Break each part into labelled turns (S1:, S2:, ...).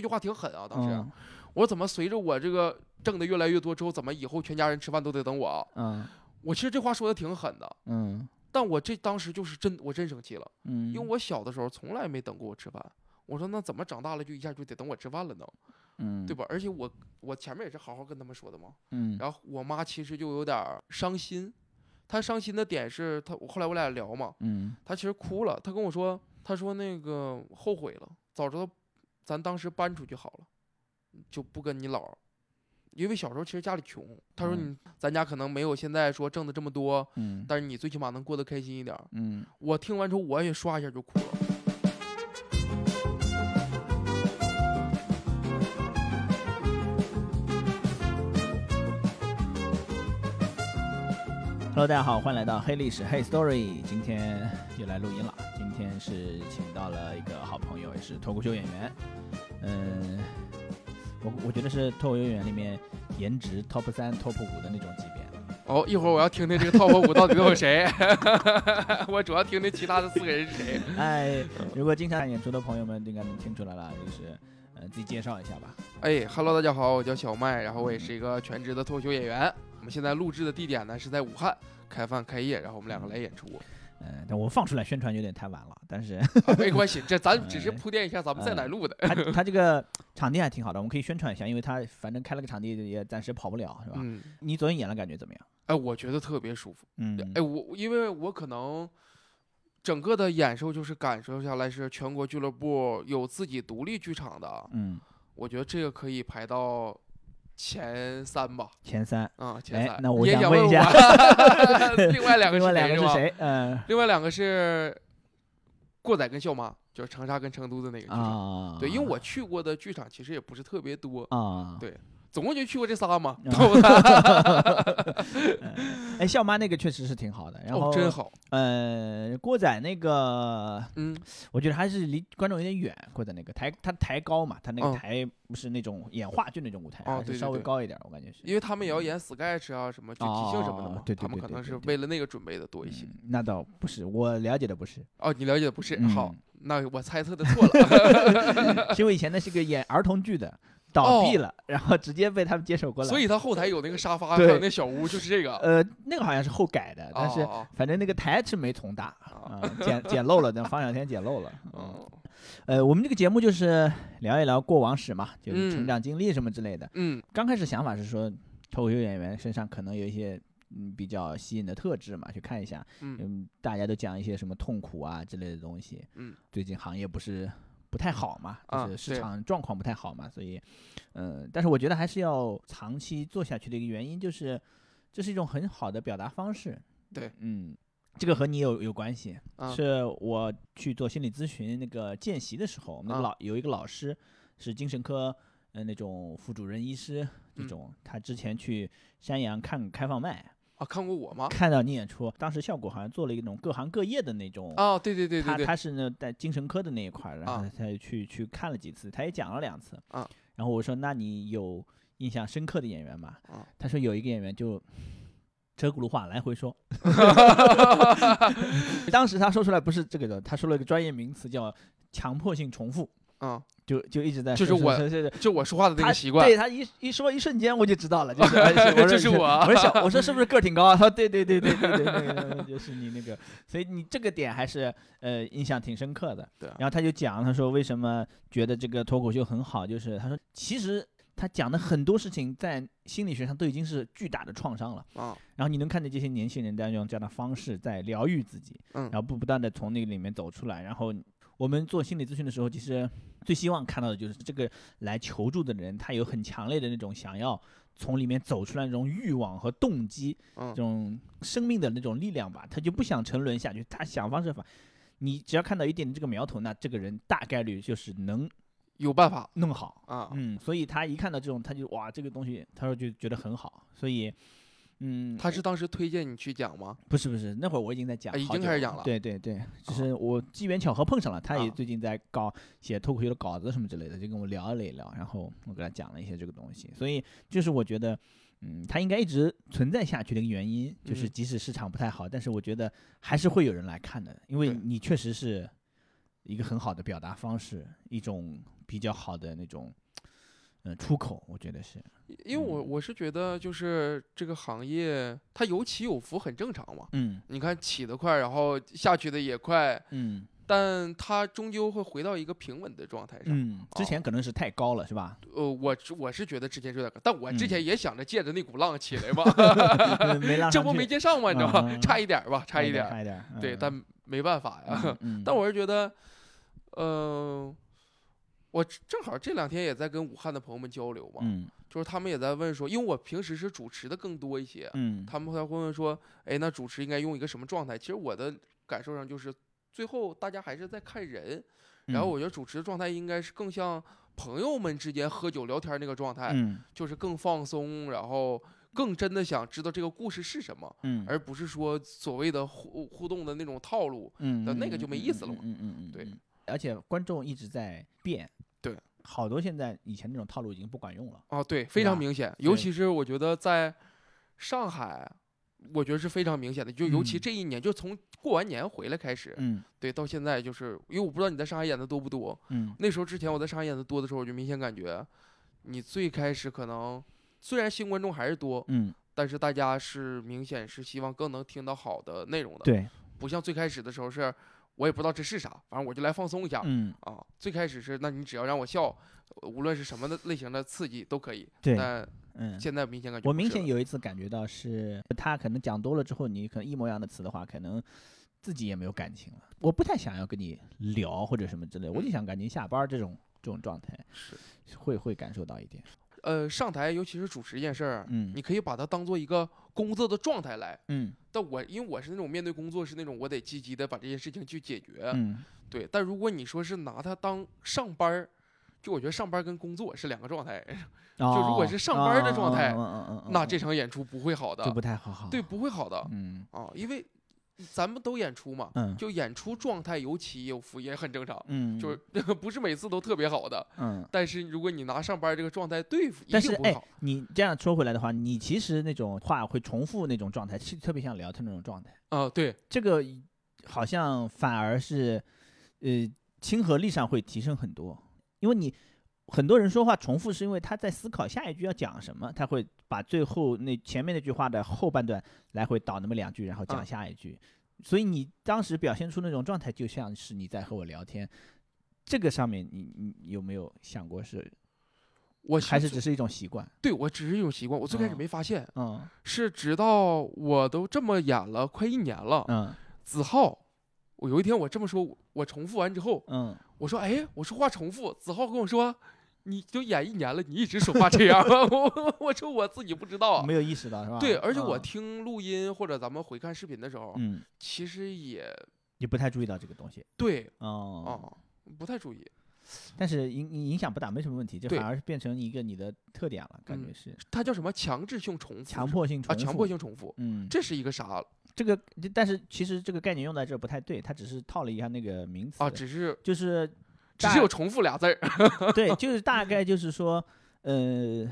S1: 这句话挺狠啊，当时、
S2: 嗯
S1: 我说怎么随着我这个挣的越来越多之后，怎么以后全家人吃饭都得等我啊？
S2: 嗯
S1: 我其实这话说的挺狠的，
S2: 嗯
S1: 但我这当时就是真我真生气了，
S2: 嗯，
S1: 因为我小的时候从来没等过我吃饭。我说那怎么长大了就一下就得等我吃饭了呢？
S2: 嗯
S1: 对吧？而且我我前面也是好好跟他们说的嘛。
S2: 嗯
S1: 然后我妈其实就有点儿伤心，她伤心的点是她我后来我俩聊嘛，
S2: 嗯
S1: 她其实哭了，她跟我说，她说那个后悔了，早知道咱当时搬出去好了，就不跟你姥儿，因为小时候其实家里穷，她说你、
S2: 嗯
S1: 咱家可能没有现在说挣的这么多，
S2: 嗯
S1: 但是你最起码能过得开心一点儿。
S2: 嗯
S1: 我听完之后我也刷一下就哭了。
S2: ，Hello，大家好，欢迎来到黑历史 Hey Story，今天又来录音了，今天是请到了一个好朋友，也是脱口秀演员，嗯，我我觉得是脱口秀演员里面颜值 Top 三 Top 五的那种级别。
S1: 哦，一会儿我要听听这个 top 五到底都有谁， 我主要听听其他的四个人是谁。
S2: 哎，如果经常看演出的朋友们应该能听出来了，就是呃自己介绍一下吧。
S1: 哎哈喽，大家好，我叫小麦，然后我也是一个全职的脱口秀演员。我们现在录制的地点呢是在武汉，开饭开业，然后我们两个来演出。
S2: 嗯，但我放出来宣传有点太晚了，但是
S1: 啊 没关系，这咱只
S2: 哎
S1: 是铺垫一下，咱们再来录 的。
S2: 他他这个场地还挺好的，我们可以宣传一下，因为他反正开了个场地也暂时跑不了，是吧？
S1: 嗯，
S2: 你昨天演了感觉怎么样？
S1: 哎，我觉得特别舒服。
S2: 嗯，
S1: 哎，我因为我可能整个的演受就是感受下来是全国俱乐部有自己独立剧场的，啊
S2: 嗯，
S1: 我觉得这个可以排到前三吧。
S2: 前三，
S1: 啊、前三。
S2: 哎那我
S1: 你也
S2: 想
S1: 想
S2: 问一
S1: 我， 另外两个
S2: 另
S1: 是
S2: 外两个
S1: 是
S2: 是
S1: 吧？
S2: 谁？呃
S1: 另外两个是过载跟笑妈，就是长沙跟成都的那个剧场。
S2: 啊，
S1: 对，因为我去过的剧场其实也不是特别多，
S2: 啊，
S1: 对总共就去过这仨嘛，
S2: 啊
S1: 对不对？
S2: 哎，笑妈那个确实是挺好的，然后
S1: 哦，真好，
S2: 呃，郭仔那个
S1: 嗯，
S2: 我觉得还是离观众有点远，或者那个台，他台高嘛，他那
S1: 嗯
S2: 个台不是那种演话剧那种舞台，
S1: 哦
S2: 还
S1: 对
S2: 是
S1: 对
S2: 稍微
S1: 对
S2: 高一点，我感觉是。
S1: 因为他们也要演 sketch 啊什么就即兴什么的嘛
S2: 哦，对对
S1: 他们
S2: 对
S1: 可
S2: 对
S1: 能
S2: 对
S1: 是
S2: 对
S1: 为了那个准备的多一些。
S2: 嗯那倒不是，我了解的不是，
S1: 哦，你了解的不是
S2: 嗯
S1: 好，那我猜测的 错了。啊
S2: 是我以前那是个演儿童剧的，倒闭
S1: 哦
S2: 了，然后直接被他们接手过来。
S1: 所以他后台有那个沙 发，还
S2: 对
S1: 有那小屋，就是这个。
S2: 呃，那个好像是后改的，但是
S1: 哦
S2: 反正那个台是没重大
S1: 哦哦
S2: 啊，捡捡漏了，但方小天捡漏了。嗯，
S1: 哦
S2: 呃，我们这个节目就是聊一聊过往史嘛，就是
S1: 嗯
S2: 成长经历什么之类的。
S1: 嗯
S2: 刚开始想法是说，脱口秀演员身上可能有一些嗯比较吸引的特质嘛，去看一下。
S1: 嗯
S2: 嗯，大家都讲一些什么痛苦啊之类的东西。
S1: 嗯，
S2: 最近行业不是不太好嘛，
S1: 啊
S2: 就是市
S1: 对
S2: 场状况不太好嘛，所以，嗯、但是我觉得还是要长期做下去的一个原因就是，这是一种很好的表达方式。
S1: 对，
S2: 嗯。这个和你有有关系，
S1: 啊
S2: 是我去做心理咨询那个见习的时候，我们那个
S1: 啊
S2: 老、有一个老师是精神科，呃那种副主任医师这
S1: 嗯
S2: 种，他之前去山羊看开放麦，
S1: 啊，看过我吗？
S2: 看到你演出，当时效果好像做了一种各行各业的那种。
S1: 啊，对对对对
S2: 他
S1: 对，
S2: 他是呢在精神科的那一块儿，然后
S1: 啊
S2: 他就去、去看了几次，他也讲了两次。
S1: 啊
S2: 然后我说：“那你有印象深刻的演员吗？”
S1: 啊
S2: 他说：“有一个演员就车轱辘话来 回说。”当时他说出来不是这个的，他说了一个专业名词叫强迫性重复，
S1: 啊，
S2: 就就一直在
S1: 就是
S2: 说
S1: 我
S2: 说说说
S1: 就我说话的那
S2: 他
S1: 个习惯
S2: 对他一一说，一瞬间我就知道了，就是哎我
S1: 这
S2: 说你
S1: 是
S2: 是
S1: 我
S2: 我说小，我说是不是个儿挺高啊？他说对对对对对对，那个就是你那个，所以你这个点还是呃印象挺深刻的。
S1: 对啊
S2: 然后他就讲，他说为什么觉得这个脱口秀很好，就是他说其实他讲的很多事情在心理学上都已经是巨大的创伤了。
S1: 啊，
S2: 然后你能看见这些年轻人在用这样的方式在疗愈自己，
S1: 嗯
S2: 然后不不断的从那个里面走出来。然后我们做心理咨询的时候，其实最希望看到的就是这个来求助的人，他有很强烈的那种想要从里面走出来那种欲望和动机，
S1: 嗯
S2: 这种生命的那种力量吧，他就不想沉沦下去，他想方设法。你只要看到一点这个苗头，那这个人大概率就是能
S1: 有办法
S2: 弄好。
S1: 啊，
S2: 嗯，所以他一看到这种，他就哇，这个东西，他说就觉得很好，所以，嗯，
S1: 他是当时推荐你去讲吗？
S2: 不是不是，那会儿我已经在
S1: 啊
S2: 讲好久
S1: 已
S2: 了，
S1: 经开始讲了哦
S2: 对对对，就是我机缘巧合碰上了，他也
S1: 啊
S2: 最近在搞写脱口秀的稿子什么之类的，就跟我聊了一聊，然后我给他讲了一些这个东西，所以就是我觉得，嗯，他应该一直存在下去的一个原因，就是
S1: 嗯
S2: 即使市场不太好，但是我觉得还是会有人来看的，因为
S1: 对
S2: 你确实是一个很好的表达方式，一种比较好的那种，嗯、出口，我觉得是，
S1: 因为我
S2: 嗯
S1: 我是觉得就是这个行业它有起有伏很正常嘛。
S2: 嗯
S1: 你看起得快，然后下去的也快，
S2: 嗯
S1: 但它终究会回到一个平稳的状态上。
S2: 嗯，之前可能是太高了，是吧？
S1: 呃，我是我是觉得之前就在，但我之前
S2: 嗯
S1: 也想着借着那股浪起来 嘛，
S2: 没拉
S1: 这
S2: 上
S1: 不
S2: 去
S1: 没接上吗？你知道吧？
S2: 嗯嗯嗯
S1: 差一点儿吧，差一点儿。
S2: 差一点儿，
S1: 对，
S2: 嗯
S1: 但没办法呀。
S2: 嗯嗯
S1: 但我是觉得，呃，我正好这两天也在跟武汉的朋友们交流嘛，
S2: 嗯
S1: 就是他们也在问说，因为我平时是主持的更多一些，
S2: 嗯
S1: 他们还会问说，哎，那主持应该用一个什么状态？其实我的感受上就是，最后大家还是在看人，然后
S2: 嗯
S1: 我觉得主持的状态应该是更像朋友们之间喝酒聊天那个状态，
S2: 嗯
S1: 就是更放松，然后更真的想知道这个故事是什么，
S2: 嗯
S1: 而不是说所谓的互互动的那种套路。
S2: 嗯
S1: 的
S2: 嗯
S1: 那个
S2: 嗯
S1: 就没
S2: 嗯
S1: 意思了嘛
S2: 嗯嗯嗯嗯，
S1: 对
S2: 嗯，而且观众一直在变，
S1: 对，
S2: 好多现在以前那种套路已经不管用了，
S1: 啊，对，非
S2: 对
S1: 常
S2: 吧
S1: 明显，尤
S2: 对
S1: 其是我觉得在上海，我觉得是非常明显的，就尤其
S2: 嗯
S1: 这一年，就从过完年回来开始，
S2: 嗯
S1: 对，到现在就是，因为我不知道你在上海演的多不多，
S2: 嗯
S1: 那时候之前我在上海演的多的时候，我就明显感觉，你最开始可能虽然新观众还是多，
S2: 嗯，
S1: 但是大家是明显是希望更能听到好的内容的，
S2: 对，
S1: 不像最开始的时候是，我也不知道这是啥，反正我就来放松一下。
S2: 嗯
S1: 啊，最开始是，那你只要让我笑，呃无论是什么的类型的刺激都可以。
S2: 对，
S1: 但
S2: 嗯。
S1: 现在明显感觉
S2: 我
S1: 不
S2: 明
S1: 是
S2: 显
S1: 了
S2: 有一次感觉到是，他可能讲多了之后，你可能一模一样的词的话，可能自己也没有感情了。我不太想要跟你聊或者什么之类，我就想赶紧下班儿这种这种状态，
S1: 嗯是
S2: 会会感受到一点。
S1: 呃上台，尤其是主持这件事儿，
S2: 嗯
S1: 你可以把它当做一个工作的状态来。
S2: 嗯
S1: 但我因为我是那种面对工作是那种我得积极的把这些事情去解决，
S2: 嗯
S1: 对。但如果你说是拿它当上班儿，就我觉得上班儿跟工作是两个状态，
S2: 就
S1: 如果是上班儿的状态
S2: 嗯嗯哦嗯嗯
S1: 那
S2: 嗯
S1: 这场演出不会好的，
S2: 就不太好好。
S1: 对，，不会好的、
S2: 啊嗯
S1: 啊，因为咱们都演出嘛，
S2: 嗯
S1: 就演出状态有起有伏也很正常。
S2: 嗯，
S1: 就是不是 每次都特别好的，
S2: 嗯。
S1: 但是如果你拿上班这个状态对付，一
S2: 但是
S1: 定不会
S2: 哎
S1: 好。，
S2: 你这样说回来的话，你其实那种话会重复那种状态，是特别像聊天那种状态。
S1: 啊、对，
S2: 这个好像反而是，呃，亲和力上会提升很多，因为你很多人说话重复是因为他在思考下一句要讲什么，他会把最后那前面那句话的后半段来回倒那么两句，然后讲
S1: 嗯
S2: 下一句。所以你当时表现出那种状态，就像是你在和我聊天。这个上面你，你你有没有想过是
S1: 我
S2: 还是
S1: 最
S2: 只是一种习惯？
S1: 对我只是一种习惯，我最开始
S2: 嗯
S1: 没发现，
S2: 嗯
S1: 是直到我都这么演了快一年了，
S2: 嗯
S1: 子浩。我有一天我这么说，我我重复完之后，
S2: 嗯，
S1: 我说：“哎，我说话重复。”子浩跟我说：“你都演一年了，你一直说话这样。” 我我说我自己不知道啊。
S2: 没有意识到是吧？
S1: 对，而且我
S2: 嗯
S1: 听录音或者咱们回看视频的时候，
S2: 嗯
S1: 其实也
S2: 也不太注意到这个东西。
S1: 对
S2: 哦、
S1: 啊、不太注意。
S2: 但是影影响不大，没什么问题，这
S1: 对
S2: 反而是变成一个你的特点了，感觉
S1: 嗯
S2: 是
S1: 它叫什么？强制性重复是吧，
S2: 强迫性重
S1: 啊，
S2: 复，
S1: 强迫，性重复，
S2: 嗯，这
S1: 这是一个啥
S2: 这个，但是其实这个概念用在这儿不太对，它只是套了一下那个名词
S1: 啊？只是
S2: 就是
S1: 只
S2: 大
S1: 是有重复俩字 儿
S2: 对，就是大概就是说，呃，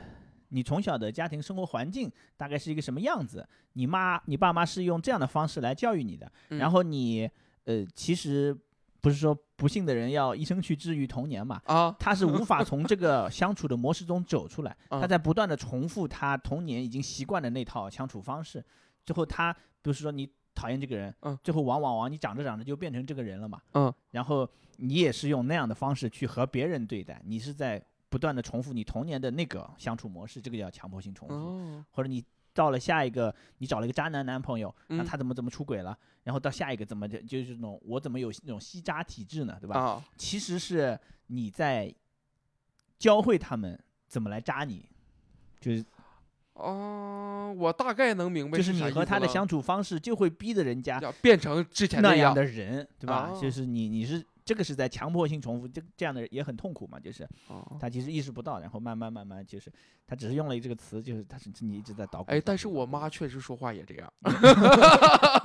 S2: 你从小的家庭生活环境大概是一个什么样子，你妈你爸妈是用这样的方式来教育你的，
S1: 嗯
S2: 然后你呃，其实不是说不幸的人要一生去治愈童年嘛，
S1: 啊。
S2: 他是 无法从这个相处的模式中走出来，
S1: 嗯
S2: 他在不断的重复他童年已经习惯的那套相处方式，最后他比如说你讨厌这个人，
S1: 嗯
S2: 最后往往往你长着长着就变成这个人了嘛，
S1: 嗯，
S2: 然后你也是用那样的方式去和别人对待，你是在不断的重复你童年的那个相处模式，这个叫强迫性重复，
S1: 哦，
S2: 或者你。到了下一个，你找了一个渣男男朋友，那
S1: 嗯
S2: 他怎么怎么出轨了？然后到下一个怎么就就是那种我怎么有那种吸渣体质呢？对吧？
S1: 啊，
S2: 其实是你在教会他们怎么来扎你，就是
S1: 哦，我大概能明白
S2: 就是你
S1: 啥
S2: 和
S1: 意思
S2: 他的
S1: 了
S2: 相处方式就会逼得人家
S1: 要变成之前
S2: 那
S1: 样
S2: 样的人，对吧？
S1: 哦
S2: 就是你你是这个是在强迫性重复，这这样的人也很痛苦嘛，就是
S1: 哦
S2: 他其实意识不到，然后慢慢慢慢就是他只是用了这个词，就是他是你一直在捣鼓。
S1: 哎，但是我妈确实说话也这 样，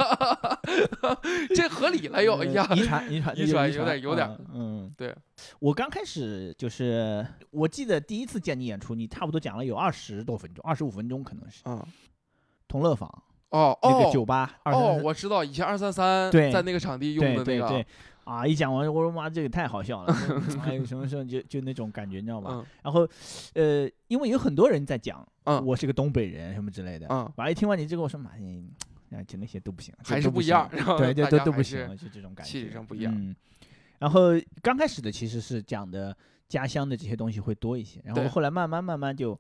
S1: 这合理了又。哎呀，
S2: 遗传遗传
S1: 遗传有点
S2: 点
S1: 有点
S2: 嗯，嗯
S1: 对。
S2: 我刚开始就是我记得第一次见你演出，你差不多讲了有二十多分钟，二十五分钟可能是
S1: 啊，
S2: 同乐坊。
S1: 哦
S2: 那个
S1: 哦
S2: 酒吧，二三
S1: 哦，
S2: 四
S1: 我知道，以前二三三
S2: 对
S1: 在那个场地用
S2: 对
S1: 的那
S2: 对
S1: 个
S2: 对，啊！一讲完，我说妈，这个太好 笑了，哎呦，什么时候就就那种感觉，你知道吗？
S1: 嗯
S2: 然后，呃，因为有很多人在讲，
S1: 嗯
S2: 我是个东北人什么之类的，
S1: 嗯，
S2: 完、一听完你这个，我说妈，你哎，这那些都不行，这
S1: 还
S2: 都
S1: 是不一样，
S2: 行
S1: 然后
S2: 对，这
S1: 大
S2: 都
S1: 家
S2: 都
S1: 还
S2: 不
S1: 是
S2: 行，就这种感觉，
S1: 气质上不一样
S2: 嗯，然后刚开始的其实是讲的家乡的这些东西会多一些，然后
S1: 对
S2: 后来慢慢慢慢就，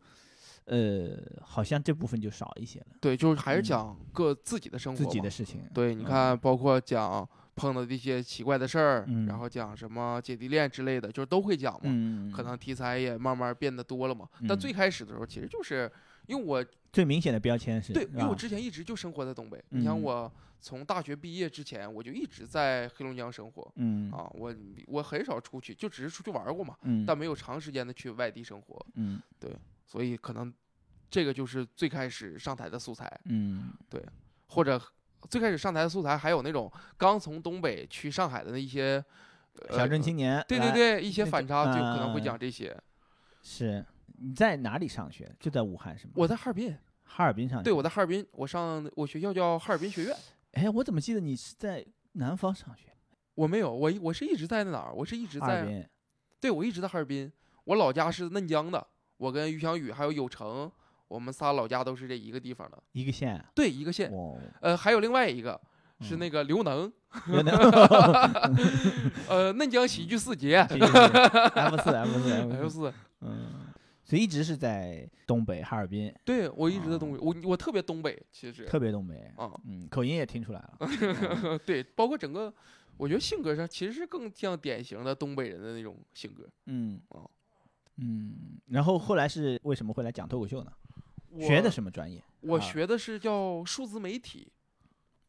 S2: 呃，好像这部分就少一些了，
S1: 对，就是还是
S2: 嗯
S1: 讲各自己的生活
S2: 自己
S1: 嘛
S2: 的事情。
S1: 对，你
S2: 嗯
S1: 看，包括讲碰到的一些奇怪的事儿，
S2: 嗯
S1: 然后讲什么姐弟恋之类的，就是都会讲嘛。
S2: 嗯，
S1: 可能题材也慢慢变得多了嘛。但
S2: 嗯
S1: 最开始的时候，其实就是因为我
S2: 最明显的标签是
S1: 对，因为我
S2: 吧
S1: 之前一直就生活在东北。你像
S2: 啊嗯
S1: 我从大学毕业之前，我就一直在黑龙江生活
S2: 嗯
S1: 啊，我我很少出去，就只是出去玩儿过嘛，
S2: 嗯
S1: 但没有长时间的去外地生活，
S2: 嗯
S1: 所以可能这个就是最开始上台的素材，
S2: 嗯
S1: 或者最开始上台的素材还有那种刚从东北去上海的那一些。呃
S2: 小镇青年哎
S1: 对对
S2: 来
S1: 对，一些
S2: 那
S1: 反
S2: 种
S1: 差就可能会
S2: 嗯
S1: 讲这些。
S2: 是你在哪里上学？就在武汉是吗？
S1: 我在哈尔滨，
S2: 哈尔滨上学。
S1: 对，我在哈尔滨，我上我学校叫哈尔滨学院。
S2: 哎，我怎么记得你是在南方上学？
S1: 我没有，我一我是一直在那哪儿？我是一直
S2: 哈尔
S1: 在，
S2: 滨。
S1: 对我一直在哈尔滨。我老家是嫩江的，我跟于翔宇还有有成，我们仨老家都是这一个地方的，
S2: 一个县啊，
S1: 对，一个县。
S2: 哇，
S1: 呃，还有另外一个是
S2: 嗯
S1: 那个刘能，
S2: 有点 F
S1: 呃，嫩江喜剧四杰
S2: 四 F 四
S1: F
S2: F 四，
S1: 四。
S2: 嗯，所以一直是在东北哈尔滨，
S1: 对我一直在东北，我我特别东北，其实
S2: 啊特别东北，
S1: 啊，
S2: 嗯，口音也听出 来了，
S1: 呃对，包括整个，我觉得性格上其实是更像典型的东北人的那种性格。
S2: 嗯
S1: 哦
S2: 嗯，然后后来是为什么会来讲脱口秀呢？
S1: 我
S2: 学的什么专业？
S1: 我
S2: 啊
S1: 学的是叫数字媒体，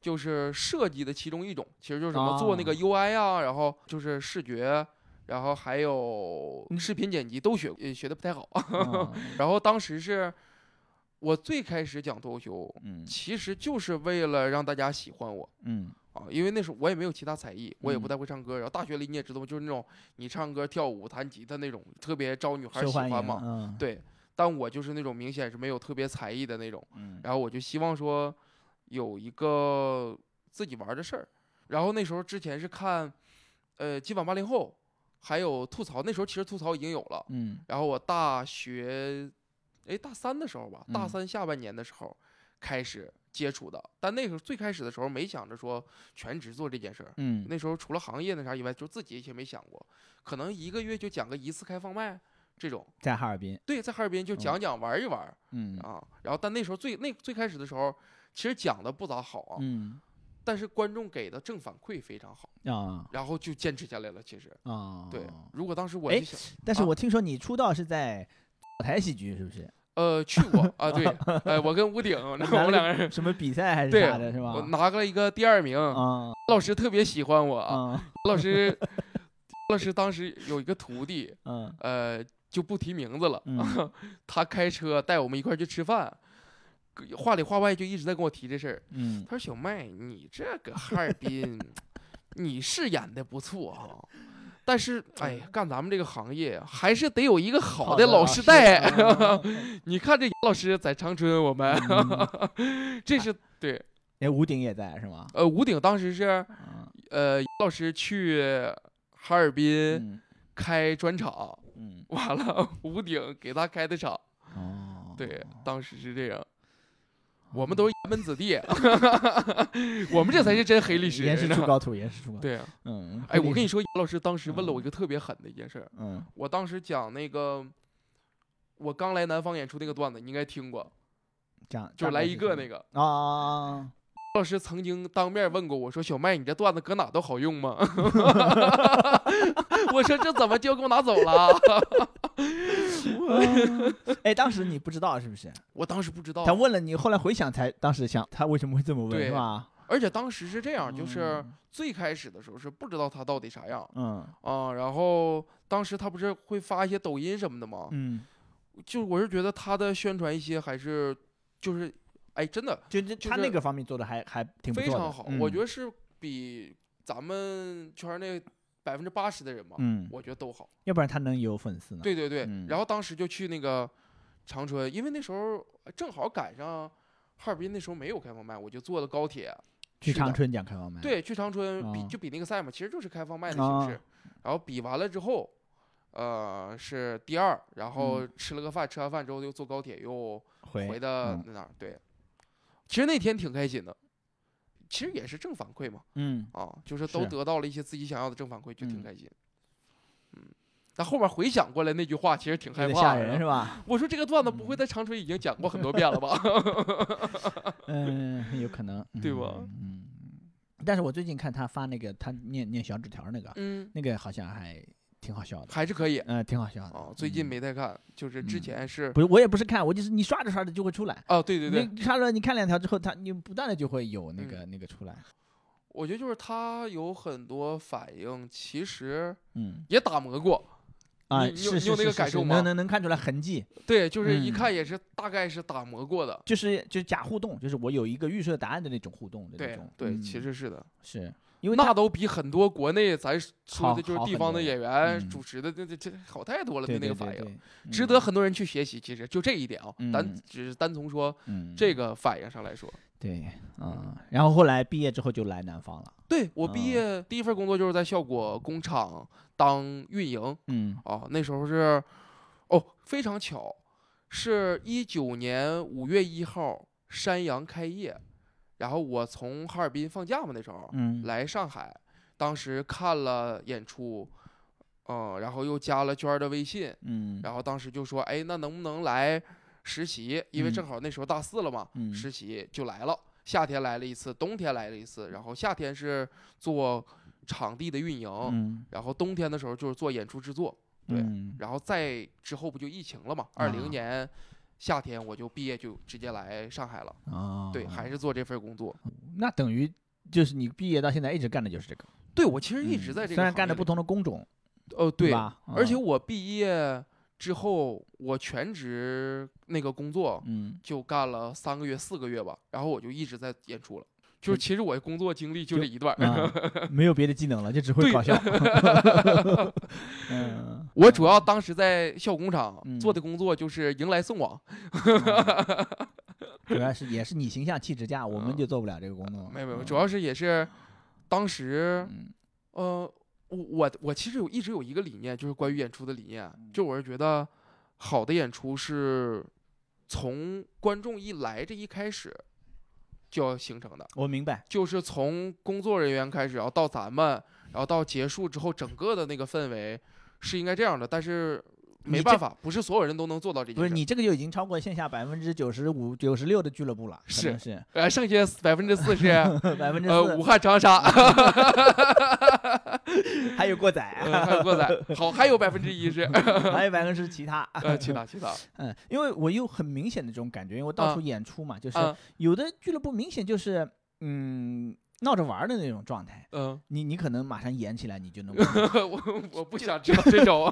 S1: 就是设计的其中一种，其实就是什么做那个
S2: 啊
S1: UI 啊，然后就是视觉，然后还有
S2: 嗯
S1: 视频剪辑都学，呃学的不太好。
S2: 啊
S1: 然后当时是我最开始讲脱口秀，
S2: 嗯
S1: 其实就是为了让大家喜欢我。
S2: 嗯
S1: 啊，因为那时候我也没有其他才艺，我也不
S2: 嗯
S1: 太会唱歌。然后大学里你也知道，就是那种你唱歌、跳舞、弹吉他那种，特别招女孩儿
S2: 受
S1: 喜
S2: 欢
S1: 欢
S2: 迎，
S1: 嘛。
S2: 嗯，
S1: 对，但我就是那种明显是没有特别才艺的那种。
S2: 嗯
S1: 然后我就希望说有一个自己玩儿的事儿。然后那时候之前是看，呃，今晚八零后，还有吐槽，那时候其实吐槽已经有了。
S2: 嗯
S1: 然后我大学，哎，大三的时候吧，大
S2: 嗯
S1: 三下半年的时候开始接触的。但那时候最开始的时候没想着说全职做这件事儿。
S2: 嗯
S1: 那时候除了行业那啥以外，就自己也没想过，可能一个月就讲个一次开放麦这种。
S2: 在哈尔滨，
S1: 对，在哈尔滨就
S2: 嗯
S1: 讲讲玩儿一玩儿，
S2: 嗯
S1: 啊，然后但那时候最那最开始的时候，其实讲的不咋好啊，
S2: 嗯
S1: 但是观众给的正反馈非常好，
S2: 啊
S1: 然后就坚持下来了。其实，
S2: 啊，
S1: 对，如果当时我
S2: 哎
S1: 就想，
S2: 但是
S1: 啊
S2: 我听说你出道是在台喜剧，是不是？
S1: 呃，去过啊， 对，呃，我跟吴鼎，然后我们两个人，
S2: 什么比赛还是
S1: 对
S2: 啥的，是吧？
S1: 我拿了一个第二名，
S2: 啊
S1: 老师特别喜欢我，啊，
S2: 啊
S1: 老师，老师当时有一个徒弟，
S2: 嗯
S1: 呃，就不提名字了，
S2: 嗯
S1: 他开车带我们一块儿去吃饭，话里话外就一直在跟我提这事儿，
S2: 嗯
S1: 他说：“小麦，你这个哈尔滨，你是演的不错哈、但是哎呀，干咱们这个行业还是得有一个
S2: 嗯
S1: 好的老师嗯带。
S2: 啊
S1: 你看这老师在长春，我们 这是对。
S2: 嗯哎，吴鼎也在是吗？
S1: 呃，吴鼎当时是
S2: 啊
S1: 呃，老师去哈尔滨
S2: 嗯
S1: 开专场，
S2: 嗯
S1: 完了吴鼎给他开的场，
S2: 哦，嗯
S1: 对，当时是这样。”我们都是一门子弟， 我们这才是真黑历史。
S2: 严
S1: 你
S2: 师
S1: 知
S2: 出
S1: 道
S2: 高徒，严师出高徒。
S1: 对啊，
S2: 嗯，
S1: 哎，我
S2: 黑
S1: 跟
S2: 历
S1: 你
S2: 史，
S1: 说，严老师当时问了我一个特别狠的一件事儿。
S2: 嗯
S1: 我当时讲那个，我刚来南方演出那个段子，你应该听过，
S2: 这样
S1: 就是来一个那
S2: 个
S1: 个。
S2: 啊，
S1: 老师曾经当面问过我说：“小麦，你这段子搁哪都好用吗？” 我说：“这怎么就给我拿走了
S2: 啊哎，当时你不知道是不是？？”
S1: 我当时不知道
S2: 他，问了你，后来回想才，当时想他为什么会这么问
S1: 哦对
S2: 是吧？
S1: 而且当时是这样，就是
S2: 嗯
S1: 最开始的时候是不知道他到底啥样
S2: 嗯
S1: 啊、然后当时他不是会发一些抖音什么的吗？
S2: 嗯，
S1: 就我是觉得他的宣传一些还是就是，哎，真的。
S2: 就就
S1: 就
S2: 他
S1: 是
S2: 那个方面做的还还挺不
S1: 非
S2: 错的嗯
S1: 常好，我觉
S2: 得
S1: 得是比咱们圈内百分之八十的人嘛，
S2: 嗯，
S1: 我觉得都好。
S2: 要不然他能有粉丝呢？
S1: 对对对，
S2: 嗯
S1: 然后当时就去那个长春，因为那时候正好赶上哈尔滨那时候没有开放麦，我就坐的高铁去
S2: 去
S1: 的
S2: 长春讲开放麦，，
S1: 对，去长春比
S2: 嗯哦
S1: 就比那个赛嘛，其实就是开放麦的
S2: 哦
S1: 形式。然后比完了之后，呃，是第二，然
S2: 嗯
S1: 后吃了个饭，吃完饭之后又坐高铁又回
S2: 回
S1: 的
S2: 嗯
S1: 那哪儿。对，其实那天挺开心的，其实也是正反馈嘛，
S2: 嗯，
S1: 啊，就是都
S2: 是
S1: 得到了一些自己想要的正反馈，就挺
S2: 嗯
S1: 开心。嗯，但后面回想过来那句话，其实挺
S2: 有
S1: 害
S2: 点
S1: 怕
S2: 吓人
S1: 的
S2: 是。吧？
S1: 我说这个段子不会在长春已经讲过很多遍了吧？
S2: 嗯，有可能，
S1: 对
S2: 嗯
S1: 吧
S2: 嗯，但是我最近看他发那个，他念念小纸条那个，
S1: 嗯，
S2: 那个好像还挺好笑的，
S1: 还是可以
S2: 嗯，挺好笑的。
S1: 啊。最近
S2: 嗯
S1: 没太看，就是之
S2: 嗯
S1: 前是
S2: 不是，我也不是看，我就是你刷着刷着就会出来。
S1: 哦，对对对，嗯
S2: 你刷着你看两条之后，它你不断的就会有那个、那个出来。
S1: 我觉得就是他有很多反应，其实
S2: 嗯
S1: 也打磨过，
S2: 啊，
S1: 你你有
S2: 是
S1: 你有
S2: 是
S1: 那个
S2: 是
S1: 感
S2: 是
S1: 受吗
S2: 能能能看出来痕迹，
S1: 对，就是一
S2: 嗯
S1: 看也是大概是打磨过的，
S2: 就是就是假互动，就是我有一个预设答案的那种互动的那
S1: 对
S2: 种。
S1: 对，
S2: 嗯
S1: 其实是的，
S2: 是因为它
S1: 那都比很多国内咱说
S2: 好
S1: 的就是
S2: 好
S1: 地
S2: 很
S1: 方的
S2: 多
S1: 演员
S2: 嗯
S1: 主持的那这这好太多了，
S2: 对
S1: 对那
S2: 对
S1: 个反
S2: 对
S1: 应，
S2: 对，
S1: 值
S2: 嗯
S1: 得。很多人去学习。其实就这一点啊，咱
S2: 嗯
S1: 只是单从说
S2: 嗯，
S1: 这个反应上来说，
S2: 对，嗯，然后后来毕业之后就来南方了。
S1: 对我
S2: 嗯
S1: 毕业第一份工作就是在效果工厂当运营，
S2: 嗯
S1: 哦，那时候是，哦，非常巧，是一九年五月一号山羊开业，然后我从哈尔滨放假嘛，那时候、
S2: 嗯
S1: 来上海，当时看了演出，嗯，然后又加了娟儿的微信，
S2: 嗯，
S1: 然后当时就说，哎，那能不能来实习？因为正
S2: 嗯
S1: 好那时候大四了嘛，
S2: 嗯
S1: 实习就来了。夏天来了一次，冬天来了一次，然后夏天是做场地的运营，
S2: 嗯
S1: 然后冬天的时候就是做演出制作。对
S2: 嗯
S1: 然后再之后不就疫情了嘛？
S2: 啊
S1: 二零年夏天我就毕业就直接来上海了，
S2: 啊，
S1: 对，还是做这份工作。
S2: 那等于就是你毕业到现在一直干的就是这个，
S1: 对我其实一直
S2: 嗯
S1: 在这个，
S2: 虽然干着不，同的工种，
S1: 呃，对，
S2: 吧？
S1: 而且
S2: 嗯
S1: 我毕业之后，我全职那个工作
S2: 嗯，
S1: 就干了三个月、四个月吧，然后我就一直在演出了。就是其实我工作经嗯历就
S2: 就
S1: 这一 段儿，
S2: 啊，没有别的技能了，就只会
S1: 对
S2: 搞笑。 嗯，
S1: 我主要当时在校工厂
S2: 嗯
S1: 做的工作就是迎来送往，
S2: 主要是也是你形象气质佳，我们
S1: 嗯
S2: 就做不了这个工作。
S1: 没有没有，
S2: 嗯
S1: 主要是也是当时
S2: 嗯
S1: 呃，我我我其实有一直有一个理念，就是关于演出的理念，啊
S2: 嗯
S1: 就我是觉得好的演出是从观众一来这一开始就要形成的，
S2: 我明白，
S1: 就是从工作人员开始，然后到咱们，然后到结束之后，整个的那个氛围是应该这样的，但是。没
S2: 你
S1: 办
S2: 这
S1: 法，不是所有人都能做到这件事。
S2: 不是你这个就已经超过线下百分之九十五、九十六的俱乐部了，可
S1: 是
S2: 能是
S1: 呃，剩下百分之四十，
S2: 百分之
S1: 呃，武
S2: 四，
S1: 汉、长沙，
S2: 还有过载，
S1: 呃，还有过载，好，还有百分之一 是，
S2: 还有百分之其他。
S1: 呃，其他其他，
S2: 嗯，因为我有很明显的这种感觉，因为我到处演出嘛，就是
S1: 啊，
S2: 有的俱乐部明显就是嗯闹着玩儿的那种状态，
S1: 嗯，
S2: 你你可能马上演起来，你就能。
S1: 我我不想知道这种，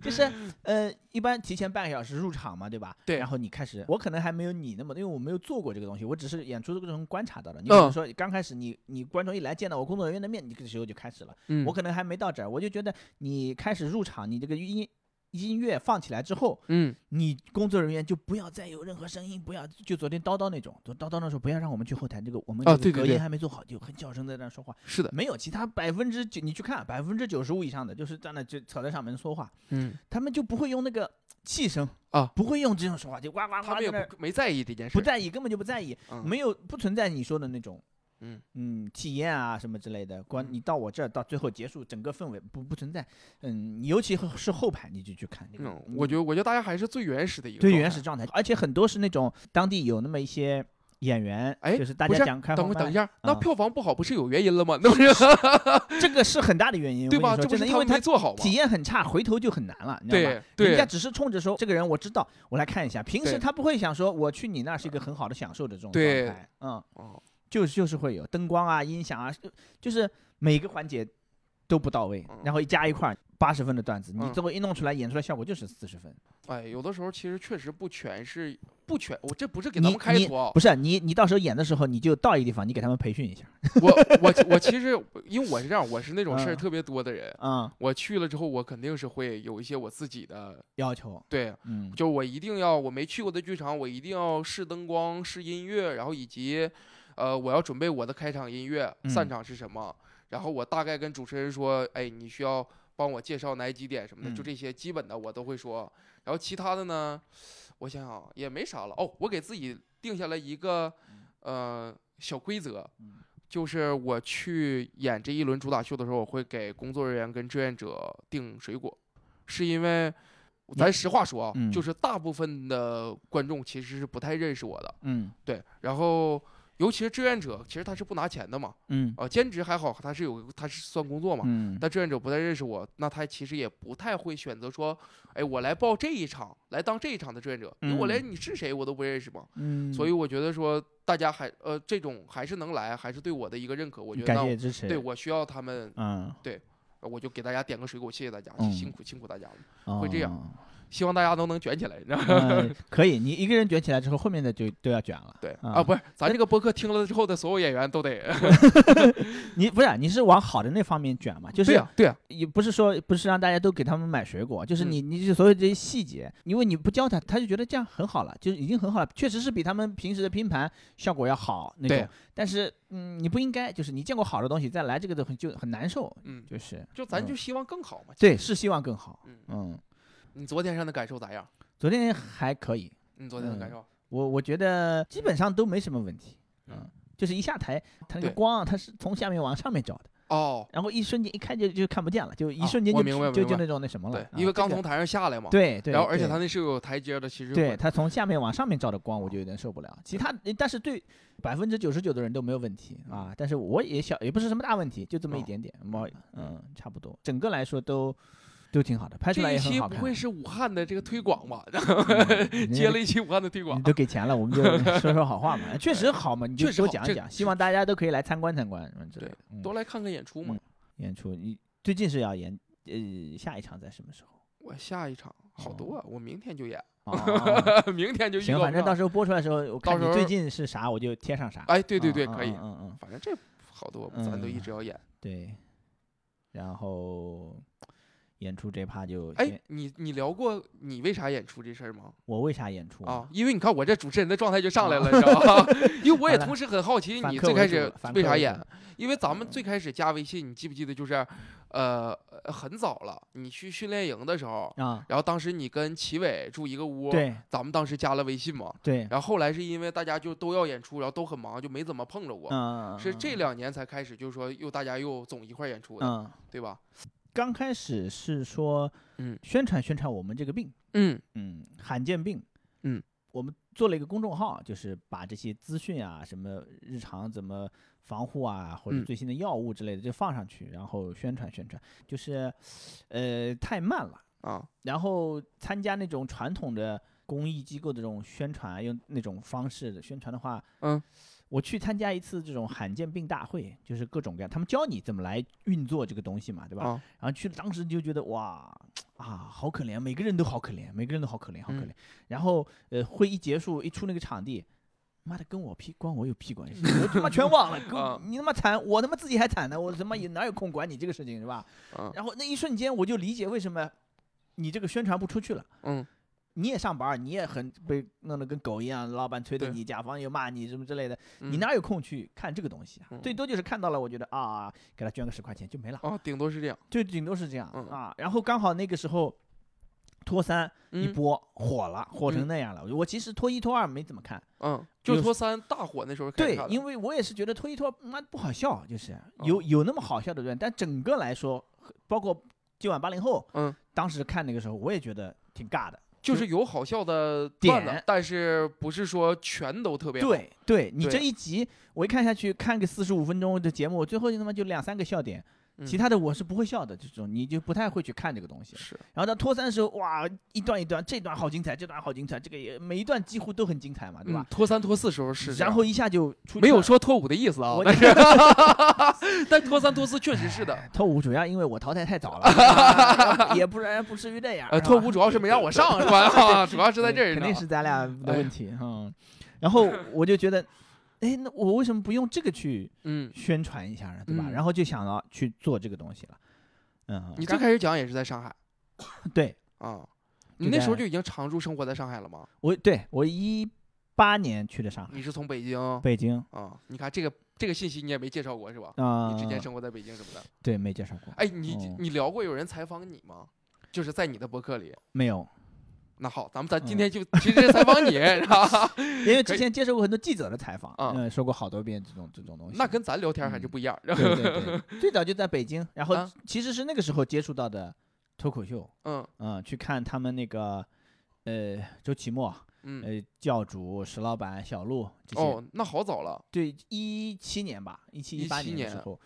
S2: 就是呃，一般提前半个小时入场嘛，对吧？
S1: 嗯对
S2: 然后你开始，我可能还没有你那么，因为我没有做过这个东西，我只是演出的过程中观察到的。你比如
S1: 嗯
S2: 说刚开始你你观众一来见到我工作人员的面，你这个时候就开始了。
S1: 嗯
S2: 我可能还没到这儿，我就觉得你开始入场，你这个音音乐放起来之后，
S1: 嗯
S2: 你工作人员就不要再有任何声音，不要就昨天叨叨那种，就叨叨那时候不要让我们去后台，这个我们
S1: 啊
S2: 这
S1: 对
S2: 个
S1: 对
S2: 隔
S1: 对
S2: 音还没做好，就很小声在那儿说话。
S1: 是的，
S2: 没有其他百分之九，你去看百分之九十五以上的就是在那就扯在上面说话，
S1: 嗯，
S2: 他们就不会用那个气声
S1: 啊
S2: 不会用这种说话，就哇哇
S1: 他
S2: 哇
S1: 们
S2: 在
S1: 也
S2: 那儿
S1: 不没在意这件事，
S2: 不，在意，根本就不在意，
S1: 嗯
S2: 没有不存在你说的那种，
S1: 嗯
S2: 嗯，体验啊什么之类的。关
S1: 嗯
S2: 你到我这儿到最后结束，整个氛围不不存在，嗯，尤其是后排你就去看那个，
S1: 嗯，我觉得我觉得大家还是最原始的一个，
S2: 最原始。状态，而且很多是那种当地有那么一些演员，
S1: 哎
S2: 就是大
S1: 不
S2: 家
S1: 是
S2: 讲开
S1: 等
S2: 放
S1: 会
S2: 麦，
S1: 等一下，那
S2: 啊
S1: 票房不好不是有原因了吗？那不是
S2: 这个是很大的原因，
S1: 对
S2: 我跟
S1: 吧？
S2: 你
S1: 这
S2: 说
S1: 不
S2: 真
S1: 是
S2: 的，因
S1: 他
S2: 为
S1: 们没
S2: 他
S1: 做好吗
S2: 体？验很差，回头就很难了，你知道吧？
S1: 对
S2: 人家
S1: 对
S2: 只是冲着说这个人我知道，我来看一下。平时
S1: 对
S2: 他不会想说我去你那儿是一个很好的享受的这种状
S1: 对
S2: 态，嗯，
S1: 哦，
S2: 就是就是会有灯光啊、音响啊，就就是每个环节都不到位
S1: 嗯，
S2: 然后一加一块八十分的段子，你
S1: 嗯
S2: 最后一弄出来演出来效果就是四十分。
S1: 哎，有的时候其实确实不全是不全，我这不是给
S2: 你
S1: 他们开
S2: 你
S1: 脱啊
S2: 不，是你你到时候演的时候你就到一个地方，你给他们培训一下，
S1: 我我我其实因为我是这样，我是那种事儿
S2: 嗯
S1: 特别多的人，
S2: 嗯，
S1: 我去了之后，我肯定是会有一些我自己的
S2: 要求，
S1: 对，
S2: 嗯，
S1: 就我一定要我没去过的剧场，我一定要试灯光、试音乐，然后以及呃，我要准备我的开场音乐，
S2: 嗯
S1: 散场是什么，然后我大概跟主持人说，哎，你需要帮我介绍哪几点什么的，就
S2: 嗯
S1: 这些基本的我都会说。然后其他的呢，我想想啊也没啥了。哦，我给自己定下了一个呃小规则
S2: 嗯，
S1: 就是我去演这一轮主打秀的时候，我会给工作人员跟志愿者订水果，是因为。咱实话说啊，
S2: 嗯
S1: 就是大部分的观众其实是不太认识我的，
S2: 嗯
S1: 对，然后尤其是志愿者，其实他是不拿钱的嘛，
S2: 嗯
S1: 啊、兼职还好，他是有他是算工作嘛。
S2: 嗯，
S1: 但志愿者不太认识我，那他其实也不太会选择说，哎，我来报这一场，来当这一场的志愿者，因为我连你是谁我都不认识嘛。
S2: 嗯，
S1: 所以我觉得说，大家还呃这种还是能来，还是对我的一个认可。我觉得
S2: 感
S1: 那
S2: 谢
S1: 我
S2: 也支持，
S1: 对我需要他们，
S2: 嗯，
S1: 呃我就给大家点个水果，谢谢大家，
S2: 嗯
S1: 辛苦辛苦大家了，
S2: 会
S1: 这样。希望大家都能卷起来，你知道吗？
S2: 嗯，可以，你一个人卷起来之后，后面的就都要卷了。
S1: 对
S2: 啊
S1: 啊，不是，咱这个播客听了之后的所有演员都得，
S2: 你不是啊你是往好的那方面卷嘛？就
S1: 对啊
S2: 是
S1: 呀对呀，
S2: 也不是说不是让大家都给他们买水果，就是
S1: 嗯
S2: 你你就所有这些细节，因为你不教他，他就觉得这样很好了，就是已经很好了，确实是比他们平时的拼盘效果要好那
S1: 对啊
S2: 种。但是嗯，你不应该就是你见过好的东西再来这个东西就很难受，
S1: 嗯，
S2: 就是
S1: 就咱
S2: 嗯
S1: 就希望更好嘛。
S2: 对，是希望更好。
S1: 嗯，
S2: 嗯，
S1: 你昨天上的感受咋样？
S2: 昨天还可以，
S1: 你昨天的感
S2: 嗯
S1: 受？
S2: 我我觉得基本上都没什么问题。
S1: 嗯
S2: 嗯，就是一下台，它那个
S1: 对
S2: 光它是从下面往上面照的，
S1: 哦，
S2: 然后一瞬间一看就就看不见了，就一
S1: 啊
S2: 瞬间就、
S1: 我明白
S2: 就
S1: 明
S2: 就
S1: 白
S2: 那种那什么了
S1: 对
S2: 啊。，
S1: 因为刚
S2: 这
S1: 从
S2: 个
S1: 台上下来嘛。。
S2: 对对，
S1: 然后而且
S2: 对
S1: 它那是有台阶的，哦其实
S2: 对
S1: 会
S2: 它从下面往上面照的光，我就有点受不了。其他但是对百分之九十九的人都没有问题啊，但是我也小也不是什么大问题，就这么一
S1: 嗯哦
S2: 点点，猫嗯差不多，整个来说都都挺好的，拍出
S1: 这
S2: 来
S1: 一
S2: 也很
S1: 期
S2: 好
S1: 不
S2: 看。
S1: 会是武汉的这个推广吧？
S2: 嗯
S1: 接
S2: 人
S1: 了一期武汉的推广
S2: 你，都给钱了，我 们就说说好话嘛，确实好嘛，你就
S1: 确实
S2: 多
S1: 好
S2: 讲
S1: 这
S2: 一
S1: 个
S2: 讲，希望大家都可以来参观参观什么之类
S1: 对
S2: 的。嗯
S1: 多来看看演出嘛
S2: 嗯。演出，你最近是要演呃下一场在什么时候？
S1: 我下一场好多，啊，我明天就演，
S2: 哦
S1: 明天就预
S2: 行，
S1: 告
S2: 反
S1: 不
S2: 正到
S1: 上
S2: 时候播出来的时候，我看
S1: 到时
S2: 你
S1: 候
S2: 最近是啥，我就贴上啥。
S1: 哎，对对
S2: 嗯
S1: 对，
S2: 嗯
S1: 可以
S2: 嗯。嗯嗯，
S1: 反正这好多嘛，咱都一直要演。
S2: 对。然后演出这趴就
S1: 哎
S2: 先，
S1: 你你聊过你为啥演出这事儿吗？
S2: 我为啥演出？
S1: 啊，因为你看我这主持人的状态就上来了，你知道吧？ 因为我也
S2: 哦好了
S1: 同时很好奇
S2: 反
S1: 你
S2: 客
S1: 最
S2: 为
S1: 开
S2: 主
S1: 始
S2: 了反
S1: 为
S2: 客
S1: 啥
S2: 为主啊嗯
S1: 演
S2: 了，
S1: 因为咱们最开始加微信，你记不记得就是，呃，呃很早了，你去训练营的时候，
S2: 啊，
S1: 然后当时你跟齐伟住一个屋，
S2: 对
S1: 咱们当时加了微信嘛，
S2: 对，
S1: 然后后来是因为大家就都要演出，然后都很忙，就没怎么碰着过。
S2: 嗯，
S1: 是这两年才开始，就是说又大家又总一块儿演出的，
S2: 嗯。
S1: 对吧？
S2: 刚开始是说，
S1: 嗯
S2: 宣传宣传我们这个病，
S1: 嗯
S2: 嗯，罕见病，
S1: 嗯，
S2: 我们做了一个公众号，就是把这些资讯啊，什么日常怎么防护啊，或者
S1: 嗯
S2: 最新的药物之类的就放上去，然后宣传宣传，就是，呃，太慢了。
S1: 啊，
S2: 然后参加那种传统的公益机构的这种宣传，啊用那种方式的宣传的话，
S1: 嗯，
S2: 我去参加一次这种罕见病大会，就是各种各样，他们教你怎么来运作这个东西嘛，对吧？
S1: 啊，
S2: 然后去当时就觉得哇啊，好可怜，每个人都好可怜，每个人都好可怜，好可
S1: 嗯
S2: 怜。然后呃，会一结束一出那个场地，妈的跟我屁关我有屁关系？我他妈全忘 了，
S1: 啊
S2: 跟你他妈惨，我他妈自己还惨呢，我他妈也哪有空管你这个事情是吧？
S1: 嗯
S2: 然后那一瞬间我就理解为什么你这个宣传不出去了。
S1: 嗯，
S2: 你也上班儿，你也很被弄得跟狗一样，老板催着
S1: 对
S2: 你，甲方又骂你什么之类的，你
S1: 嗯？
S2: 哪有空去看这个东西啊？
S1: 嗯
S2: 最多就是看到了，我觉得啊，给他捐个十块钱就没了。
S1: 啊，顶多是这样。
S2: 就顶多是这样、
S1: 嗯
S2: 啊。然后刚好那个时候，脱三一
S1: 嗯
S2: 播、火了，火成
S1: 嗯
S2: 那样了。我其实脱一脱二没怎么看，
S1: 嗯，就是
S2: 有
S1: 脱三大火那时候开始
S2: 对
S1: 看，的哦
S2: 因为我也是觉得脱一脱妈不好笑，就是有、有那么好笑的段，但整个来说，包括今晚八零后，
S1: 嗯，
S2: 当时看那个时候我也觉得挺尬的。
S1: 就是有好笑的段子
S2: 点，
S1: 但是不是说全都特别好
S2: 对，对你这
S1: 对
S2: 一集，我一看下去，看个四十五分钟的节目，最后就他妈就两三个笑点，
S1: 嗯
S2: 其他的我是不会笑的，这种你就不太会去看这个东西。
S1: 是
S2: 然后到脱三的时候，哇，一段一段，这段好精彩，这段好精彩，这个也每一段几乎都很精彩嘛，对
S1: 嗯
S2: 吧？
S1: 脱三脱四时候是这样，
S2: 然后一下就出去
S1: 没有
S2: 了
S1: 说脱五的意思啊
S2: 我，
S1: 但是但脱三脱四确实是 的，
S2: 脱五，主要因为我淘汰太早了 啊，也不然不至于这样。
S1: 呃，
S2: 是
S1: 脱
S2: 吧
S1: 五主要是没让我上是吧？ 啊主要是在这儿
S2: 肯
S1: 呢
S2: 定是咱俩的
S1: 哎
S2: 问题哈、嗯然后我就觉得，哎，那我为什么不用这个去
S1: 嗯，
S2: 宣传一下呢？对吧？
S1: 嗯
S2: 然后就想到去做这个东西了。嗯，
S1: 你最开始讲也是在上海
S2: 对
S1: 啊，
S2: 就
S1: 你那时候
S2: 在
S1: 就已经常住生活在上海了吗？
S2: 我对我一八年去的上海，
S1: 你是从北京
S2: 北京
S1: 啊？你看这个这个信息你也没介绍过是吧？
S2: 啊，
S1: 你之前生活在北京什么的？
S2: 对没介绍过，
S1: 哎，你
S2: 哦
S1: 你聊过有人采访你吗？就是在你的博客里。
S2: 没有，
S1: 那好，咱们
S2: 嗯
S1: 咱今天就直接采 访你，是吧？
S2: 因为
S1: 可
S2: 之
S1: 以
S2: 前接受过很多记者的采访，
S1: 啊
S2: 嗯，说过好多遍这种这种东西。
S1: 那跟咱聊天还是
S2: 嗯
S1: 不一样。
S2: 对对 对，最早就在北京，然后
S1: 啊
S2: 其实是那个时候接触到的脱口秀，
S1: 嗯
S2: 嗯，去看他们那个呃周奇墨、
S1: 嗯，
S2: 呃教主、石老板、小鹿这些，
S1: 哦，那好早了。
S2: 对，一七年吧，一七一八
S1: 17
S2: 年的时
S1: 年
S2: 候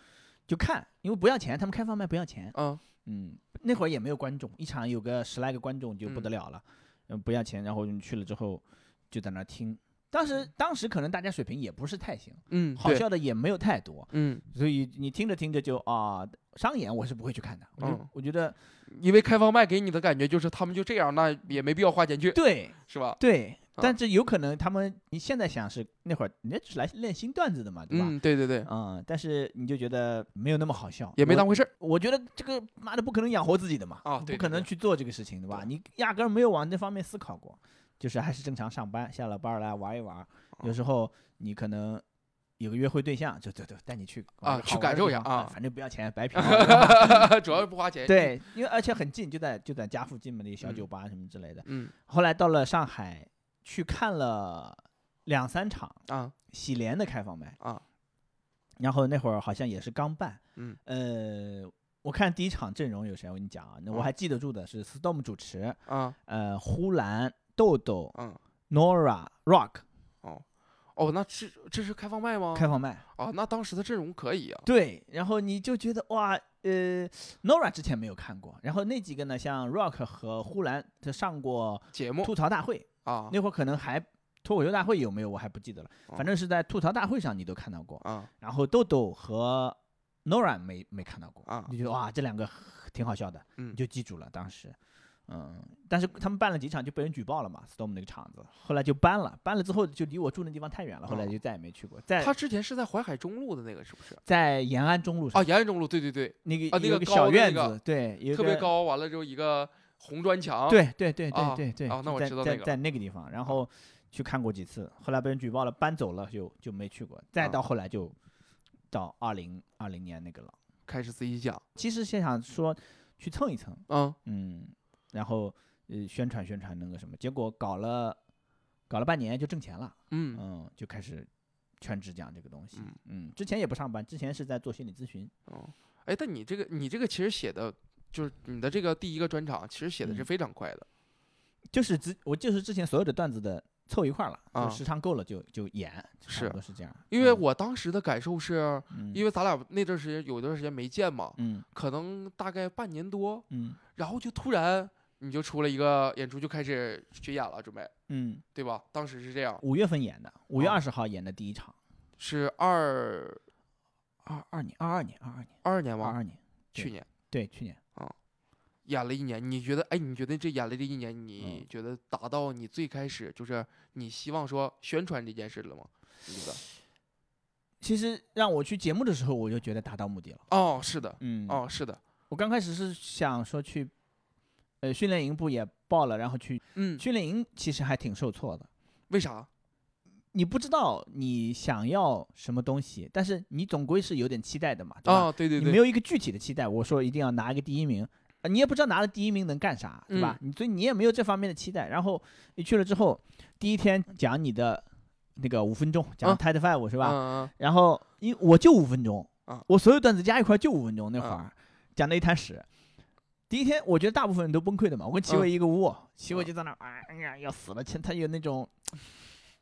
S2: 就看，因为不要钱，他们开放麦不要钱，
S1: 嗯
S2: 嗯，那会儿也没有观众，一场有个十来个观众就不得了了，嗯，不要钱，然后你去了之后就在那儿听。当时，当时可能大家水平也不是太行，
S1: 嗯，
S2: 好
S1: 对
S2: 笑的也没有太多，
S1: 嗯，
S2: 所以你听着听着就啊，商演我是不会去看的。我就、
S1: 嗯
S2: 我觉得
S1: 因为开放麦给你的感觉就是他们就这样，那也没必要花钱去，
S2: 对
S1: 是吧？
S2: 对，
S1: 啊
S2: 但是有可能他们你现在想是那会儿人家就是来练新段子的嘛，对吧？嗯
S1: 嗯，对对对，
S2: 但是你就觉得没有那么好笑，
S1: 也没当
S2: 我。
S1: 回事儿。
S2: 我觉得这个妈的不可能养活自己的嘛，
S1: 啊对
S2: 不
S1: 对
S2: 可能
S1: 对
S2: 去做这个事情，对吧？你压根儿没有往这方面思考过，就是还是正常上班，下了班儿来玩一
S1: 啊
S2: 玩。有时候你可能有个约会对象，就就就带你去
S1: 啊
S2: 玩
S1: 去感受一下啊
S2: 反正不要钱，白嫖对吧。
S1: 主要是不花钱。，
S2: 对，因为而且很近，就在就在家附近嘛，那些小酒吧什么之类的。
S1: 嗯
S2: 后来到了上海，去看了两三场
S1: 啊
S2: 喜莲的开放麦，
S1: 啊，
S2: 然后那会儿好像也是刚办，
S1: 嗯，
S2: 呃，我看第一场阵容有谁？我跟你讲啊，那我
S1: 嗯
S2: 还记得住的是 Storm 主持，
S1: 啊
S2: 呃，呼兰、豆豆、
S1: 嗯
S2: Nora、Rock
S1: 哦，那这这是开放麦吗？
S2: 开放麦，
S1: 啊，那当时的阵容可以啊。
S2: 对，然后你就觉得哇，呃，Nora 之前没有看过，然后那几个呢，像 Rock 和呼兰，他上过
S1: 节目
S2: 吐槽大会，
S1: 啊
S2: 那会儿可能还脱口秀大会有没有我还不记得了，
S1: 哦
S2: 反正是在吐槽大会上你都看到过。
S1: 啊
S2: 然后豆豆和 Nora 没没看到过，
S1: 啊
S2: 你就觉得哇这两个挺好笑的，
S1: 嗯
S2: 你就记住了当时。嗯，但是他们办了几场就被人举报了嘛，Storm 那个场子，后来就搬了，搬了之后就离我住那地方太远了，后来
S1: 哦
S2: 就再也没去过。在
S1: 他之前是在淮海中路的那个是不是？
S2: 在延安中路上，
S1: 啊，延安中路，对对对，
S2: 那
S1: 啊
S2: 个
S1: 那
S2: 有
S1: 个
S2: 个
S1: 高
S2: 小
S1: 的
S2: 院
S1: 那个
S2: 子，对，有一
S1: 特别
S2: 个
S1: 高，完了之后一个红砖墙。，
S2: 对对对
S1: 啊
S2: 对对对，
S1: 啊那
S2: 就
S1: 我
S2: 在
S1: 知道那
S2: 在
S1: 个啊
S2: 在那个地方，然后去看过几次，后来被人举报了，搬走了就就没去过，再
S1: 啊
S2: 到后来就到二零二零年那个了。
S1: 开始自己讲。
S2: 其实是想说去蹭一蹭，
S1: 嗯
S2: 嗯，然后呃宣传宣传那个什么，结果搞了搞了半年就挣钱了，
S1: 嗯
S2: 嗯，就开始全职讲这个东西
S1: 嗯，
S2: 嗯，之前也不上班，之前是在做心理咨询，
S1: 哦，哎，但你这个你这个其实写的。就是你的这个第一个专场，其实写的是
S2: 嗯
S1: 非常快的，
S2: 就是之我就是之前所有的段子的凑一块儿了，
S1: 啊
S2: 就时长够了就就演，差
S1: 是
S2: 不多是这样，
S1: 因为我当时的感受是，
S2: 嗯。
S1: 因为咱俩那段时间有一段时间没见嘛，
S2: 嗯
S1: 可能大概半年多，
S2: 嗯
S1: 然后就突然你就出了一个演出，就开始巡演了，准备
S2: 嗯，
S1: 对吧？当时是这样，
S2: 五月份演的，五月
S1: 哦
S2: 二十号演的第一场，
S1: 是二
S2: 二二年，二二年，二二年，
S1: 二年
S2: 二
S1: 吗？
S2: 二年，对
S1: 去年
S2: 对，去年
S1: 演了一年，你觉得？哎，你觉得这演了这一年，
S2: 嗯
S1: 你觉得达到你最开始就是你希望说宣传这件事了吗？你觉得？
S2: 嗯其实让我去节目的时候，我就觉得达到目的了。
S1: 哦，是的，
S2: 嗯，
S1: 哦，是的，
S2: 我刚开始是想说去，呃，训练营部也报了，然后去
S1: 嗯，
S2: 训练营，其实还挺受挫的。
S1: 为啥？
S2: 你不知道你想要什么东西，但是你总归是有点期待的嘛，对吧？
S1: 哦，对对
S2: 你没
S1: 对，
S2: 有一个具体的期待，我说一定要拿一个第一名，呃你也不知道拿了第一名能干啥，
S1: 嗯
S2: 对吧？你所以你也没有这方面的期待。然后你去了之后，第一天讲你的那个五分钟，讲
S1: 啊
S2: t i d e Five 是
S1: 是
S2: 吧？
S1: 嗯
S2: 然后因我就五分钟，
S1: 啊
S2: 我所有段子加一块就五分钟，那会儿、
S1: 啊
S2: 讲的一滩屎。第一天，我觉得大部分人都崩溃的嘛。我跟齐
S1: 嗯
S2: 伟一个屋，齐伟
S1: 嗯
S2: 就在那儿，啊哎呀，要死了！前他有那种，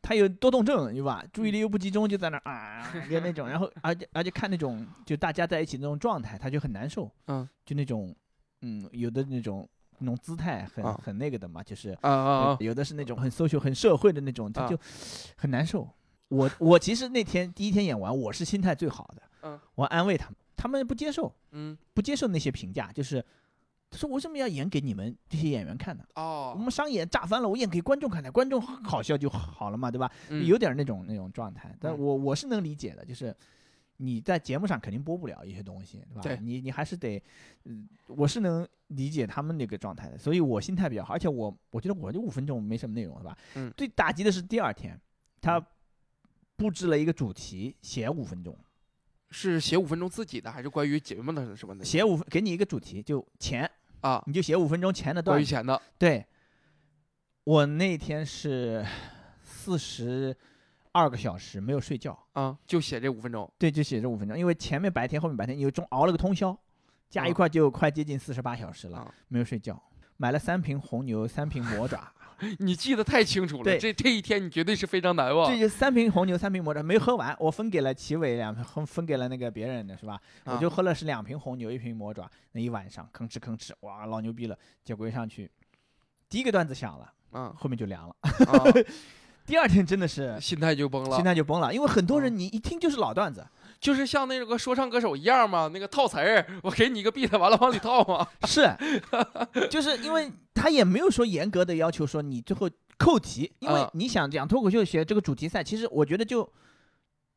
S2: 他有多动症，对吧？注意
S1: 嗯
S2: 力又不集中，就在那儿啊，就 那种。然后，而且而且看那种，就大家在一起那种状态，他就很难受。
S1: 嗯，
S2: 就那种，嗯，有的那种那种姿态很、
S1: 啊
S2: 很那个的嘛，就是
S1: 啊啊
S2: 有
S1: 啊，
S2: 有的是那种很 social、很社会的那种，他
S1: 啊
S2: 就很难受。我我其实那天第一天演完，我是心态最好的，
S1: 嗯
S2: 我安慰他们，他们不接受，
S1: 嗯，
S2: 不接受那些评价，就是他说我为什么要演给你们这些演员看呢？我
S1: 哦，
S2: 们商演炸翻了，我演给观众看的，观众好笑就好了嘛，对吧？
S1: 嗯
S2: 有点那种那种状态，但
S1: 嗯
S2: 我我是能理解的，就是你在节目上肯定播不了一些东西，对吧？
S1: 对
S2: 你你还是得，嗯，我是能理解他们那个状态的，所以我心态比较好，而且我我觉得我就五分钟没什么内容，对吧？
S1: 嗯
S2: 最打击的是第二天，他布置了一个主题，写五分钟，
S1: 是写五分钟自己的，还是关于节目的什么的
S2: 写五分给你一个主题，就钱，
S1: 啊？
S2: 你就写五分钟钱的
S1: 关
S2: 段
S1: 于
S2: 子。
S1: 钱的，
S2: 对，我那天是四十二个小时没有睡觉，
S1: 啊，就写这五分钟，
S2: 对，就写这五分钟，因为前面白天，后面白天，有中熬了个通宵，加一
S1: 嗯
S2: 块就快接近四十八小时了
S1: 啊，
S2: 没有睡觉，买了三瓶红牛，三瓶 魔爪，
S1: 你记得太清楚了，
S2: 对
S1: 这这一天你绝对是非常难忘
S2: 这。就三瓶红牛，三瓶魔爪没喝完，我分给了齐伟两瓶，分分给了那个别人的是吧？我
S1: 啊
S2: 就喝了是两瓶红牛，一瓶魔爪，那一晚上吭哧吭哧，哇，老牛逼了！结果一上去，第一个段子响了，
S1: 嗯
S2: 后面就凉了，
S1: 啊，
S2: 第二天真的是
S1: 心态就崩
S2: 心
S1: 了，
S2: 态就崩了，因为很多人
S1: 嗯
S2: 你一听就是老段子，
S1: 就是像那个说唱歌手一样嘛，那个套词儿，我给你一个 beat，完了往里套嘛。
S2: 是，就是因为他也没有说严格的要求说你最后扣题，因为
S1: 嗯
S2: 你想讲脱口秀学这个主题赛，其实我觉得就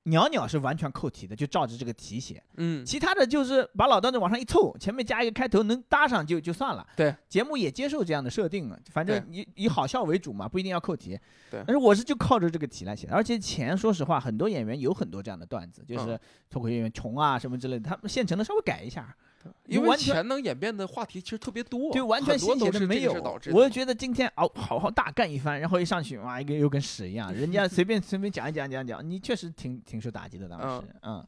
S2: 鸟鸟是完全扣题的，就照着这个题写，
S1: 嗯，
S2: 其他的就是把老段子往上一凑，前面加一个开头能搭上就就算了。
S1: 对，
S2: 节目也接受这样的设定了，反正以以好笑为主嘛，不一定要扣题。
S1: 对
S2: 但是我是就靠着这个题来写的，而且钱说实话，很多演员有很多这样的段子，
S1: 嗯
S2: 就是脱口秀演员穷啊什么之类的，他们现成的稍微改一下，
S1: 因为
S2: 完全
S1: 钱能演变的话题其实特别多，
S2: 对，完全
S1: 很多
S2: 新
S1: 都
S2: 鲜
S1: 是
S2: 的
S1: 这
S2: 没
S1: 个
S2: 有
S1: 事儿导致。的
S2: 我就觉得今天熬好好大干一番，然后一上去哇，一个又跟屎一样，人家随便随便讲一讲讲一讲，你确实挺挺受打击的当
S1: 嗯
S2: 时，嗯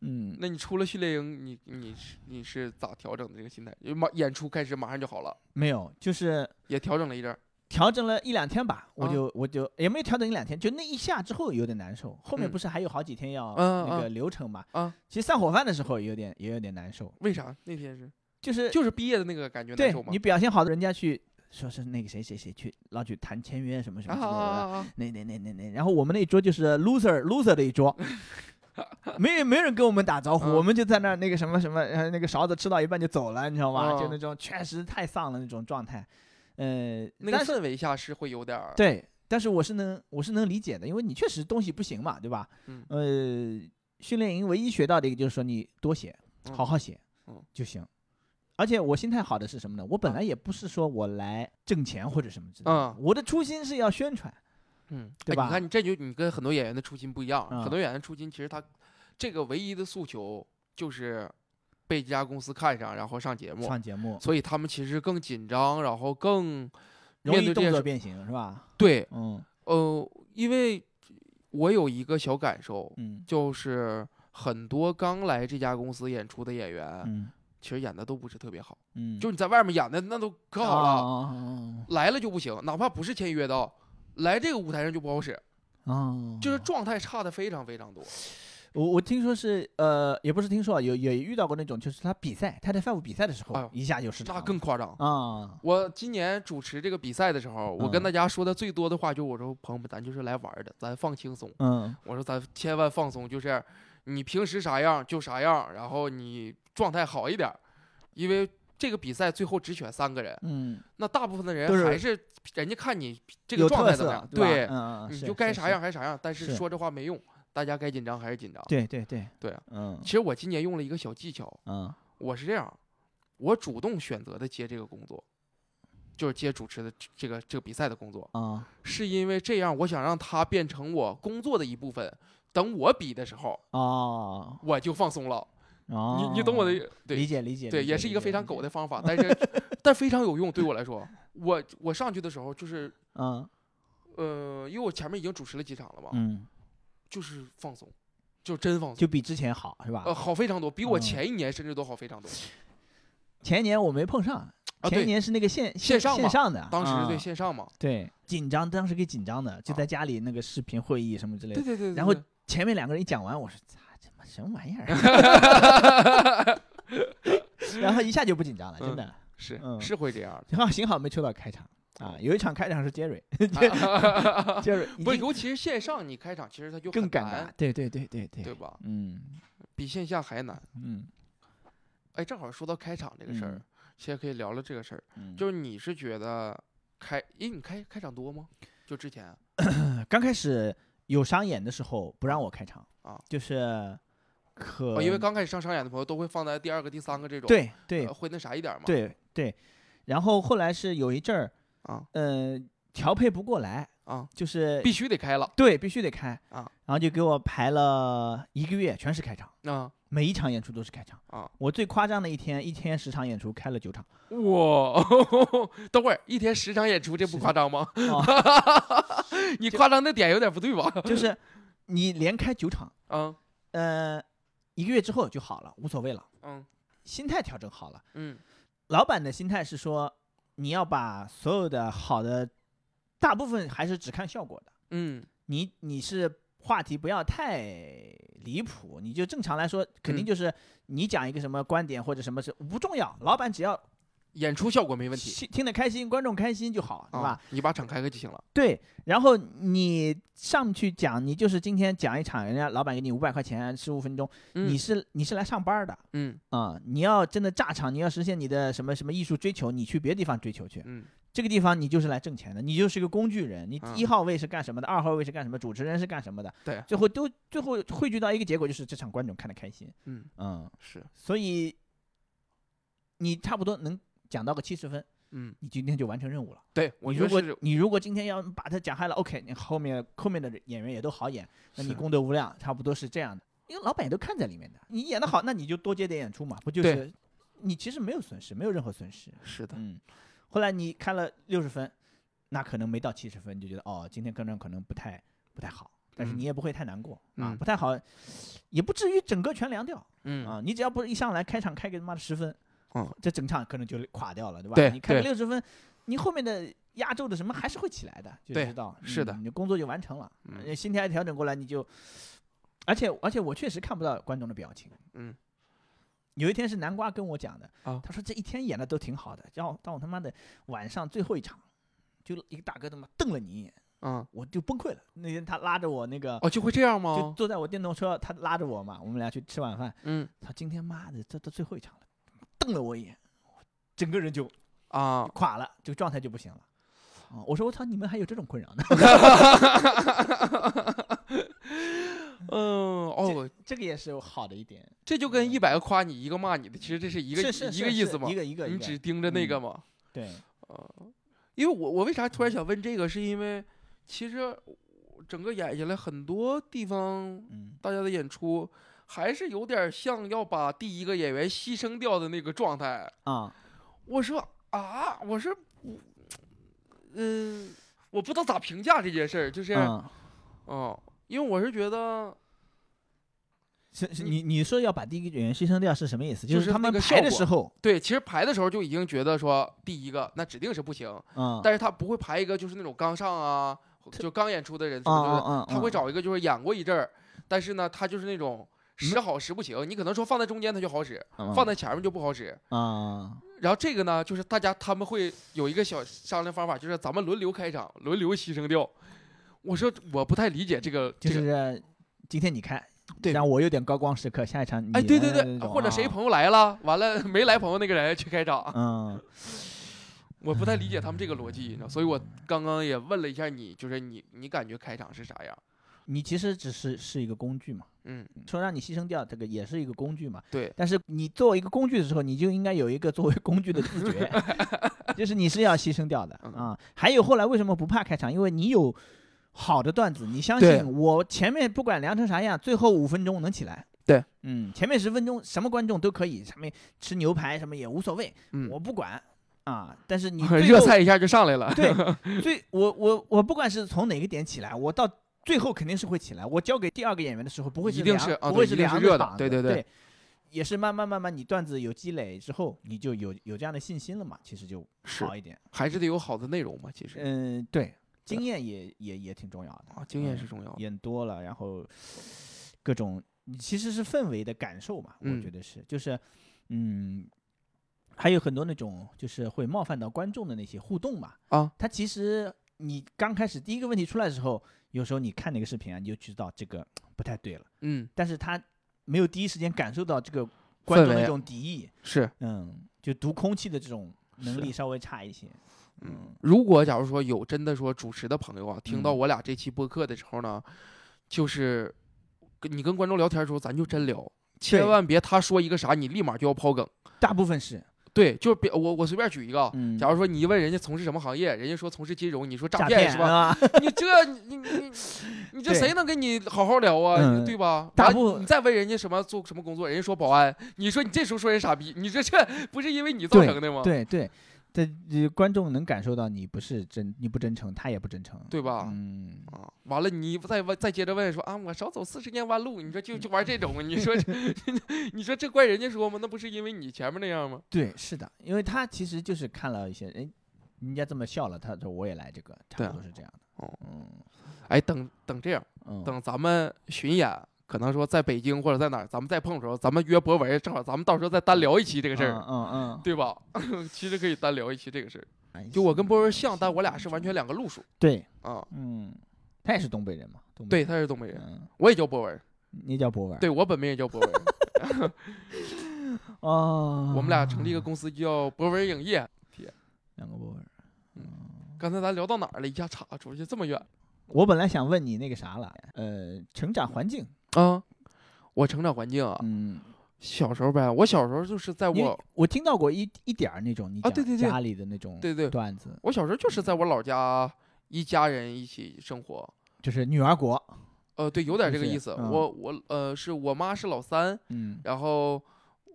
S2: 嗯，
S1: 那你出了训练营，你你是你是咋调整的这个心态？就马演出开始马上就好了，
S2: 没有，就是
S1: 也调整了一阵儿。
S2: 调整了一两天吧，我
S1: 啊
S2: 就我就也没有调整一两天，就那一下之后有点难受，后面
S1: 嗯
S2: 不是还有好几天要
S1: 嗯嗯
S2: 那个流程嘛，
S1: 啊，
S2: 其实散伙饭的时候有点也有点难受，
S1: 为啥那天是
S2: 就是
S1: 就是毕业的那个感觉难
S2: 对
S1: 受吗
S2: 你？表现好的人家去说是那个谁谁谁去老去谈签约什么什
S1: 啊
S2: 么之
S1: 啊
S2: 类的。
S1: 啊啊！
S2: 那那那那那，然后我们那一桌就是 loser loser 的 一桌，没人没人跟我们打招呼，
S1: 嗯
S2: 我们就在那儿那个什么什么，呃，那个勺子吃到一半就走了，你知道吗？
S1: 嗯
S2: 就那种确实太丧了那种状态，呃，
S1: 那个
S2: 但是
S1: 氛围下是会有点儿
S2: 对，但是我是能我是能理解的，因为你确实东西不行嘛，对吧？
S1: 嗯
S2: 呃，训练营唯一学到的一个就是说你多写，
S1: 嗯
S2: 好好写，
S1: 嗯
S2: 就行。而且我心态好的是什么呢？我本
S1: 啊
S2: 来也不是说我来挣钱或者什么之类的，
S1: 嗯
S2: 我的初心是要宣传。
S1: 嗯，
S2: 对
S1: 哎
S2: 吧
S1: 你看你这就你跟很多演员的初心不一样，
S2: 嗯
S1: 很多演员的初心其实他这个唯一的诉求就是被这家公司看上，然后上节目，
S2: 上节目，
S1: 所以他们其实更紧张，然后更
S2: 容
S1: 面
S2: 易
S1: 对这
S2: 动
S1: 件
S2: 作
S1: 事
S2: 变形是吧？
S1: 对。
S2: 嗯
S1: 呃，因为我有一个小感受，
S2: 嗯
S1: 就是很多刚来这家公司演出的演员，
S2: 嗯
S1: 其实演的都不是特别好，
S2: 嗯，哦
S1: 就是你在啊外面演的那都可好了，
S2: 了
S1: 来了就不行，哪怕不是签约到。来这个舞台上就不好使，
S2: 啊，
S1: 就是状态差的非常非常多。
S2: 我我听说是呃，也不是听说啊，有也遇到过那种，就是他比赛，他在 five 比赛的时
S1: 哎呦
S2: 候，一下就失常
S1: 那
S2: 了，
S1: 更夸张。
S2: 啊，
S1: 我今年主持这个比赛的时候，我跟
S2: 嗯
S1: 大家说的最多的话就是：我说朋友们，咱就是来玩儿的，咱放轻松。
S2: 嗯
S1: 我说咱千万放松，就是你平时啥样就啥样，然后你状态好一点儿，因为这个比赛最后只选三个人，
S2: 嗯，
S1: 那大部分的人
S2: 都是
S1: 还是人家看你这个
S2: 有
S1: 状
S2: 特
S1: 态怎么
S2: 色
S1: 样，
S2: 对吧，
S1: 对，
S2: 嗯嗯，
S1: 你
S2: 是
S1: 就该
S2: 是
S1: 啥
S2: 是
S1: 样还啥样，但是
S2: 是
S1: 说这话没用，大家该紧张还是紧张。
S2: 对对对，
S1: 对啊
S2: 嗯
S1: 其实我今年用了一个小技巧，
S2: 嗯
S1: 我是这样，我主动选择的接这个工作。就是接主持的这这个这个比赛的工作，
S2: 啊
S1: 是因为这样，我想让它变成我工作的一部分。等我比的时候，
S2: 哦
S1: 我就放松了。
S2: 哦，
S1: 你你懂我的意，
S2: 理
S1: 对
S2: 解理解，
S1: 对，
S2: 理
S1: 也
S2: 解
S1: 是一
S2: 理
S1: 个
S2: 解
S1: 非
S2: 理
S1: 常
S2: 解
S1: 狗的方法，但是 但非常有用，对我来说，我我上去的时候就是
S2: 嗯
S1: 呃，因为我前面已经主持了几场了嘛，
S2: 嗯，
S1: 就是放松，就真放松，
S2: 就比之前好是吧
S1: 呃，？好非常多，比我
S2: 嗯
S1: 前一年甚至都好非常多。
S2: 前年我没碰上，
S1: 啊
S2: 前
S1: 对
S2: 年是那个线
S1: 线上
S2: 线
S1: 嘛
S2: 上的，
S1: 当时对
S2: 啊
S1: 线上嘛，
S2: 对，紧张，当时给紧张的，就在家里那个视频会议什么之类
S1: 对
S2: 的。
S1: 对对，对
S2: 然后
S1: 对
S2: 前面两个人一讲完，我说操，这妈什么玩意儿？ 然后一下就不紧张了，真的。
S1: 是
S2: 嗯
S1: 是会这样
S2: 幸好幸好没抽到开场啊，有一场开场是 杰瑞，
S1: 的，
S2: 杰瑞已
S1: 不是，
S2: 经
S1: 尤其是线上你开场，其实它就
S2: 更
S1: 很
S2: 尴尬
S1: 难，。
S2: 对对对对对
S1: 对，吧？
S2: 嗯
S1: 比线下还难。
S2: 嗯
S1: 哎，正好说到开场这个事儿
S2: 嗯，
S1: 其实可以聊聊这个事儿。
S2: 嗯，
S1: 就是你是觉得开，因为你开开场多吗？就之前
S2: 呃刚开始有商演的时候不让我开场
S1: 啊，
S2: 就是可
S1: 哦，因为刚开始上商演的朋友都会放在第二个、第三个这种，
S2: 呃对对
S1: 呃会那啥一点嘛。
S2: 对对，然后后来是有一阵儿
S1: 啊
S2: 呃，调配不过来，
S1: 啊，
S2: 就是
S1: 必须得开了
S2: 对必须得开
S1: 啊，
S2: 然后就给我排了一个月，全是开场，
S1: 啊
S2: 每一场演出都是开场。
S1: 啊！
S2: 我最夸张的一天，一天十场演出，开 了九场。
S1: 哇，等会儿一天十场演出，这不
S2: 是
S1: 夸张吗？
S2: 哦
S1: 你夸张的点有点不对吧？
S2: 就是你连开九场，
S1: 嗯
S2: 呃，一个月之后就好了，无所谓了，
S1: 嗯
S2: 心态调整好了。
S1: 嗯
S2: 老板的心态是说，你要把所有的好的，大部分还是只看效果的。
S1: 嗯
S2: 你你是话题不要太离谱，你就正常来说，肯定
S1: 嗯
S2: 就是你讲一个什么观点或者什么是不重要，老板只要
S1: 演出效果没问题，
S2: 听听得开心，观众开心就好，对吧？
S1: 啊，你把场开开就行了。
S2: 对，然后你上去讲，你就是今天讲一场，人家老板给你五百块钱，十五分钟，
S1: 嗯
S2: 你是你是来上班儿的
S1: 嗯
S2: 啊、你要真的炸场，你要实现你的什么什么艺术追求，你去别的地方追求去，
S1: 嗯
S2: 这个地方你就是来挣钱的，你就是一个工具人，你
S1: 嗯
S2: 一号位是干什么的，二号位是干什么，主持人是干什么的，
S1: 对
S2: 最后都最后汇聚到一个结果就是这场观众看得开心，
S1: 嗯
S2: 嗯，
S1: 是
S2: 所以你差不多能讲到个七十分，
S1: 嗯，
S2: 你今天就完成任务了。
S1: 对我
S2: 你
S1: 觉
S2: 如果
S1: 得是
S2: 你如果今天要把它讲嗨了，OK，你后面后面的演员也都好演，那你
S1: 是
S2: 功德无量，差不多是这样的。因为老板也都看在里面的，你演的好，那你就多接点演出嘛，不就
S1: 对
S2: 是？你其实没有损失，没有任何损失。
S1: 是的，
S2: 嗯，后来你开了六十分，那可能没到七十分，你就觉得哦，今天跟人可能不太不太好，但是
S1: 嗯
S2: 你也不会太难过、啊，
S1: 嗯
S2: 不太好，也不至于整个全凉掉。
S1: 嗯
S2: 啊，你只要不是一上来开场开个他妈的十分，
S1: 嗯
S2: 这整场可能就垮掉了，对吧？
S1: 对
S2: 你开个
S1: 对
S2: 六十分，你后面的压轴的什么还是会起来的，就
S1: 对
S2: 知道
S1: 是的
S2: 嗯你的工作就完成了，
S1: 嗯
S2: 呃心态调整过来，你就，而且而且我确实看不到观众的表情，
S1: 嗯。
S2: 有一天是南瓜跟我讲的，
S1: 啊
S2: 他说这一天演的都挺好的，然后到我他妈的晚上最后一场，就一个大哥他妈瞪了你一眼，
S1: 嗯
S2: 我就崩溃了。那天他拉着我那个，
S1: 哦就会这样
S2: 就
S1: 吗？
S2: 坐在我电动车，他拉着我嘛，我们俩去吃晚饭，
S1: 嗯
S2: 他今天妈的，这都最后一场了，瞪了我一眼，我整个人就
S1: 啊，
S2: 垮了，这个状态就不行了。啊、我说我操，你们还有这种 困扰呢？
S1: 嗯哦，
S2: 这个也是好的一点，
S1: 这就跟一百个夸你一个骂你的，其实这是一个
S2: 是是
S1: 一个
S2: 是
S1: 意
S2: 是
S1: 思吗
S2: 一？个一个一
S1: 你
S2: 个
S1: 只盯着那个
S2: 嗯
S1: 吗？
S2: 对，
S1: 因为我我为啥突然想问这个，是因为其实我整个演下来很多地方，
S2: 嗯，
S1: 大家的演出还是有点像要把第一个演员牺牲掉的那个状态。
S2: 啊、
S1: 我说啊，我说，我嗯，我不知道咋评价这件事儿，就是，嗯、
S2: 嗯，
S1: 因为我是觉得
S2: 是是
S1: 你
S2: 你你说要把第一个演员牺牲掉是什么意思？
S1: 嗯就
S2: 就是他
S1: 那
S2: 们
S1: 个效
S2: 排的
S1: 果
S2: 时候，
S1: 对，其实排的时候就已经觉得说第一个那指定是不行，
S2: 嗯，
S1: 但是他不会排一个就是那种刚上啊，就刚演出的人什
S2: 啊
S1: 么的。
S2: 啊啊，
S1: 他会
S2: 嗯
S1: 找一个就是演过一阵儿，但是呢，他就是那种时好时不行。你可能说放在中间他就好使，
S2: 嗯
S1: 放在前面就不好使。
S2: 啊，
S1: 然后这个呢，就是大家他们会有一个小商量方法，就是咱们轮流开场，轮流牺牲掉。我说我不太理解这个，
S2: 就
S1: 这个
S2: 是今天你开，
S1: 对
S2: 让我有点高光时刻，下一场你
S1: 哎，对
S2: 来
S1: 对
S2: 那
S1: 对，
S2: 种
S1: 或者谁
S2: 啊
S1: 朋友来了，完了没来朋友那个人去开场，
S2: 嗯
S1: 我不太理解他们这个逻辑，你知道，所以我刚刚也问了一下你，就是你你感觉开场是啥样？
S2: 你其实只是是一个工具嘛，
S1: 嗯，
S2: 说让你牺牲掉这个也是一个工具嘛。
S1: 对
S2: 但是你作为一个工具的时候，你就应该有一个作为工具的自 觉，就是你是要牺牲掉的
S1: 嗯
S2: 啊。还有后来为什么不怕开场？因为你有好的段子，你相
S1: 对
S2: 信我前面不管凉成啥样，最后五分钟能起来。
S1: 对，
S2: 嗯，前面十分钟什么观众都可以，上面吃牛排什么也无所谓，
S1: 嗯
S2: 我，不管啊。但是你最
S1: 热
S2: 后
S1: 菜一下就上来了。
S2: 对，最我我我不管是从哪个点起来，我到最后肯定是会起来。我交给第二个演员的时候，不会
S1: 一
S2: 是
S1: 定
S2: 凉
S1: 是啊
S2: 不
S1: 对
S2: 会
S1: 一定
S2: 凉
S1: 是热的
S2: 嗓子
S1: 对
S2: 对
S1: 对对
S2: 也是慢慢慢慢，你段子有积累之后，你就有有这样的信心了嘛，其实就是好一点。
S1: 还是得有好的内容嘛，其实
S2: 嗯，对，经验也也也挺重要的
S1: 啊，经验
S2: 嗯
S1: 是重要的。
S2: 演多了，然后各种你其实是氛围的感受嘛，我
S1: 嗯
S2: 觉得是，就是嗯，还有很多那种就是会冒犯到观众的那些互动嘛，
S1: 啊，
S2: 它其实你刚开始第一个问题出来的时候，有时候你看那个视频啊，你就知道这个不太对了，
S1: 嗯，
S2: 但是他没有第一时间感受到这个观
S1: 氛
S2: 众的
S1: 围啊
S2: 这种敌意，
S1: 是，
S2: 嗯，就读空气的这种能
S1: 是啊
S2: 力稍微差一些，
S1: 嗯
S2: 嗯，
S1: 如果假如说有真的说主持的朋友啊，听到
S2: 嗯
S1: 我俩这期播客的时候呢，就是跟你跟观众聊天的时候，咱就真聊，千万别他说一个啥，你立马就要抛梗。
S2: 大部分是
S1: 对，就是别我我随便举一个啊，
S2: 嗯，
S1: 假如说你一问人家从事什么行业，人家说从事金融，你说诈
S2: 诈骗
S1: 是吧？
S2: 啊？
S1: 你这你 你你这
S2: 对
S1: 谁能跟你好好聊啊？
S2: 嗯
S1: 对吧？
S2: 大
S1: 完
S2: 部
S1: 你再问人家什么做什么工作，人家说保安，你说你这时候说人傻逼，你这这不是因为你造成的吗？
S2: 对对，这这观众能感受到你不是真，你不真诚，他也不真诚，
S1: 对吧？
S2: 嗯，
S1: 啊，完了，你再问，再接着问说啊，我少走四十年弯路，你说
S2: 嗯
S1: 就就玩这种，你说这 你说这怪人家说吗？那不是因为你前面那样吗？
S2: 对，是的，因为他其实就是看了一些人。人家这么笑了，他说我也来这个，差
S1: 对啊
S2: 不多是这样的。
S1: 哦
S2: 嗯
S1: 哎，等等这样，
S2: 嗯，
S1: 等咱们巡演，可能说在北京或者在哪儿，咱们再碰的时候，咱们约博文，正好咱们到时候再单聊一期这
S2: 这
S1: 个事儿，
S2: 嗯
S1: 对吧？ 其实可以单聊一期这个事儿。
S2: 嗯，
S1: 就我跟博文像，但我俩是完全两个路数
S2: 对，
S1: 啊。
S2: 嗯，他也是东北人嘛，东北
S1: 对，
S2: 人
S1: 他是东北人，
S2: 嗯，
S1: 我也叫博文，
S2: 你叫博文，
S1: 对我本名也叫博文，
S2: 哦，
S1: 我们俩成立一个公司叫博文影业。
S2: 两个博文，
S1: 嗯
S2: 嗯，
S1: 刚才咱聊到哪儿了？一下岔出去这么远
S2: 我本来想问你那个啥了，呃，成长环境，
S1: 啊！我成长环境啊，
S2: 嗯，
S1: 小时候呗，我小时候就是在
S2: 因为
S1: 我，
S2: 我听到过一一点儿那种你
S1: 啊
S2: 讲
S1: 对对对
S2: 家里的那种
S1: 对对，
S2: 段子，
S1: 我小时候
S2: 嗯
S1: 就是在我老家一家人一起生活，
S2: 就是女儿国，
S1: 呃，对，有点这个
S2: 是
S1: 意思。
S2: 嗯
S1: 我我呃，是我妈是老三，
S2: 嗯
S1: 然后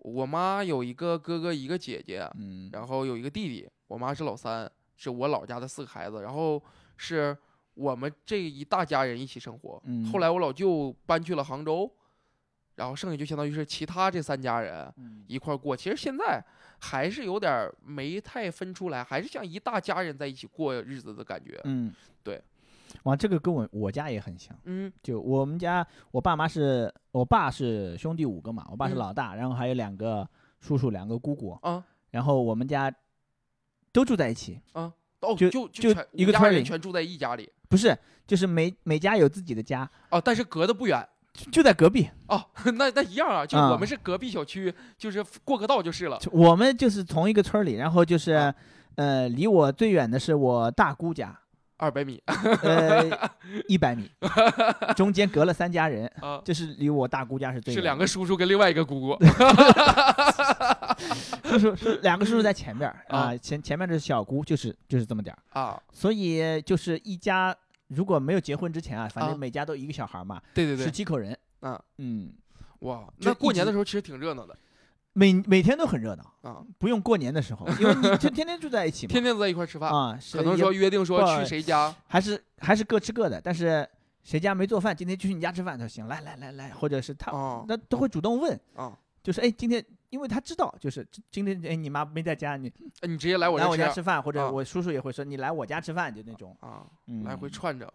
S1: 我妈有一个哥哥，一个姐姐，
S2: 嗯，
S1: 然后有一个弟弟。我妈是老三，是我老家的四个孩子，然后是我们这一大家人一起生活。
S2: 嗯
S1: 后来我老舅搬去了杭州，然后剩下就相当于是其他这三家人，
S2: 嗯
S1: 一块儿过。其实现在还是有点儿没太分出来，还是像一大家人在一起过日子的感觉。
S2: 嗯，
S1: 对，
S2: 哇，这个跟我我家也很像，
S1: 嗯
S2: 就我们家我爸妈是我爸是兄弟五个嘛，我爸是
S1: 嗯
S2: 老大，然后还有两个叔叔，两个姑姑，
S1: 啊
S2: 然后我们家都住在一起，
S1: 啊，哦，
S2: 就
S1: 就就
S2: 就
S1: 全
S2: 一
S1: 五
S2: 个
S1: 家
S2: 村儿
S1: 人
S2: 里
S1: 全住在一家里
S2: 不是，就是每每家有自己的家，
S1: 哦，但是隔得不远。
S2: 就就在隔壁，
S1: 哦，那那一样啊，就
S2: 啊
S1: 我们是隔壁小区，就是过个道就是了。
S2: 就我们就是同一个村儿里，然后就是，
S1: 啊
S2: 呃，离我最远的是我大姑家，
S1: 二百米
S2: 呃，一百米，中间隔了三家人，
S1: 啊，
S2: 这是离我大姑家是最
S1: 是
S2: 远
S1: 两
S2: 的
S1: 个叔叔跟另外一个姑姑。
S2: 叔叔是两个叔叔在前面儿啊，
S1: 啊
S2: 前前面的是小姑，就是就是这么点儿，
S1: 啊，
S2: 所以就是一家如果没有结婚之前啊，反
S1: 啊
S2: 正每家都一个小孩儿嘛，
S1: 对对
S2: 十
S1: 对，
S2: 几口人，
S1: 啊
S2: 嗯，
S1: 哇，
S2: 就
S1: 那过
S2: 一
S1: 年的
S2: 直
S1: 时候其实挺热闹的
S2: 每每天都很热闹，
S1: 啊，
S2: 不用过年的时候，因为你就天天住在一起嘛
S1: 天，天都在一块儿吃饭，
S2: 啊，是
S1: 可能
S2: 也
S1: 说约定说
S2: 不
S1: 去谁家
S2: 还是还是各吃各的，但是谁家没做饭，今天就去你家吃饭就行，来来来来，或者是他、
S1: 哦
S2: 那都会主动问，
S1: 啊，
S2: 就是哎今天，因为他知道就是今今天哎你妈没在家，你
S1: 哎你直接来我
S2: 来我
S1: 这
S2: 家
S1: 吃
S2: 吃饭，或者
S1: 啊
S2: 我叔叔也会说你来我家吃饭就那种，
S1: 啊。
S2: 嗯、
S1: 来回串着。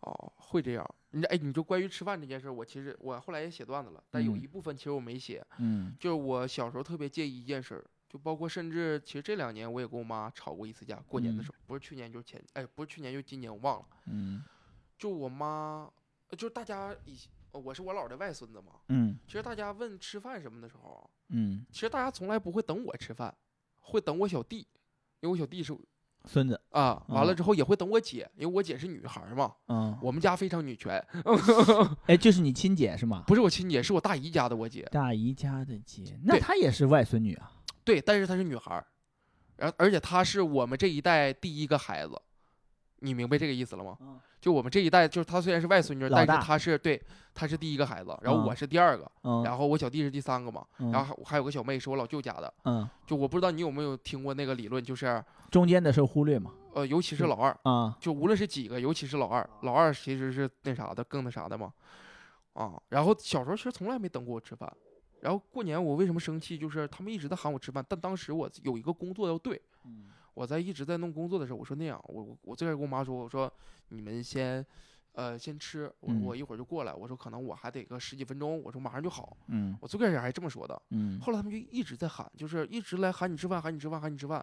S1: 哦，会这样。你哎，你就关于吃饭这件事儿，我其实我后来也写段子了，但有
S2: 嗯
S1: 一部分其实我没写，
S2: 嗯
S1: 就是我小时候特别介意一件事儿，就包括甚至其实这两年我也跟我妈吵过一次架，过年的
S2: 嗯
S1: 时候，不是去年就是前，哎，不是去年就是今年，我忘了。
S2: 嗯
S1: 就我妈，呃就是大家以呃我是我姥儿的外孙子嘛，
S2: 嗯
S1: 其实大家问吃饭什么的时候，
S2: 嗯，
S1: 其实大家从来不会等我吃饭，会等我小弟，因为我小弟是
S2: 孙子，
S1: 啊，完了
S2: 嗯
S1: 之后也会等我姐，因为我姐是女孩儿嘛，
S2: 嗯，
S1: 我们家非常女权，
S2: 哎就是你亲姐是吗？
S1: 不是我亲姐，是我大姨家的我姐。
S2: 大姨家的姐，那
S1: 对
S2: 她也是外孙女啊，
S1: 对，但是她是女孩儿，然后而且她是我们这一代第一个孩子，你明白这个意思了吗？
S2: 嗯
S1: 就我们这一代，就是她虽然是外孙女，
S2: 老
S1: 但
S2: 大
S1: 是她是对，她是第一个孩子，然后我
S2: 嗯
S1: 是第二个，
S2: 嗯，
S1: 然后我小弟是第三个嘛，
S2: 嗯
S1: 然后还还有个小妹是我老舅家的。
S2: 嗯
S1: 就我不知道你有没有听过那个理论，就是
S2: 中间的时候忽略嘛，
S1: 呃，尤其是
S2: 嗯
S1: 老二，
S2: 啊
S1: 就无论是几个，尤其是老二，老二其实是那啥的，更那啥的嘛，啊，然后小时候其实从来没等过我吃饭，然后过年我为什么生气，就是他们一直在喊我吃饭，但当时我有一个工作要对，我在一直在弄工作的时候，我说那样，我我我最开始跟我妈说，我说你们先，呃，先吃，我
S2: 嗯
S1: 我一会儿就过来，我说可能我还得个十几分钟，我说马上就好，
S2: 嗯
S1: 我最开始还这么说的，
S2: 嗯，
S1: 后来他们就一直在喊，就是一直来喊你吃饭，喊你吃饭，喊你吃饭，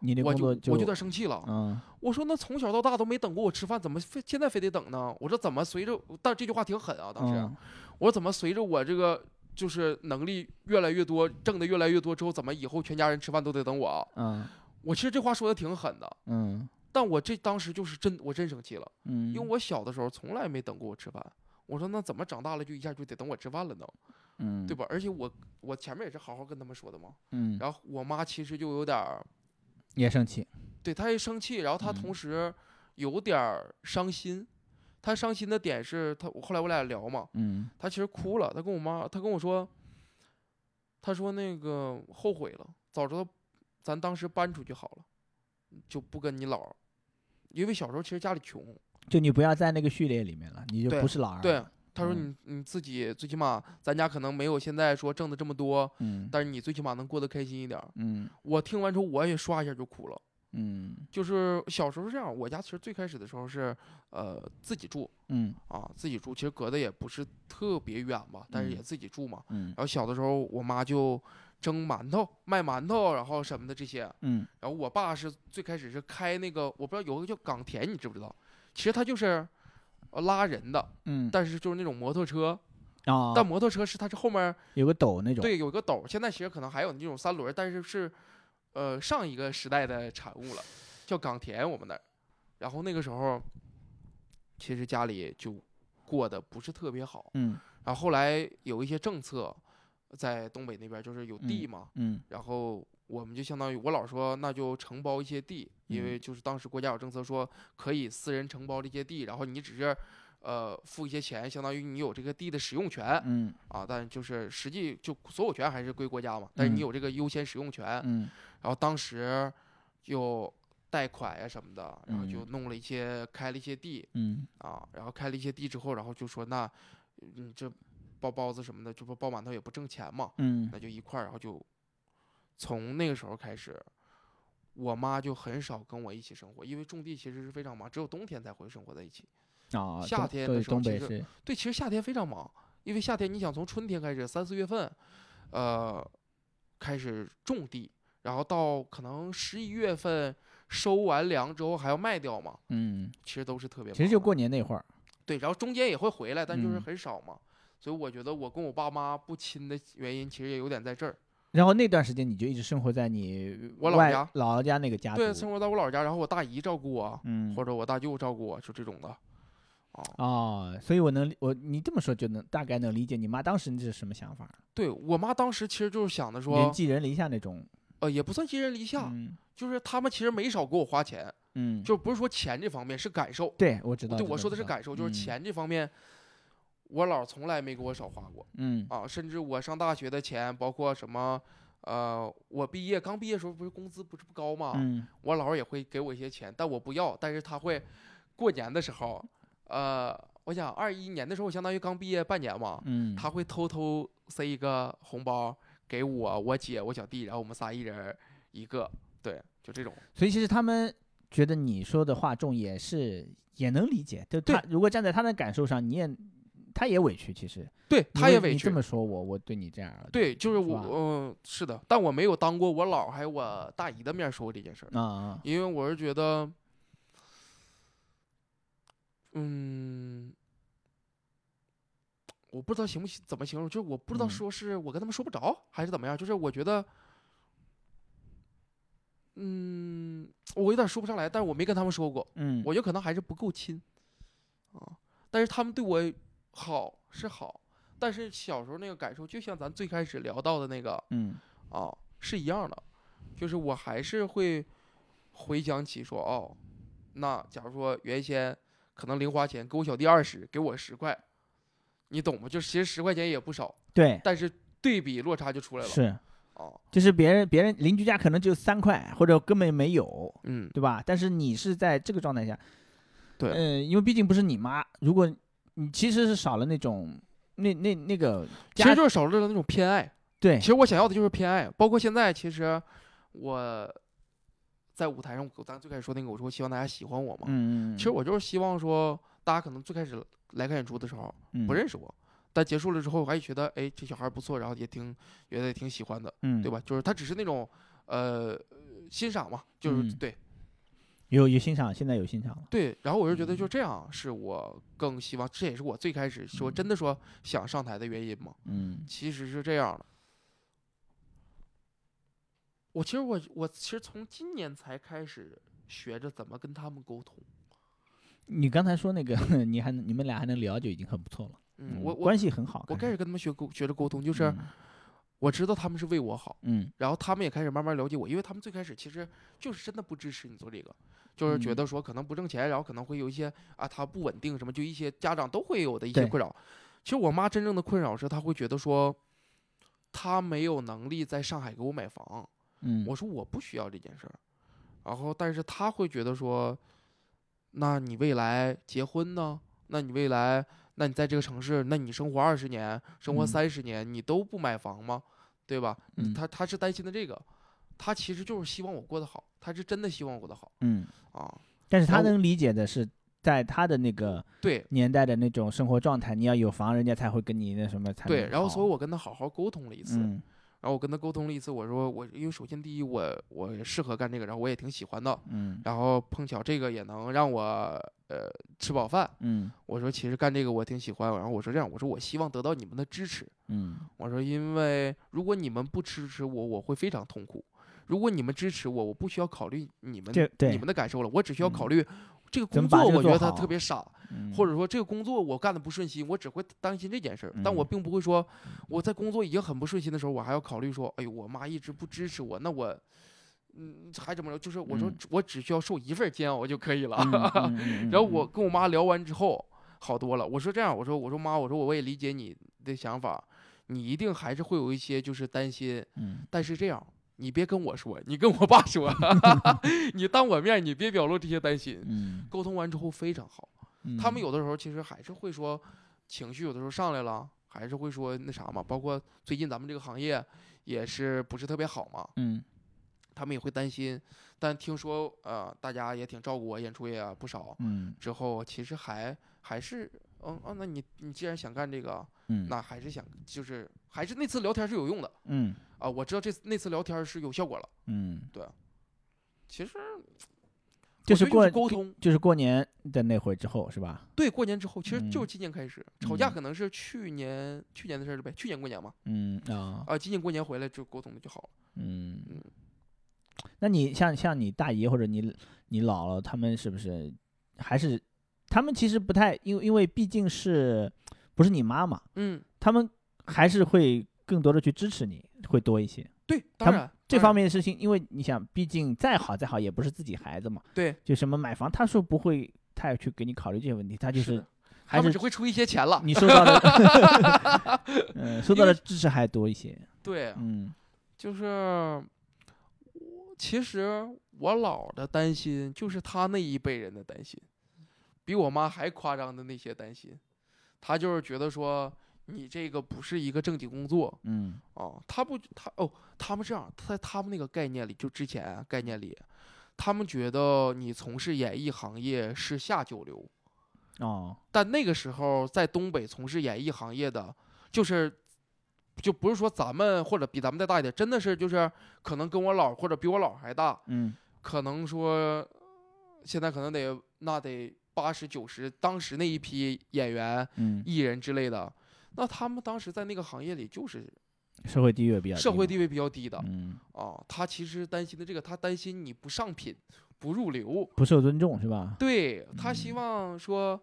S2: 你的
S1: 我
S2: 工
S1: 就
S2: 作
S1: 我就有点生气了，
S2: 嗯
S1: 我说那从小到大都没等过我吃饭，怎么非现在非得等呢？我说怎么随着，但这句话挺狠啊，当时、
S2: 嗯
S1: 我说怎么随着我这个就是能力越来越多，挣的越来越多之后，怎么以后全家人吃饭都得等我啊？
S2: 嗯
S1: 我其实这话说的挺狠的，
S2: 嗯
S1: 但我这当时就是真我真生气了，
S2: 嗯，
S1: 因为我小的时候从来没等过我吃饭。我说那怎么长大了就一下就得等我吃饭了呢？
S2: 嗯，
S1: 对吧？而且我我前面也是好好跟他们说的嘛，
S2: 嗯，
S1: 然后我妈其实就有点儿，
S2: 也生气，
S1: 对她一生气，然后她同
S2: 嗯
S1: 时有点儿伤心。她伤心的点是她，我后来我俩聊嘛，
S2: 嗯
S1: 她其实哭了，她跟我妈，她跟我说，她说那个后悔了，早知道咱当时搬出去好了，就不跟你姥儿，因为小时候其实家里穷，
S2: 就你不要在那个序列里面了，你就
S1: 对
S2: 不是老二。
S1: 对，，他说你
S2: 哎嗯
S1: 你自己最起码咱家可能没有现在说挣的这么多，
S2: 嗯
S1: 但是你最起码能过得开心一点儿。
S2: 嗯
S1: 我听完之后我也刷一下就哭了。
S2: 嗯
S1: 就是小时候是这样，我家其实最开始的时候是呃自己住
S2: 嗯
S1: 啊，自己住，其实隔得也不是特别远吧，但是也
S2: 嗯
S1: 自己住嘛。
S2: 嗯
S1: 然后小的时候我妈就蒸馒头、卖馒头，然后什么的这些。
S2: 嗯
S1: 然后我爸是最开始是开那个，我不知道有个叫港田，你知不知道？其实他就是呃拉人的，
S2: 嗯，
S1: 但是就是那种摩托车。
S2: 啊，
S1: 但摩托车是它是后面儿
S2: 有个斗那种，
S1: 对有一个斗儿，现在其实可能还有那种三轮儿，但是是呃上一个时代的产物了，叫港田我们那儿。然后那个时候，其实家里就过得不是特别好。
S2: 嗯
S1: 然后后来有一些政策，在东北那边儿就是有地嘛，
S2: 嗯
S1: 然后我们就相当于我老说那就承包一些地，因为就是当时国家有政策说可以私人承包这些地，然后你只是呃付一些钱，相当于你有这个地的使用权。
S2: 嗯
S1: 啊，但就是实际就所有权还是归国家嘛，但是你
S2: 嗯
S1: 有这个优先使用权，
S2: 嗯
S1: 然后当时就贷款呀、什么的，然后就
S2: 嗯
S1: 弄了一些开了一些地
S2: 嗯
S1: 啊，然后开了一些地之后，然后就说那你这包包子什么的，这不包馒头也不挣钱嘛，
S2: 嗯
S1: 那就一块儿，然后就从那个时候开始。我妈就很少跟我一起生活，因为种地其实是非常忙，只有冬天才会生活在一起。
S2: 啊，
S1: 夏
S2: 东
S1: 天的
S2: 对
S1: 时候
S2: 东
S1: 其
S2: 北
S1: 实
S2: 是
S1: 对，其实夏天非常忙，因为夏天你想从春天开始，三四月份，呃，开始种地，然后到可能十一月份收完粮之后还要卖掉嘛，
S2: 嗯，
S1: 其实都是特别忙的。
S2: 其实就过年那会儿，
S1: 对，然后中间也会回来，但就是
S2: 嗯
S1: 很少嘛。所以我觉得我跟我爸妈不亲的原因，其实也有点在这儿。
S2: 然后那段时间你就一直生活在你
S1: 我老
S2: 外
S1: 家
S2: 老家那个家
S1: 对，
S2: 族
S1: 生活在我老家，然后我大姨照顾我，
S2: 嗯
S1: 或者我大舅照顾我，就这种的。啊，
S2: 哦，所以我能理我你这么说就能大概能理解你妈当时是什么想法，
S1: 对我妈当时其实就是想的
S2: 人
S1: 说，
S2: 寄人篱下那种，
S1: 呃，也不算寄人篱下，
S2: 嗯
S1: 就是他们其实没少给我花钱。
S2: 嗯，
S1: 就不是说钱这方面，是感受。
S2: 对我知道，
S1: 对，
S2: 知
S1: 我
S2: 道
S1: 说啊的是
S2: 知道
S1: 感受，就是
S2: 嗯
S1: 钱这方面，我姥儿从来没给我少花过
S2: 嗯
S1: 啊。甚至我上大学的钱，包括什么，呃，我毕业刚毕业的时候不是工资不是不高嘛，
S2: 嗯
S1: 我姥儿也会给我一些钱，但我不要，但是他会过年的时候，呃，我想二一年的时候，我相当于刚毕业半年嘛，
S2: 嗯，
S1: 啊他会偷偷塞一个红包给我、我姐、我小弟，然后我们仨一人儿一个，对，就这种。
S2: 所以其实他们觉得你说的话重也是也能理解，就
S1: 对
S2: 他如果站在他的感受上，你也他也委屈，其实
S1: 对，
S2: 你
S1: 他
S2: 为
S1: 也委
S2: 你
S1: 屈
S2: 这。么说我，我对你这样了，
S1: 对，就是
S2: 是
S1: 我，
S2: 吧
S1: 嗯、是的，但我没有当过我姥儿还有我大姨的面说过这件事儿，
S2: 啊啊，
S1: 因为我是觉得，嗯，我不知道行不行，怎么形容，就是我不知道
S2: 嗯
S1: 说是我跟他们说不着，还是怎么样，就是我觉得，嗯，我有点说不上来，但是我没跟他们说过，
S2: 嗯，
S1: 我觉得可能还是不够亲啊。但是他们对我好是好，但是小时候那个感受，就像咱最开始聊到的那个
S2: 嗯
S1: 啊，是一样的，就是我还是会回想起说，哦，那假如说原先可能零花钱给我小弟二十，给我十块，你懂吗？就是其实十块钱也不少，
S2: 对
S1: 但是对比落差就出来了
S2: 是。
S1: 啊。
S2: 就是别人别人邻居家可能只有三块，或者根本没有，
S1: 嗯，
S2: 对吧？但是你是在这个状态下，
S1: 对
S2: 嗯、因为毕竟不是你妈，如果你其实是少了那种那那那个
S1: 其
S2: 家，
S1: 实就是少了那种偏爱。
S2: 对
S1: 其，实我想要的就是偏爱，包括现在，其实我在舞台上，咱最开始说那个，我说希望大家喜欢我嘛。
S2: 嗯嗯，
S1: 其实我就是希望说，大家可能最开始来看演出的时候
S2: 嗯
S1: 不认识我，但结束了之后，还觉得哎这小孩不错，然后也挺觉得也挺喜欢的，
S2: 嗯，嗯
S1: 对？吧？就是他只是那种呃欣赏嘛，就是、
S2: 嗯
S1: 对
S2: 有有欣赏，现在有欣赏了，
S1: 对。然后我就觉得
S2: 嗯
S1: 就这样是我更希望，这也是我最开始说真的说想上台的原因嘛。
S2: 嗯
S1: 其实是这样的。我其实我我其实从今年才开始学着怎么跟他们沟通。
S2: 你刚才说那个，你还能你们俩还能聊就已经很不错了。
S1: 嗯，我我
S2: 关系很好。嗯
S1: 我
S2: 开
S1: 开
S2: 始
S1: 始跟他们学沟学着沟通，就是我知道他们是为我好，
S2: 嗯
S1: 然后他们也开始慢慢了解我，因为他们最开始其实就是真的不支持你做这个，就是觉
S2: 嗯
S1: 得说可能不挣钱，然后可能会有一些啊，他不稳定什么，就一些家长都会有的一些
S2: 对
S1: 困扰。其实我妈真正的困扰是，她会觉得说，她没有能力在上海给我买房。
S2: 嗯，
S1: 我说我不需要这件事儿，然后但是她会觉得说，那你未来结婚呢？那你未来，那你在这个城市，那你生活二十年，生活
S2: 嗯
S1: 三十年，你都不买房吗？对吧？
S2: 嗯
S1: 他他是担心的这个，他其实就是希望我过得好，他是真的希望我过得好
S2: 嗯，
S1: 啊。
S2: 但是他
S1: 然后
S2: 能理解的是，在他的那个
S1: 对
S2: 年代的那种生活状态，你要有房，人家才会跟你那什么才
S1: 对，
S2: 能
S1: 然后
S2: 好
S1: 所以我跟他好好沟通了一次，
S2: 嗯
S1: 然后我跟他沟通了一次，我说我因为首先第一我我也适合干这个，然后我也挺喜欢的，
S2: 嗯
S1: 然后碰巧这个也能让我呃吃饱饭。
S2: 嗯
S1: 我说其实干这个我挺喜欢，然后我说这样，我说我希望得到你们的支持，
S2: 嗯
S1: 我说因为如果你们不支持我，我会非常痛苦。如果你们支持我，我不需要考虑你们
S2: 这对
S1: 你们的感受了，我只需要
S2: 嗯
S1: 考虑这个
S2: 怎
S1: 工
S2: 么把
S1: 作，
S2: 这个
S1: 我觉
S2: 做
S1: 得他
S2: 好
S1: 特别傻，
S2: 嗯，
S1: 或者说这个工作我干的不顺心，我只会担心这件事儿，但我
S2: 嗯
S1: 并不会说我在工作已经很不顺心的时候，我还要考虑说，哎呦，我妈一直不支持我，那我。嗯，还怎么着？就是我说
S2: 嗯，
S1: 我只需要受一份儿煎熬就可以了。
S2: 嗯，嗯嗯
S1: 然后
S2: 嗯
S1: 我跟我妈聊完之后，好多了。我说这样，我说我说妈，我说我也理解你的想法，你一定还是会有一些就是担心，
S2: 嗯
S1: 但是这样，你别跟我说，你跟我爸说， 你当我面，你别表露这些担心。
S2: 嗯，
S1: 沟通完之后非常好，
S2: 嗯
S1: 他们有的时候其实还是会说，情绪有的时候上来了，还是会说那啥嘛。包括最近咱们这个行业也是不是特别好嘛，
S2: 嗯
S1: 他们也会担心。但听说呃，大家也挺照顾我，演出也不少，
S2: 嗯
S1: 之后，其实还还是，嗯啊，那你你既然想干这个，
S2: 嗯
S1: 那还是想就是还是那次聊天是有用的
S2: 嗯
S1: 啊，我知道这次那次聊天是有效果了。
S2: 嗯，
S1: 其实
S2: 就
S1: 我觉
S2: 是
S1: 得
S2: 过
S1: 沟通，
S2: 就是过年的那会之后是吧？
S1: 对，过年之后，其实就是
S2: 嗯
S1: 今年开始、吵架，
S2: 嗯
S1: 可能是去年去年的事儿了呗，去年过年嘛，
S2: 嗯啊
S1: 啊，今年过年回来就沟通的就好了。
S2: 嗯
S1: 嗯，
S2: 那你像像你大姨或者你你姥姥他们是不是还是他们其实不太，因为因为毕竟是不是你妈妈，
S1: 嗯，
S2: 他们还是会更多的去支持你，会多一些。
S1: 对，
S2: 他
S1: 当
S2: 们
S1: 然
S2: 这
S1: 当
S2: 方
S1: 然
S2: 面的事情，因为你想，毕竟再好再好也不是自己孩子嘛，
S1: 对，
S2: 就什么买房，他说不会太去给你考虑这些问题，他就是
S1: 的
S2: 是
S1: 他
S2: 还
S1: 们
S2: 是
S1: 只会出一些钱了。
S2: 你受到的， 嗯，受到的支持还多一些，
S1: 对，啊
S2: 嗯
S1: 就是我其实我姥的担心就是她那一辈人的担心，比我妈还夸张的那些担心。她就是觉得说你这个不是一个正经工作
S2: 嗯
S1: 啊，她不她哦，他们这样在他们那个概念里，就之前啊概念里，他们觉得你从事演艺行业是下九流，
S2: 哦，
S1: 但那个时候在东北从事演艺行业的，就是就不是说咱们或者比咱们再大一点，真的是就是可能跟我姥或者比我姥还大，
S2: 嗯
S1: 可能说现在可能得那得八十九十，当时那一批演员、
S2: 嗯，
S1: 艺人之类的，那他们当时在那个行业里就是
S2: 社会地位比较低
S1: 社会
S2: 嘛
S1: 地位比较低的
S2: 嗯
S1: 啊，他其实担心的这个，他担心你不上品、不入流，
S2: 不受尊重是吧？
S1: 对他希
S2: 嗯
S1: 望说，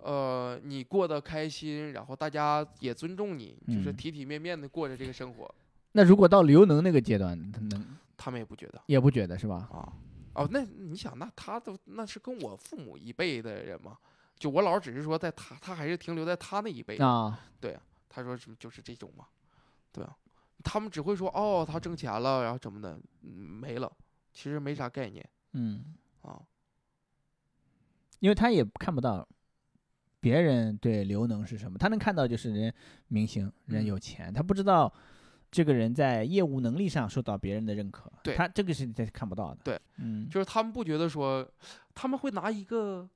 S1: 呃，你过得开心，然后大家也尊重你，就是
S2: 嗯
S1: 体体面面的过着这个生活。
S2: 那如果到刘能那个阶段，他能
S1: 他们也不觉得
S2: 也不觉得是吧？
S1: 啊，哦，那你想，那他都那是跟我父母一辈的人嘛？就我姥儿只是说，在他他还是停留在他那一辈，
S2: 啊，
S1: 他说什么就是这种嘛，对啊，他们只会说哦，他挣钱了，然后怎么的，嗯没了，其实没啥概念
S2: 嗯，
S1: 啊。
S2: 因为他也看不到别人对刘能是什么，他能看到就是人明星人
S1: 嗯
S2: 有钱，他不知道这个人在业务能力上受到别人的认可，
S1: 对
S2: 他这个是他看不到的。
S1: 对，
S2: 嗯，
S1: 就是他们不觉得说，他们会拿一个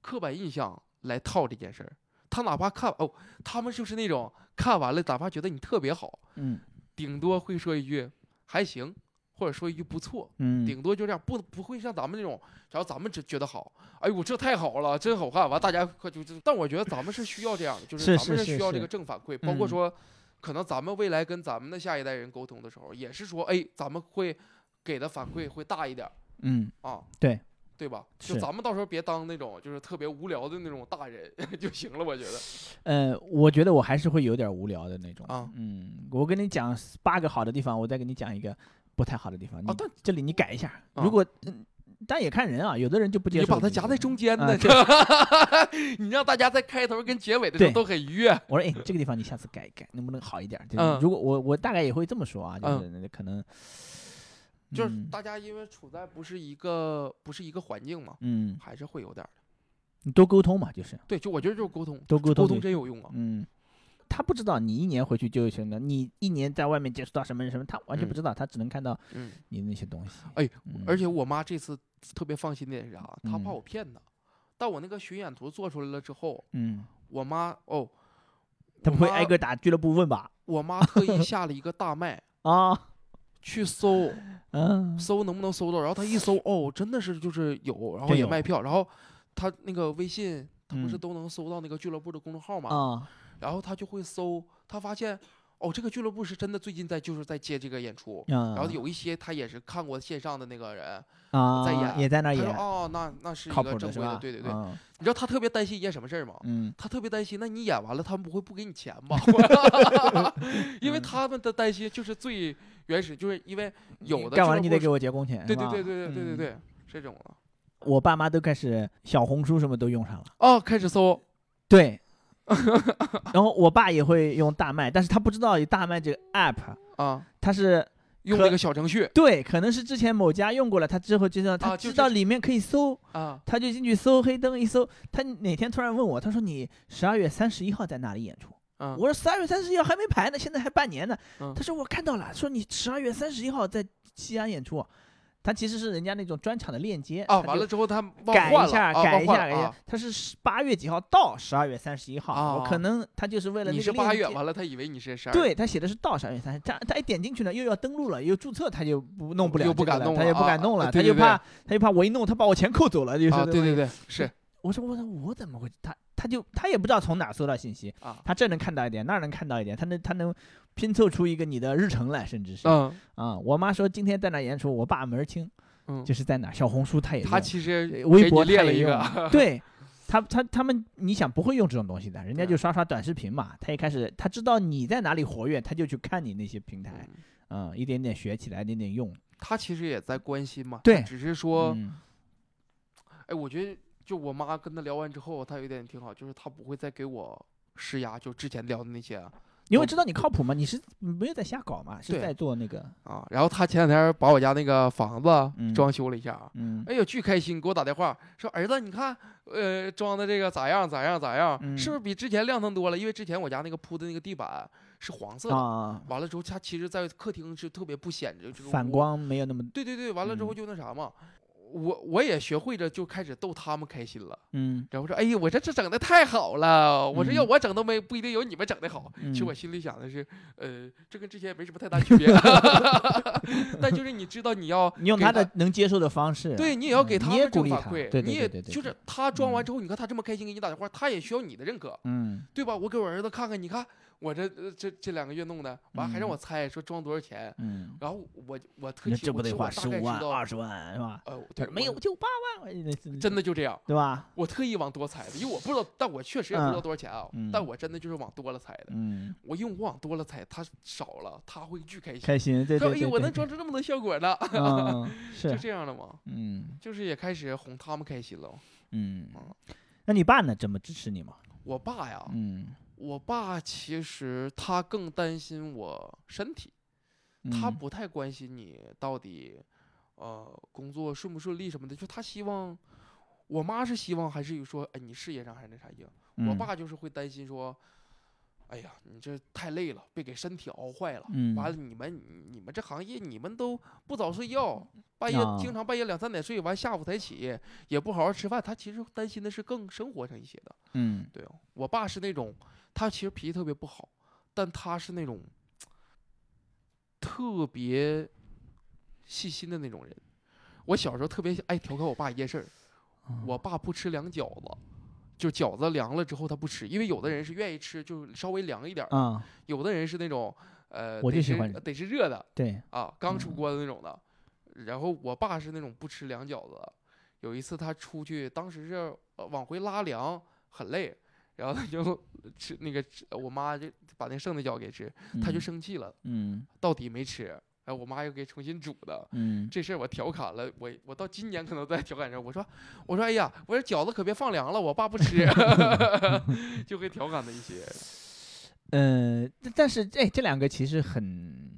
S1: 刻板印象来套这件事儿。他哪怕看哦，他们就是那种看完了，哪怕觉得你特别好，
S2: 嗯
S1: 顶多会说一句还行，或者说一句不错，
S2: 嗯
S1: 顶多就这样，不不会像咱们那种，然后咱们只觉得好，哎呦，这太好了，真好看。完大家快就就，但我觉得咱们是需要这样的，就是
S2: 是
S1: 咱们
S2: 是
S1: 是
S2: 是
S1: 需要这
S2: 是
S1: 个正反馈，包括
S2: 嗯
S1: 说，可能咱们未来跟咱们的下一代人沟通的时候，也是说，哎，咱们会给的反馈会大一点儿。
S2: 嗯，
S1: 啊，
S2: 对，
S1: 对吧？就是咱们到时候别当那种就是特别无聊的那种大人 就行了，我觉得。
S2: 呃，我觉得我还是会有点无聊的那种。
S1: 啊
S2: 嗯，我跟你讲八个好的地方，我再给你讲一个不太好的地方。你、
S1: 啊但
S2: 这里你改一下，
S1: 啊
S2: 如果、嗯但也看人啊，有的人就不接
S1: 你
S2: 受。
S1: 把它夹在。中间呢
S2: 啊，
S1: 这 你让大家在开头跟结尾的时候
S2: 对
S1: 都很愉悦。
S2: 我说，哎，这个地方你下次改一改，能不能好一点？就是
S1: 嗯
S2: 如果我我大概也会这么说啊，就是可能，
S1: 就是
S2: 嗯
S1: 大家因为处在不是一个不是一个环境嘛，
S2: 嗯，
S1: 还是会有点儿的。
S2: 你多沟通嘛，就是
S1: 对，就我觉得就是沟通，
S2: 多沟
S1: 沟
S2: 就
S1: 通真有用啊。
S2: 嗯，他不知道你一年回去就有什么，你一年在外面接触到什么人什么，他完全不知道，他只能看到
S1: 嗯，
S2: 你的那些东西。
S1: 哎
S2: 嗯，
S1: 而且我妈这次特别放心的是啥？她怕
S2: 嗯
S1: 我骗她。但我那个巡演图做出来了之后，
S2: 嗯，
S1: 我妈哦，
S2: 他
S1: 我
S2: 不会
S1: 妈
S2: 挨个打俱乐部问吧？
S1: 我妈特 意下了一个大麦
S2: 啊，
S1: 去搜
S2: 嗯，
S1: 搜能不能搜到，然后她一搜哦，真的是就是有，然后
S2: 真
S1: 也
S2: 有
S1: 卖票，然后她那个微信她不是
S2: 嗯
S1: 都能搜到那个俱乐部的公众号嘛，
S2: 啊，
S1: 然后她就会搜，她发现哦，这个俱乐部是真的最近在就是在接这个演出。
S2: 然
S1: 然后有一些她也是看过线上的那个人，
S2: 啊，
S1: 在演
S2: 也在那
S1: 她
S2: 儿
S1: 说
S2: 演，
S1: 哦，那那是一
S2: 靠
S1: 个
S2: 谱
S1: 正
S2: 的是
S1: 规的，
S2: 吧？
S1: 对对对。
S2: 嗯
S1: 你知道她特别担心一件什么事儿吗？
S2: 嗯，
S1: 他特别担心，那你演完了，他们不会不给你钱吧？ 因
S2: 嗯
S1: 为他们的担心就是最原始，就是因为有的
S2: 干完了
S1: 俱
S2: 你得
S1: 乐部
S2: 给我结工钱，
S1: 对
S2: 是
S1: 对
S2: 吧
S1: 对对对对对
S2: 嗯
S1: 对，是这种的。
S2: 我爸妈都开始小红书什么都用上了，
S1: 哦，开始搜，
S2: 对。然后我爸也会用大麦，但是他不知道有大麦这个 app，
S1: 啊，
S2: 他是
S1: 用
S2: 可
S1: 那个小程序
S2: 对，可能是之前某家用过了，他之后就知道，他
S1: 啊就
S2: 知
S1: 是
S2: 道里面可以搜，
S1: 啊，
S2: 他就进去搜黑灯一搜，他哪天突然问我，他说你十二月三十一号在哪里演出？
S1: 嗯，
S2: 我说十二月三十一号还没排呢，现在还半年呢。
S1: 嗯
S2: 他说我看到了，说你十二月三十一号在西安演出，他其实是人家那种专场的链接
S1: 啊，
S2: 他
S1: 完
S2: 就
S1: 了之后他忘
S2: 改
S1: 换了
S2: 一下，
S1: 啊
S2: 改一
S1: 忘
S2: 下，
S1: 换
S2: 改一
S1: 了
S2: 下
S1: 啊，，
S2: 他是八月几号到十二月三十一号，
S1: 啊
S2: 我可能他就是为了
S1: 你
S2: 那
S1: 是
S2: 个
S1: 八
S2: 链
S1: 月，
S2: 接。
S1: 完了他以为你是十二，
S2: 对他写的是到十二月三十，他他一点进去呢，又要登录了，又注册，他就不弄不了
S1: 又
S2: 这
S1: 不
S2: 个
S1: 敢
S2: 了，
S1: 弄
S2: 他
S1: 了
S2: 就不
S1: 啊
S2: 敢弄
S1: 啊
S2: 了，他
S1: 对对
S2: 就
S1: 对
S2: 怕他就怕我一弄他把我钱扣走了，就是
S1: 啊，对
S2: 这种
S1: 对对，是
S2: 我说我说我怎么会？他他就他也不知道从哪搜到信息，
S1: 啊，
S2: 他这能看到一点，那能看到一点，他能他能拼凑出一个你的日程来，甚至是啊、
S1: 嗯
S2: 我妈说今天在哪演出，我爸门儿清，
S1: 嗯
S2: 就，是在哪小红书他也
S1: 他
S2: 用
S1: 其实
S2: 呃
S1: 给
S2: 微
S1: 你
S2: 博
S1: 列
S2: 他
S1: 了
S2: 也
S1: 一
S2: 用
S1: 个，，
S2: 对。他他他们，你想不会用这种东西的，人家
S1: 对
S2: 就刷刷短视频嘛。他一开始他知道你在哪里活跃，他就去看你那些平台，
S1: 嗯
S2: 嗯，一点点学起来，一点点用。
S1: 他其实也在关心嘛，
S2: 对
S1: 只是说
S2: 嗯
S1: 哎，我觉得就我妈跟他聊完之后，她有一点挺好，就是她不会再给我施压，就之前聊的那些啊
S2: 你会知道你靠谱吗？你是没有在瞎搞嘛，是
S1: 对
S2: 在做那个，
S1: 啊。然后她前两天把我家那个房
S2: 嗯
S1: 子装修了一下啊，
S2: 嗯
S1: 哎呦巨开心，给我打电话说儿子，你看，呃，装的这个咋样咋样咋样，是不是
S2: 嗯
S1: 比之前亮堂多了？因为之前我家那个铺的那个地板是黄色的，
S2: 啊，
S1: 完了之后它其实，在客厅是特别不显着这个
S2: 反
S1: 屋。
S2: 光没有那么
S1: 对对对，完了之后
S2: 嗯
S1: 就那啥嘛。我我也学会着就开始逗他们开心了，
S2: 嗯，
S1: 然后说：“哎呀，我这这整的太好了！我说要
S2: 嗯
S1: 我整都没不一定有你们整的好。其实
S2: 嗯
S1: 我心里想的是，呃，这跟之前也没什么太大区别， 但就是你知道你要
S2: 你用
S1: 给
S2: 他的能接受的方式，
S1: 对你也要给
S2: 嗯
S1: 他
S2: 你也
S1: 们这
S2: 鼓
S1: 个
S2: 励
S1: 反
S2: 他，
S1: 馈，
S2: 对
S1: 你
S2: 对
S1: 也
S2: 对对，
S1: 就是他装完之后，你看他这么开心给你打电话，他也需要你的认可，
S2: 嗯
S1: 对吧？我给我儿子看看，你看我这呃这这两个月弄的，完还让
S2: 嗯
S1: 我猜说装多少钱，
S2: 嗯，
S1: 然后我我特
S2: 那
S1: 气，
S2: 这
S1: 我
S2: 不
S1: 其
S2: 得
S1: 实我
S2: 花
S1: 大
S2: 十
S1: 概
S2: 五
S1: 知
S2: 万、
S1: 道
S2: 二，十万是吧？
S1: 呃，
S2: 他
S1: 对，
S2: 说没
S1: 我
S2: 有就八万，类似
S1: 真的就这样。
S2: 对吧？
S1: 我特意往多猜的，因为我不知道，但我确实也不知道
S2: 嗯
S1: 多少钱啊。
S2: 嗯
S1: 但我真的就是往多了猜的。
S2: 嗯，
S1: 我因为我往多了猜，他少了，他会巨开心。
S2: 开心，对
S1: 他说：“
S2: 对
S1: 哎
S2: 对，
S1: 呦，我
S2: 对
S1: 能，装出这么多效果呢
S2: 对嗯，！”，
S1: 就是这样的嘛，
S2: 嗯
S1: 就是也开始哄他们开心了。
S2: 嗯
S1: 嗯，
S2: 那你爸呢？这么支持你吗？
S1: 我爸呀，
S2: 嗯，
S1: 我爸其实他更担心我身体，他
S2: 嗯
S1: 不太关心你到底，呃，工作顺不顺利什么的，就他希望。我妈是希望还是说，哎，你事业上还是那啥一样。我
S2: 嗯
S1: 爸就是会担心说，哎呀，你这太累了，别给身体熬坏了。
S2: 嗯
S1: 完了，你们你们这行业，你们都不早睡觉，半夜、
S2: 啊
S1: 经常半夜两三点睡，完下午才起，也不好好吃饭。他其实担心的是更生活上一些的。
S2: 嗯
S1: 对、哦，我爸是那种，他其实脾气特别不好，但他是那种特别细心的那种人。我小时候特别爱调侃我爸一件事儿，我爸不吃凉饺子，就饺子凉了之后他不吃，因为有的人是愿意吃，就是稍微凉一点儿的，
S2: 啊，
S1: 有的人是那种呃，
S2: 我
S1: 得
S2: 就喜
S1: 是
S2: 欢
S1: 得是热的
S2: 对，
S1: 啊，刚出锅的那种的。然后我爸是那种不吃凉饺子的。有一次他出去，当时是呃往回拉粮，很累，然后他就 吃那个吃，我妈就把那剩的饺给吃，他就
S2: 嗯
S1: 生气了，
S2: 嗯
S1: 到底没吃，哎，我妈又给重新煮的。
S2: 嗯
S1: 这事儿我调侃了，我我到今年可能在调侃上，我说我说哎呀，我说饺子可别放凉了，我爸不吃，就会调侃他一些。
S2: 呃，但但是哎，这两个其实很，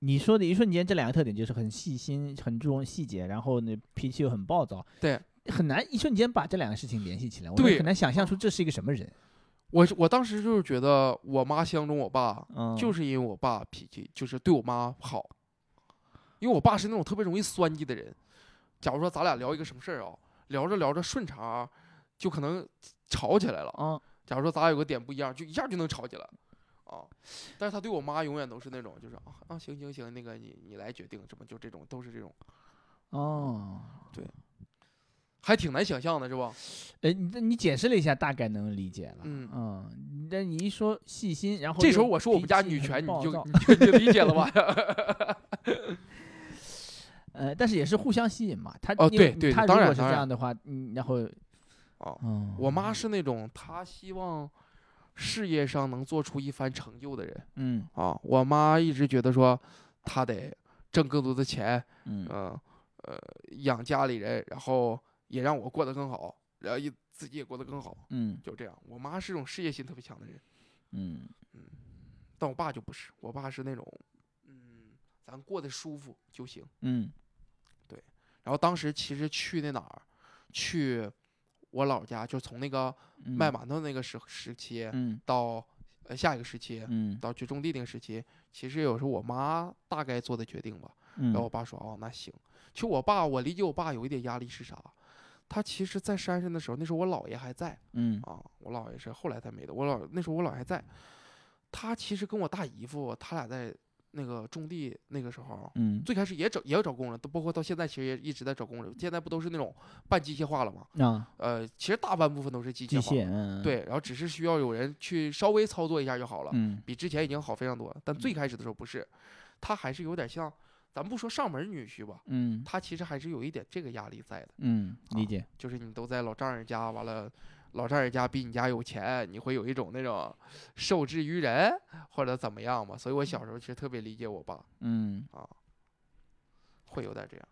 S2: 你说的一瞬间，这两个特点就是很细心，很注重细节，然后呢脾气又很暴躁，
S1: 对，
S2: 很难一瞬间把这两个事情联系起来，我
S1: 对
S2: 很难想象出这是一个什么人。
S1: 我我当时就是觉得我妈相中我爸，
S2: 嗯，
S1: 就是因为我爸脾气就是对我妈好，因为我爸是那种特别容易酸计的人。假如说咱俩聊一个什么事儿啊，聊着聊着顺茬儿，就可能吵起来了。
S2: 啊，
S1: 假如说咱俩有个点不一样，就一下就能吵起来，啊！但是他对我妈永远都是那种，就是啊啊行行行，那个你你来决定什么，就这种都是这种，
S2: 哦，
S1: 还挺难想象的是吧？
S2: 呃，你你解释了一下，大概能理解了。
S1: 嗯
S2: 嗯，那你一说细心，然后
S1: 这
S2: 又
S1: 时候我说我
S2: 脾
S1: 们家
S2: 气
S1: 女
S2: 很
S1: 权，你
S2: 暴
S1: 就
S2: 躁
S1: 你就你就理解了吧？
S2: 呃，但是也是互相吸引嘛。他
S1: 哦
S2: 因为
S1: 对对
S2: 他如
S1: 当
S2: 果
S1: 然
S2: 是
S1: 当
S2: 这
S1: 然
S2: 样的话，嗯，然后
S1: 哦
S2: 嗯，
S1: 我妈是那种她希望事业上能做出一番成就的人
S2: 嗯
S1: 啊。我妈一直觉得说，她得挣更多的钱，
S2: 嗯
S1: 嗯呃养家里人，然后也让我过得更好，然后也自己也过得更好，
S2: 嗯
S1: 就这样。我妈是这种事业心特别强的人，
S2: 嗯
S1: 但我爸就不是，我爸是那种，嗯，咱过得舒服就行。
S2: 嗯
S1: 然后当时其实去那哪儿，去我姥家，就从那个
S2: 嗯，
S1: 卖馒头那个时时期，
S2: 嗯
S1: 到呃下一个时期，
S2: 嗯
S1: 到去种地那个时期，其实有时候我妈大概做的决定吧。
S2: 嗯，
S1: 然后我爸说：“哦，那行。”其实我爸，我理解我爸有一点压力是啥？他其实，在山上的时候，那时候我姥爷还在
S2: 嗯
S1: 啊，我姥爷是后来才没的。我姥那时候我姥爷还在，他其实跟我大姨夫，他俩在那个种地那个时候，
S2: 嗯
S1: 最开始也找也要找工人，都包括到现在其实也一直在找工人。现在不都是那种半机械化了吗？
S2: 啊，
S1: 呃，其实大半部分都是机
S2: 机
S1: 械化，
S2: 械嗯
S1: 对，然后只是需要有人去稍微操作一下就好了，
S2: 嗯
S1: 比之前已经好非常多了。但最开始的时候不是，他还是有点像，咱不说上门女婿吧，
S2: 嗯
S1: 他其实还是有一点这个压力在的，
S2: 嗯理
S1: 啊
S2: 解
S1: 就是你都在老丈人家，完了。老丈人家比你家有钱，你会有一种那种受制于人或者怎么样嘛？所以我小时候其实特别理解我爸，啊
S2: 嗯，
S1: 会有点这样。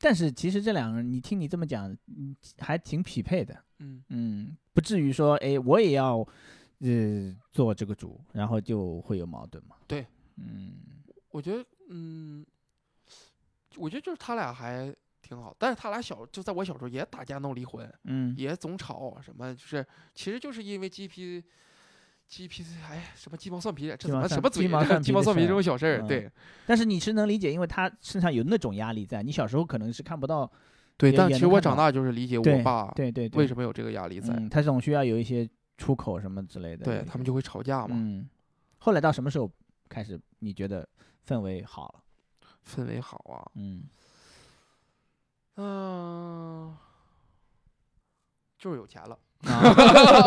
S2: 但是其实这两个人，你听你这么讲，嗯还挺匹配的。
S1: 嗯，
S2: 嗯，不至于说，哎，我也要，呃，做这个主，然后就会有矛盾嘛。
S1: 对，
S2: 嗯
S1: 我觉得，嗯，我觉得就是他俩还挺好，但是他俩小就在我小时候也打架闹离婚，
S2: 嗯
S1: 也总吵什么，就是其实就是因为鸡皮鸡皮哎什么鸡毛蒜皮，这
S2: 鸡
S1: 怎
S2: 毛
S1: 么
S2: 蒜
S1: 什么嘴
S2: 鸡毛蒜皮
S1: 鸡毛
S2: 的
S1: 蒜皮
S2: 事
S1: 这
S2: 儿
S1: 种小事儿，嗯对
S2: 但是你是能理解，因为他身上有那种压力在，你小时候可能是看不到。
S1: 对
S2: 也
S1: 但
S2: 也
S1: 其实
S2: 能
S1: 我
S2: 看
S1: 长
S2: 到
S1: 大就是理解
S2: 对
S1: 我爸
S2: 对对对，
S1: 为什么有这个压力在，
S2: 嗯，他总需要有一些出口什么之类的。
S1: 对他们
S2: 就
S1: 就会吵架嘛，
S2: 嗯。后来到什么时候开始你觉得氛围好了？
S1: 氛围好啊，
S2: 嗯
S1: 嗯，就是有钱了。
S2: 啊，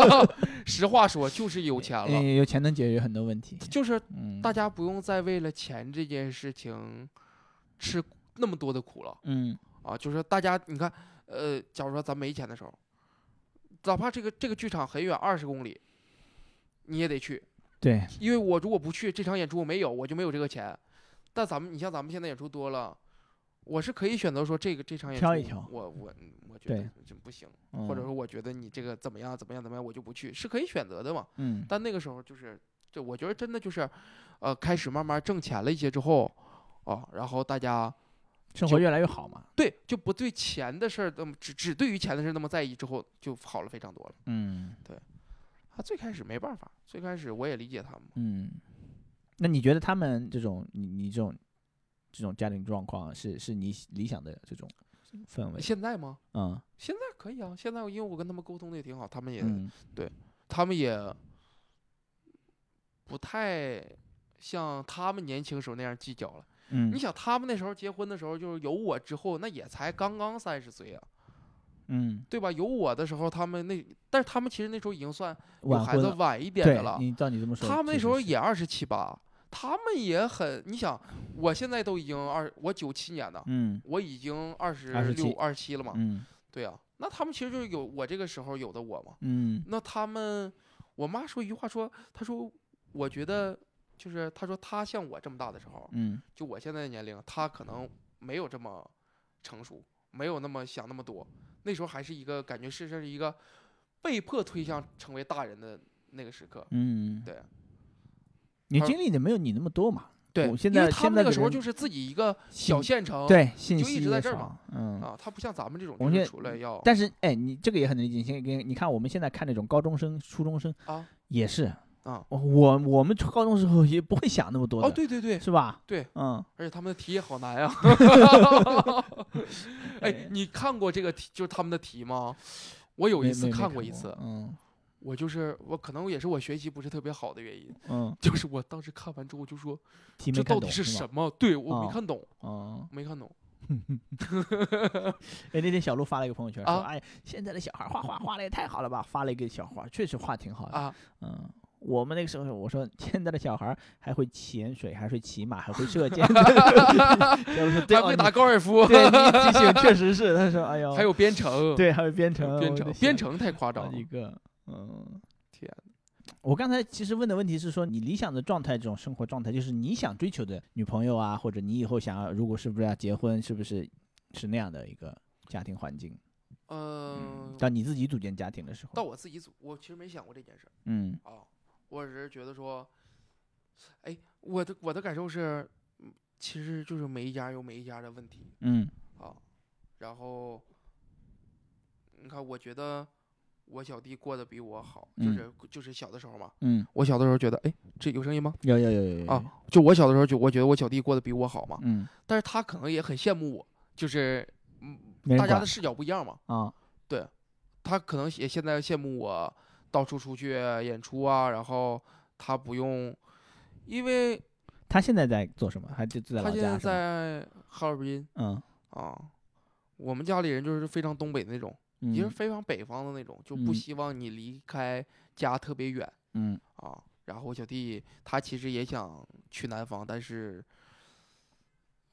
S1: 实话说，就是有钱
S2: 哎
S1: 了，
S2: 有钱能解决很多问题。
S1: 就是
S2: 嗯，
S1: 大家不用再为了钱这件事情吃那么多的苦了
S2: 嗯
S1: 啊！就是大家，你看，呃，假如说咱没钱的时候，哪怕这个这个剧场很远，二十公里，你也得去，
S2: 对，
S1: 因为我如果不去这场演出，我没有，我就没有这个钱。但咱们，你像咱们现在演出多了，我是可以选择说这个这场演出，
S2: 挑一挑
S1: 我我我觉得
S2: 对
S1: 这不行，
S2: 嗯
S1: 或者说我觉得你这个怎么样怎么样怎么样，我就不去，是可以选择的嘛。
S2: 嗯
S1: 但那个时候就是，就我觉得真的就是，呃，开始慢慢挣钱了一些之后，啊，然后大家
S2: 生
S1: 就
S2: 活越来越好嘛。
S1: 对就不对钱的事儿那么只只对于钱的事儿那么在意之后，就好了非常多了。
S2: 嗯
S1: 他最开始没办法，最开始我也理解他们，
S2: 嗯，那你觉得他们这种你你这种这种家庭状况是是你喜理想的这种氛围？
S1: 现在吗？
S2: 嗯
S1: 现在可以啊，现在因为我跟他们沟通的也挺好，他们也、
S2: 嗯
S1: 他们也不太像他们年轻时候那样计较了。你
S2: 嗯
S1: 想，他们那时候结婚的时候，就是有我之后，那也才刚刚三十岁啊，
S2: 嗯，
S1: 对吧？有我的时候，他们那，但是他们其实那时候已经算有
S2: 晚
S1: 孩
S2: 婚
S1: 子
S2: 了。
S1: 晚一点
S2: 对
S1: 的，了。
S2: 你照你这么说，
S1: 他们那
S2: 确
S1: 时
S2: 实
S1: 候
S2: 是
S1: 也二十七八，他们也很，你想，我现在都已经二，我九七年的，
S2: 嗯
S1: 我已经二十六、
S2: 27
S1: 二十七了嘛，
S2: 嗯
S1: 对啊，那他们其实就是有我这个时候有的我嘛。
S2: 嗯
S1: 那他们，我妈说一句话说，她说，我觉得就是她说她像我这么大的时候，
S2: 嗯
S1: 就我现在的年龄，她可能没有这么成熟，没有那么想那么多，那时候还是一个感觉是是一个被迫推向成为大人的那个时刻。
S2: 嗯，
S1: 对，
S2: 你
S1: 他
S2: 经历的没有你那么多嘛？我现
S1: 因为
S2: 在
S1: 他
S2: 现
S1: 们
S2: 在
S1: 那个
S2: 的
S1: 时候
S2: 人
S1: 就是自己一个小
S2: 信
S1: 县城，
S2: 对信
S1: 就一
S2: 息
S1: 直在
S2: 也
S1: 这儿
S2: 少
S1: 嘛，
S2: 嗯
S1: 啊，他不像咱们这种，
S2: 我
S1: 就
S2: 现
S1: 是出来要
S2: 但是，哎，你这个也很能理解。现在你看，我们现在看那种高中生、初中生
S1: 啊
S2: 也是，
S1: 啊，
S2: 我我我们初高中时候也不会想那么多的，
S1: 哦，对对对，
S2: 是吧？
S1: 对，
S2: 嗯，
S1: 而且他们的题也好 难呀、哎
S2: 哎，
S1: 你看过这个题，就是他们的题吗？我有
S2: 没
S1: 一次
S2: 没没看
S1: 过一次，
S2: 嗯
S1: 我就是我可能也是我学习不是特别好的原因，
S2: 嗯，
S1: 就是我当时看完之后就说
S2: 题没
S1: 这
S2: 看
S1: 到底
S2: 懂
S1: 是
S2: 吧
S1: 什么？对我
S2: 哦
S1: 没看懂，
S2: 嗯，
S1: 没看懂。
S2: 哎，那天小鹿发了一个朋友圈，说：“
S1: 啊
S2: 哎，现在的小孩画画画的也太好了吧！”发了一个小画，确实画挺好的。
S1: 啊，
S2: 嗯，我们那个时候，我说现在的小孩还会潜水，还会骑马，还会射 箭。小鹿说：“对，
S1: 还
S2: 哦
S1: 会
S2: 你
S1: 打高尔夫，
S2: 对，你提醒确实是。”他说：“哎呦，
S1: 还有编程，
S2: 对，还有编程，
S1: 编
S2: 我
S1: 程
S2: 的，
S1: 编
S2: 天啊
S1: 程太夸张
S2: 好几
S1: 了。
S2: 个，嗯，
S1: 天
S2: 我刚才其实问的问题是说，你理想的状态，这种生活状态，就是你想追求的女朋友啊，或者你以后想要，如果是不是要结婚，是不是是那样的一个家庭环境？
S1: 嗯，
S2: 当你自己组建家庭的时
S1: 到
S2: 候，
S1: 我自己组，我其实没想过这件事儿
S2: 嗯
S1: 啊，我只是觉得说，哎，我的我的感受是，嗯其实就是每一家有每一家的问题，
S2: 嗯
S1: 啊，然后你看，我觉得我小弟过得比我好，就
S2: 嗯
S1: 是就是小的时候嘛，
S2: 嗯，
S1: 我小的时候觉得，哎，这有声音吗？
S2: 有有有有有
S1: 啊，就我小的时候就我觉得我小弟过得比我好嘛，
S2: 嗯，
S1: 但是他可能也很羡慕我，就是嗯，
S2: 没
S1: 大
S2: 人
S1: 家
S2: 管
S1: 的视角不一样嘛，
S2: 啊，
S1: 他可能也现在羡慕我到处出去演出啊，然后他不用，因为
S2: 他现在在做什么？还就就在
S1: 他
S2: 老
S1: 现在
S2: 家是吧？
S1: 在哈尔滨
S2: 嗯
S1: 啊，我们家里人就是非常东北那种。也是
S2: 嗯
S1: 非常北方的那种，就不
S2: 嗯
S1: 希望你离开家特别远
S2: 嗯
S1: 啊。然后我小弟他其实也想去南方，但是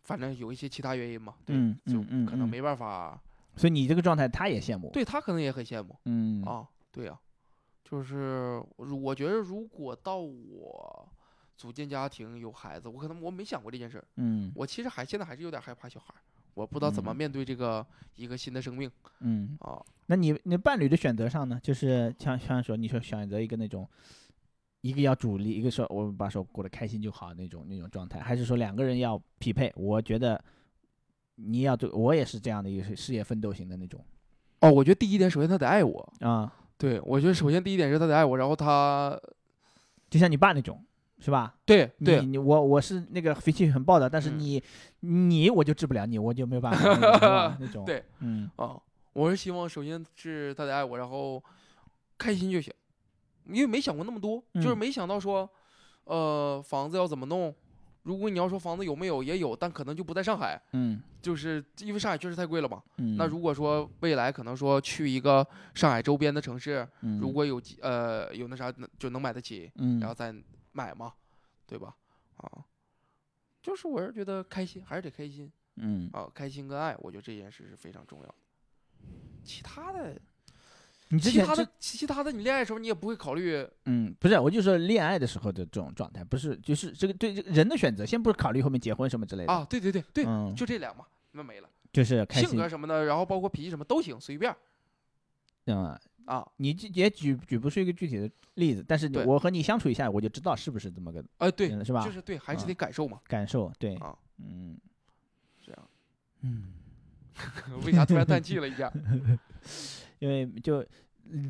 S1: 反正有一些其他原因嘛，对，
S2: 嗯
S1: 就
S2: 嗯嗯
S1: 可能
S2: 嗯
S1: 没办法。
S2: 所以你这个状态，他也羡慕。，
S1: 对他可能也很羡慕、
S2: 嗯
S1: 啊，对呀、就是如我觉得如果到我组建家庭有孩子，我可能我没想过这件事儿，
S2: 嗯
S1: 我其实还现在还是有点害怕小孩儿，我不知道怎么
S2: 嗯
S1: 面对这个一个新的生命
S2: 嗯，
S1: 啊。
S2: 那你你伴侣的选择上呢？就是像像说，你说选择一个那种，一个要主力，一个说我们把手过得开心就好那种那种状态，还是说两个人要匹配？我觉得你要对我也是这样的一个事业奋斗型的那种
S1: 哦，我觉得第一点，首先他得爱我，
S2: 啊、
S1: 对，我觉得首先第一点是他得爱我，然后他
S2: 就像你爸那种，是吧？
S1: 对
S2: 你
S1: 对啊
S2: 你我我是那个脾气很暴的，但是
S1: 嗯
S2: 你、你我就治不了你，我就没 有办法那种是吧那种。
S1: 对，
S2: 嗯
S1: 啊，我是希望首先是他得爱我，然后开心就行，因为没想过那么多，就是
S2: 嗯
S1: 没想到说，呃，房子要怎么弄。如果你要说房子有没有也有，但可能就不在上海，
S2: 嗯
S1: 就是因为上海确实太贵了嘛。
S2: 嗯。
S1: 那如果说未来可能说去一个上海周边的城市，如
S2: 嗯
S1: 果有机呃有那啥能就能买得起，
S2: 嗯
S1: 然后再买嘛，对吧？啊，就是我是觉得开心还是得开心
S2: 嗯
S1: 啊，开心跟爱，我觉得这件事是非常重要的。其他的，
S2: 你之
S1: 其
S2: 前
S1: 他
S2: 之
S1: 的，其其他的，你恋爱的时候你也不会考虑，
S2: 嗯，不是，我就说恋爱的时候的这种状态，不是，就是这个对这个人的选择，先不是考虑后面结婚什么之类的
S1: 啊，对对对对，
S2: 嗯，
S1: 就这俩嘛，那没了。
S2: 就是开
S1: 性
S2: 心
S1: 格，什么的，然后包括脾气什么都行，随便儿
S2: 嗯，
S1: 啊。
S2: 你这也举举不出一个具体的例子，但是你
S1: 对
S2: 我和你相处一下，我就知道是不是这么个
S1: 哎，对，
S2: 人，是吧
S1: 就？是对，还是
S2: 啊
S1: 得感受 嘛。
S2: 感受，对
S1: 啊，
S2: 嗯，
S1: 这样，
S2: 嗯，
S1: 为啥突然叹气了一下？
S2: 因为就。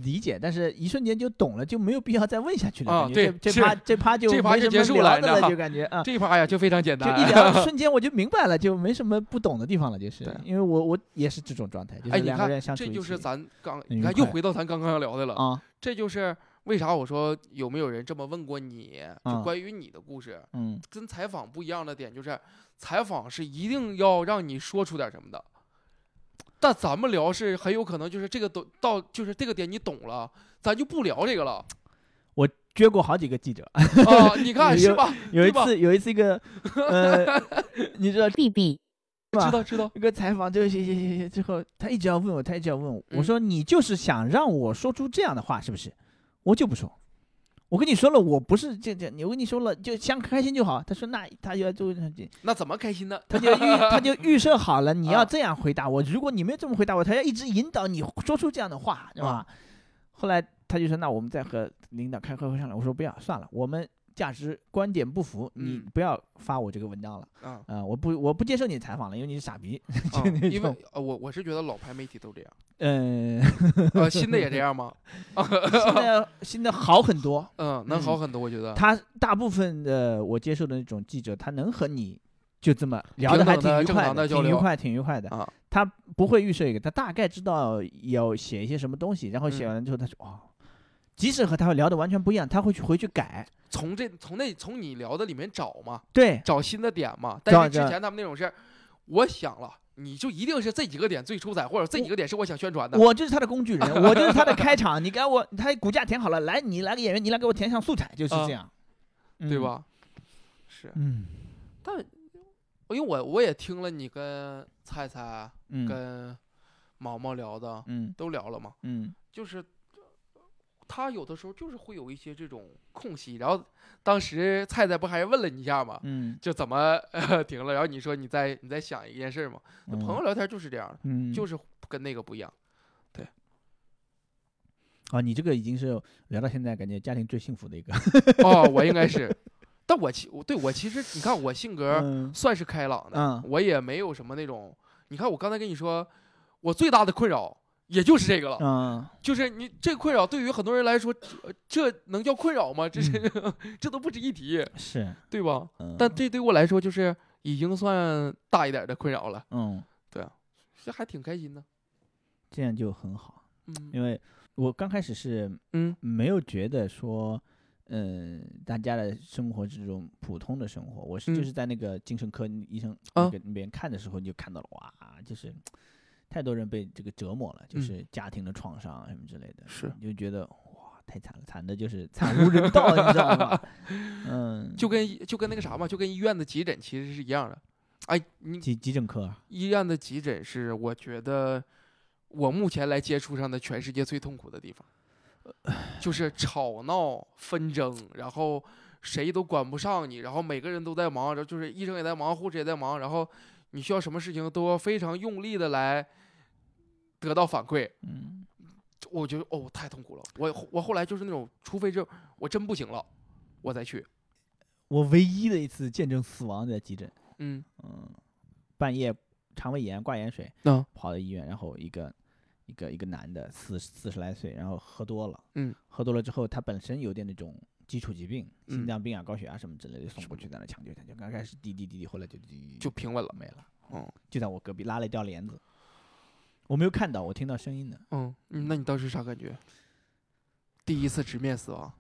S2: 理解，但是一瞬间就懂了，就没有必要再问下去了。
S1: 啊
S2: 感觉
S1: 对
S2: 这
S1: 是
S2: 这趴这趴就
S1: 这趴
S2: 没
S1: 就
S2: 什
S1: 结
S2: 么
S1: 束
S2: 聊
S1: 了
S2: 的
S1: 你知道
S2: 就感觉啊，
S1: 这一趴哎呀就非常简
S2: 就
S1: 单啊
S2: 一。 聊，瞬间我就明白了，就没什么不懂的地方了，就是
S1: 对
S2: 因为我我也是这种状态，就
S1: 哎，
S2: 是
S1: 你
S2: 两个人
S1: 看
S2: 相，处
S1: 这
S2: 一起，
S1: 就是咱刚，
S2: 很
S1: 你
S2: 愉
S1: 看又
S2: 快
S1: 回到咱刚刚要聊的了。
S2: 啊，
S1: 这就是为啥我说有没有人这么问过你，
S2: 嗯
S1: 就关于你的故事，
S2: 嗯，
S1: 跟采访不一样的点就是，采访是一定要让你说出点什么的，但咱们聊是 很有可能就是这个都到就是这个点你懂了，咱就不聊这个了。
S2: 撅过好几 个记者，
S1: 啊，你看
S2: 你
S1: 是
S2: 又
S1: 吧？
S2: 有
S1: 对
S2: 一
S1: 吧
S2: 次有一次 一个呃，你知道
S3: B B
S2: 吧
S1: 知道知道，
S2: 一个采访，就写写写写，最后他一直要问我，他一直要问我，
S1: 嗯
S2: 我说你就是想让我说出这样的话，是不是？我就不说，我跟你说了，我不是这这，我跟你说了，就想开心就好。他说那他就要做，
S1: 那怎么开心呢？
S2: 他就预他就预设好了，你
S1: 啊
S2: 要这样回答我，如果你没有这么回答我，他要一直引导你说出这样的话，是
S1: 啊
S2: 吧？后来他就说，那我们再和领导开会会商量。我说不要，算了，我们价值观点不符，你
S1: 嗯
S2: 不要发我这个文章了，
S1: 啊，
S2: 啊、我不我不接受你的采访了，因为你是傻逼。
S1: 啊
S2: 那
S1: 因
S2: 种
S1: 为呃我我是觉得老牌媒体都这 样，
S2: 嗯，
S1: 呃，新的也这样吗？
S2: 现在现在好很多。
S1: 嗯，能好很多，我觉得。
S2: 他大部分的我接受的那种记者，他能和你就这么聊
S1: 平
S2: 得还
S1: 等
S2: 挺
S1: 的
S2: 愉
S1: 正
S2: 快
S1: 常
S2: 的，
S1: 地交
S2: 挺愉
S1: 流
S2: 快，挺愉快的。
S1: 啊
S2: 他不会预设一个，他大概知道要写一些什么东西，然后写
S1: 嗯
S2: 完了之后，他说哦，即使和他聊的完全不一样，他会去回去改。
S1: 从这从那从你聊的里面找嘛，
S2: 对
S1: 找新的点嘛。
S2: 找
S1: 但是之
S2: 找
S1: 前他们那种事儿，我想了，你就一定是这几个点最出彩，或者这几个点是我想宣传的。
S2: 我就是他的工具人，我就是他的开场。你给我，他骨架填好了，来，你来个演员，你来给我填上素材，就是
S1: 啊
S2: 这样，
S1: 对
S2: 嗯？
S1: 吧？是，
S2: 嗯
S1: 因为我我也听了你跟菜菜、
S2: 嗯
S1: 跟毛毛聊的，
S2: 嗯
S1: 都聊了嘛，
S2: 嗯
S1: 就是他有的时候就是会有一些这种空隙，然后当时菜菜不还问了你一下嘛，
S2: 嗯，
S1: 就怎么、 呃、停了，然后你说你再你再想一件事嘛，那朋友聊天就是这样的，
S2: 嗯
S1: 就是跟那个不一样，
S2: 啊，你这个已经是聊到现在，感觉家庭最幸福的一个。
S1: 哦，我 应该是，但我其我对我其实你看我性格
S2: 嗯
S1: 算是开朗的，
S2: 嗯
S1: 我也没有什么那种，你看我刚才跟你说，我最大的困扰也就是这个了，
S2: 嗯，
S1: 就是你这困扰对于很多人来说，呃这这能叫困扰吗？这是、 这都不值一提，
S2: 是，
S1: 对吧？
S2: 嗯
S1: 但这对我来说就是已经算大一点的困扰了，
S2: 嗯，
S1: 这还挺开心的。
S2: 这样就很好，
S1: 嗯
S2: 因为我刚开始是
S1: 嗯
S2: 没有觉得说，嗯、大家的生活是这种普通的生活，我是就
S1: 嗯
S2: 是在那个精神科医生
S1: 啊
S2: 那个那边看的时候，你就看到了，哇，就是太多人被这个折磨了，就
S1: 嗯
S2: 是家庭的创伤啊什么之类的，
S1: 是
S2: 你就觉得哇，太惨了，惨的就是 惨无人道，啊你知道吗？嗯，
S1: 就跟就跟那个啥嘛，就跟医院的急诊其实是一样的。哎，你
S2: 急急诊科啊，
S1: 医院的急诊是我觉得我目前来接触上的全世界最痛苦的地方，呃就是吵闹、纷争，然后谁都管不上你，然后每个人都在忙，然后就是医生也在忙，护士也在忙，然后你需要什么事情都要非常用力的来得到反馈。
S2: 嗯
S1: 我觉得哦太痛苦了，我我后来就是那种，除非是我真不行了，我再去。
S2: 我唯一的一次见证死亡在急诊，
S1: 嗯
S2: 嗯，半夜肠胃炎挂盐水，
S1: 嗯
S2: 跑到医院，然后一个一个一个男的四四十来岁，然后喝多了，
S1: 嗯，
S2: 喝多了之后他本身有点那种基础疾病，心
S1: 嗯
S2: 脏病啊、高血压什么之类的，送
S1: 是
S2: 过去在那抢救抢救，刚开始滴滴滴滴，后来就滴
S1: 就平稳了。
S2: 没了，
S1: 嗯
S2: 就在我隔壁拉了一条帘子，我没有看到，我听到声音的，
S1: 嗯，嗯那你当时啥感觉？第一次直面死亡，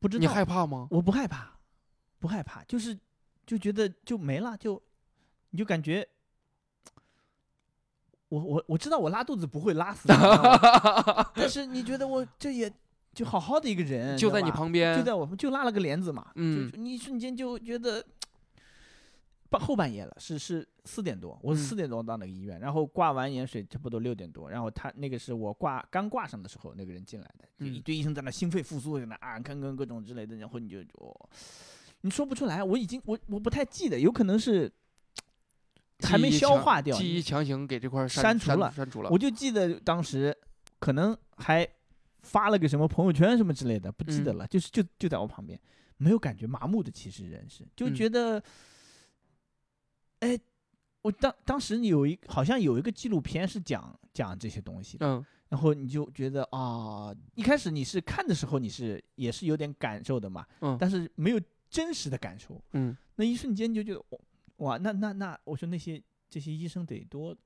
S2: 不知
S1: 你
S2: 道
S1: 害怕吗？
S2: 我不害怕，不害怕，就是就觉得就没了，就你就感觉。我我我知道我拉肚子不会拉死你，你知道吗 但是你觉得我这也就好好的一个 人，
S1: 就
S2: 知道
S1: 在你
S2: 吧，
S1: 旁边，
S2: 就在我们就拉了个帘子嘛，
S1: 嗯
S2: 就就你一瞬间就觉得半后半夜了，是是四点多，我
S1: 嗯
S2: 是四点多到那个医院，然后挂完盐水差不多六点多，然后他那个是我挂刚挂上的时候，那个人进来的，就一
S1: 嗯
S2: 堆医生在那心肺复苏，在那啊看看各种之类的，然后你就哦，你说不出来，我已经我我不太记得，有可能是还
S1: 记
S2: 没
S1: 忆
S2: 消
S1: 强
S2: 化掉，
S1: 记忆强行给这块儿删
S2: 删除了
S1: 删除了
S2: 我。就记得当时可能还发了个什么朋友圈什么之类的，不记得
S1: 嗯
S2: 了，就是就就在我旁边，没有感觉，麻木的其实人是就
S1: 嗯
S2: 觉得，哎、我当当时有一好像有一个纪录片是讲讲这些东西的，
S1: 嗯
S2: 然后你就觉得啊，一开始你是看的时候你是也是有点感受的嘛，
S1: 嗯
S2: 但是没有真实的感受，
S1: 嗯，
S2: 那一瞬间就觉得哇哇，那那那，我说那些这些医生得多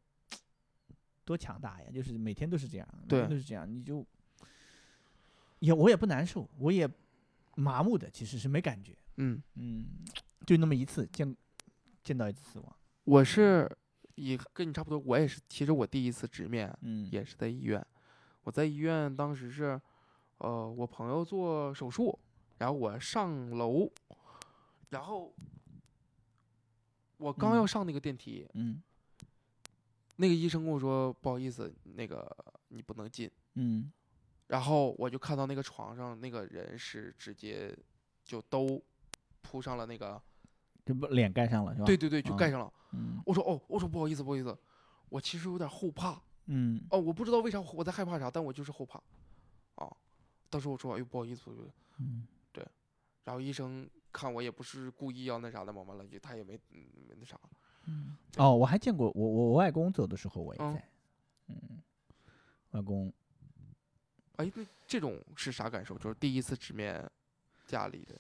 S2: 多强大呀，就是每天都是这样，每天
S1: 对
S2: 都是这样，你就也我也不难受，我也麻木的，其实是没感觉，
S1: 嗯，
S2: 嗯，就那么一次见见到一次死亡，
S1: 我是也跟你差不多，我也是。其实我第一次直面
S2: 嗯，
S1: 也是在医院，我在医院当时是，呃，我朋友做手术，然后我上楼，然后我刚要
S2: 嗯
S1: 上那个电梯，
S2: 嗯
S1: 那个医生跟我说不好意思，那个你不能进。
S2: 嗯
S1: 然后我就看到那个床上那个人是直接就都铺上了那个，
S2: 这不脸盖上了是吧？
S1: 对，对对，就
S2: 啊
S1: 盖上了。
S2: 嗯
S1: 我说哦，我说不好意思，不好意思，我其实有点后怕
S2: 嗯
S1: 哦，我不知道为啥我在害怕啥，但我就是后怕啊。当时我说哎呦不好意思，不好意思
S2: 嗯
S1: 然后医生看我也不是故意要那啥的，嘛完了就他也没嗯没那啥，
S2: 嗯。哦，我还见过我我我外公走的时候我也
S1: 嗯
S2: 在，嗯，外公
S1: 哎，那这种是啥感受？就是第一次直面家里的，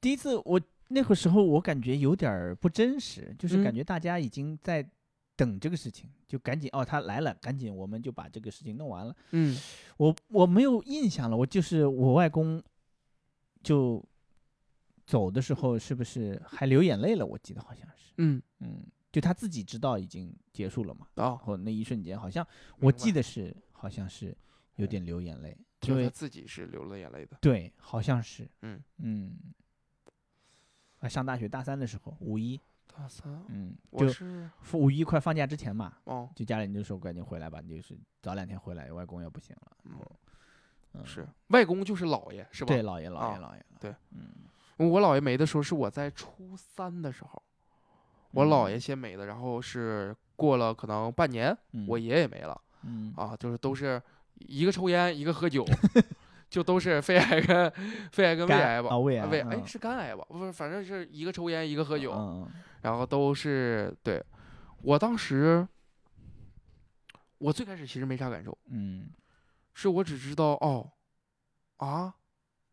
S2: 第一次我那个时候我感觉有点儿不真实，就是感
S1: 嗯
S2: 觉大家已经在等这个事情，就赶紧哦他来了，赶紧我们就把这个事情弄完了。
S1: 嗯
S2: 我我没有印象了，我就是我外公就走的时候，是不是还流眼泪了？我记得好像是，
S1: 嗯
S2: 嗯，就他自己知道已经结束了嘛，
S1: 啊
S2: 然，后那一瞬间好像我记
S1: 得
S2: 得是好像是有点流眼泪，
S1: 就是他
S2: 对
S1: 自己是流了眼泪的，
S2: 对，好像是，
S1: 嗯
S2: 嗯，啊，上大学大三的时候，五一，
S1: 大三，
S2: 嗯，
S1: 我
S2: 就是放五一快放假之前嘛，
S1: 哦，
S2: 就家里人就说赶紧回来吧，你就是早两天回来，外公要不行了，然后嗯，
S1: 是外公就是姥爷是吧？
S2: 对，姥爷，姥
S1: 啊
S2: 爷，姥爷，
S1: 对，
S2: 嗯，
S1: 我姥爷没的时候是我在初三的时候，我姥
S2: 嗯
S1: 爷先没的，然后是过了可能半年，我
S2: 嗯
S1: 爷爷没了
S2: 嗯
S1: 啊，就是都是一个抽烟，一个 喝酒，就都是肺癌跟肺癌跟胃
S2: 肝
S1: 癌吧
S2: 啊，胃
S1: 啊
S2: 癌
S1: 胃哎
S2: 嗯
S1: 是肝癌吧？不是，反正是一个抽烟，一个喝酒，
S2: 嗯
S1: 然后都是对我当时，我最开始其实没啥感受，
S2: 嗯
S1: 是我只知道哦，啊，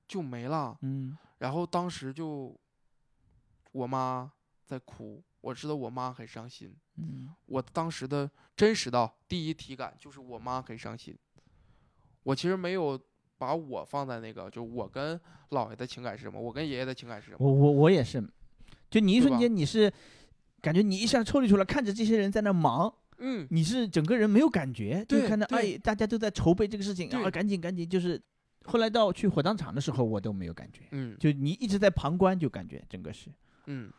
S1: 就没了。
S2: 嗯
S1: 然后当时就我妈在哭，我知道我妈很伤心。
S2: 嗯
S1: 我当时的真实的第一体感就是我妈很伤心。我其实没有把我放在那个，就我跟姥爷的情感是什么，我跟爷爷的情感是什么。
S2: 我我我也是，就你一
S1: 对
S2: 瞬
S1: 吧
S2: 间你是感觉你一下抽离出来，看着这些人在那忙，
S1: 嗯，
S2: 你是整个人没有感觉，就
S1: 对
S2: 看到
S1: 对
S2: 哎大家都在筹备这个事情，啊
S1: 对
S2: 赶紧赶紧，就是后来到去火葬场的时候我都没有感觉，
S1: 嗯
S2: 就你一直在旁观，就感觉整个是
S1: 嗯，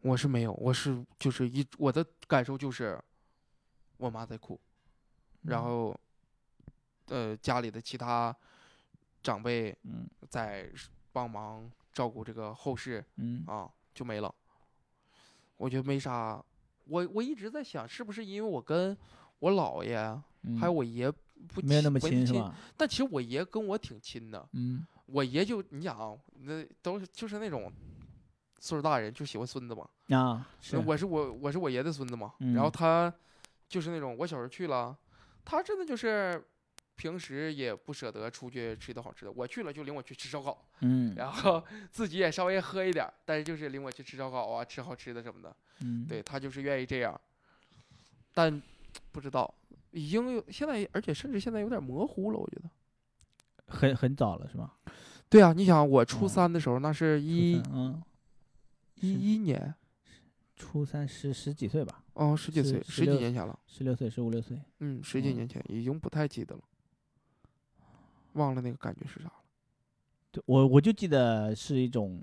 S1: 我是没有，我是就是一我的感受就是我妈在哭，
S2: 嗯
S1: 然后呃家里的其他长辈
S2: 嗯
S1: 在是帮忙照顾这个后事
S2: 嗯
S1: 啊，就没了。我觉得没啥，我我一直在想，是不是因为我跟我姥爷
S2: 嗯，
S1: 还有我爷不
S2: 没有那么
S1: 不
S2: 亲是吧？
S1: 但其实我爷跟我挺亲的，
S2: 嗯
S1: 我爷就你想啊，那都是就是那种岁数大人就喜欢孙子嘛。
S2: 啊是
S1: 我是我我是我爷的孙子嘛，然后
S2: 嗯
S1: 他就是那种我小时候去了，他真的就是平时也不舍得出去吃顿好吃的，我去了就领我去吃烧烤。
S2: 嗯
S1: 然后 自己也稍微喝一点儿，但是就是领我去吃烧烤啊，吃好吃的什么的。
S2: 嗯
S1: 对他就是愿意这样，但不知道已经有现在，而且甚至现在有点模糊了，我觉得。
S2: 很很早了是吧？
S1: 对啊，你想我初
S2: 哦
S1: 三的时候，那是
S2: 初
S1: 一
S2: 三嗯
S1: 一一年，
S2: 初三十十几岁吧，
S1: 哦，十几
S2: 是
S1: 岁，十
S2: 十
S1: 几
S2: 六
S1: 年前了，
S2: 十六岁十五六岁，
S1: 嗯，十几
S2: 嗯
S1: 年前，已经不太记得了，忘了那个感觉是啥了。
S2: 对我我就记得是一种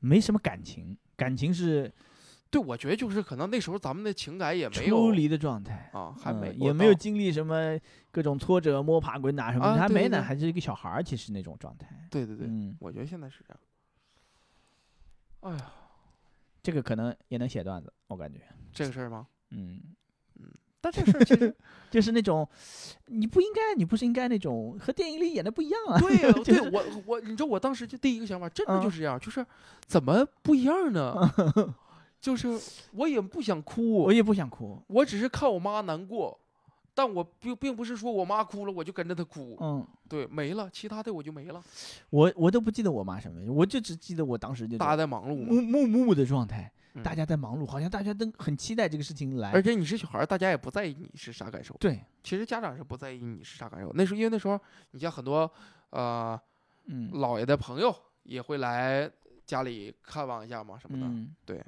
S2: 没什么感情，感情是
S1: 对，我觉得就是可能那时候咱们的情感也没有
S2: 抽离的状态，
S1: 啊，还
S2: 嗯
S1: 没
S2: 也
S1: 过
S2: 没有
S1: 到
S2: 经历什么各种挫折、摸爬滚打什么的，
S1: 啊
S2: 还
S1: 对
S2: 没
S1: 对
S2: 呢，
S1: 对
S2: 还是一个小孩儿，其实那种状态。
S1: 对对对，
S2: 嗯，
S1: 我觉得现在是这样。哎呀，
S2: 这个可能也能写段子，我感觉，
S1: 这个事儿吗？
S2: 嗯，
S1: 但这事儿其 实
S2: 就是那种你不应该，你不是应该那种和电影里演的不一样啊。
S1: 对呀、
S2: 就
S1: 对我我，你知道我当时就第一个想法，真的
S2: 嗯
S1: 就是这样，就是怎么不一样呢？ 就是我也不想哭
S2: 我，也不想哭，
S1: 我只是看我妈难过，但我并并不是说我妈哭了我就跟着她哭，
S2: 嗯，
S1: 对，没了，其他的我就没了，
S2: 我我都不记得我妈什么，我就只记得我当时就
S1: 大家在忙碌嘛。
S2: 木木木木的状态，
S1: 嗯
S2: 大家在忙碌，好像大家都很期待这个事情来
S1: 而。且你是小孩儿，大家也不在意你是啥感受。
S2: 对，
S1: 其实家长是不在意你是啥感受。那时候，因为那时候你像很多呃
S2: 嗯
S1: 姥爷的朋友也会来家里看望一下嘛什么的。
S2: 嗯，
S1: 对。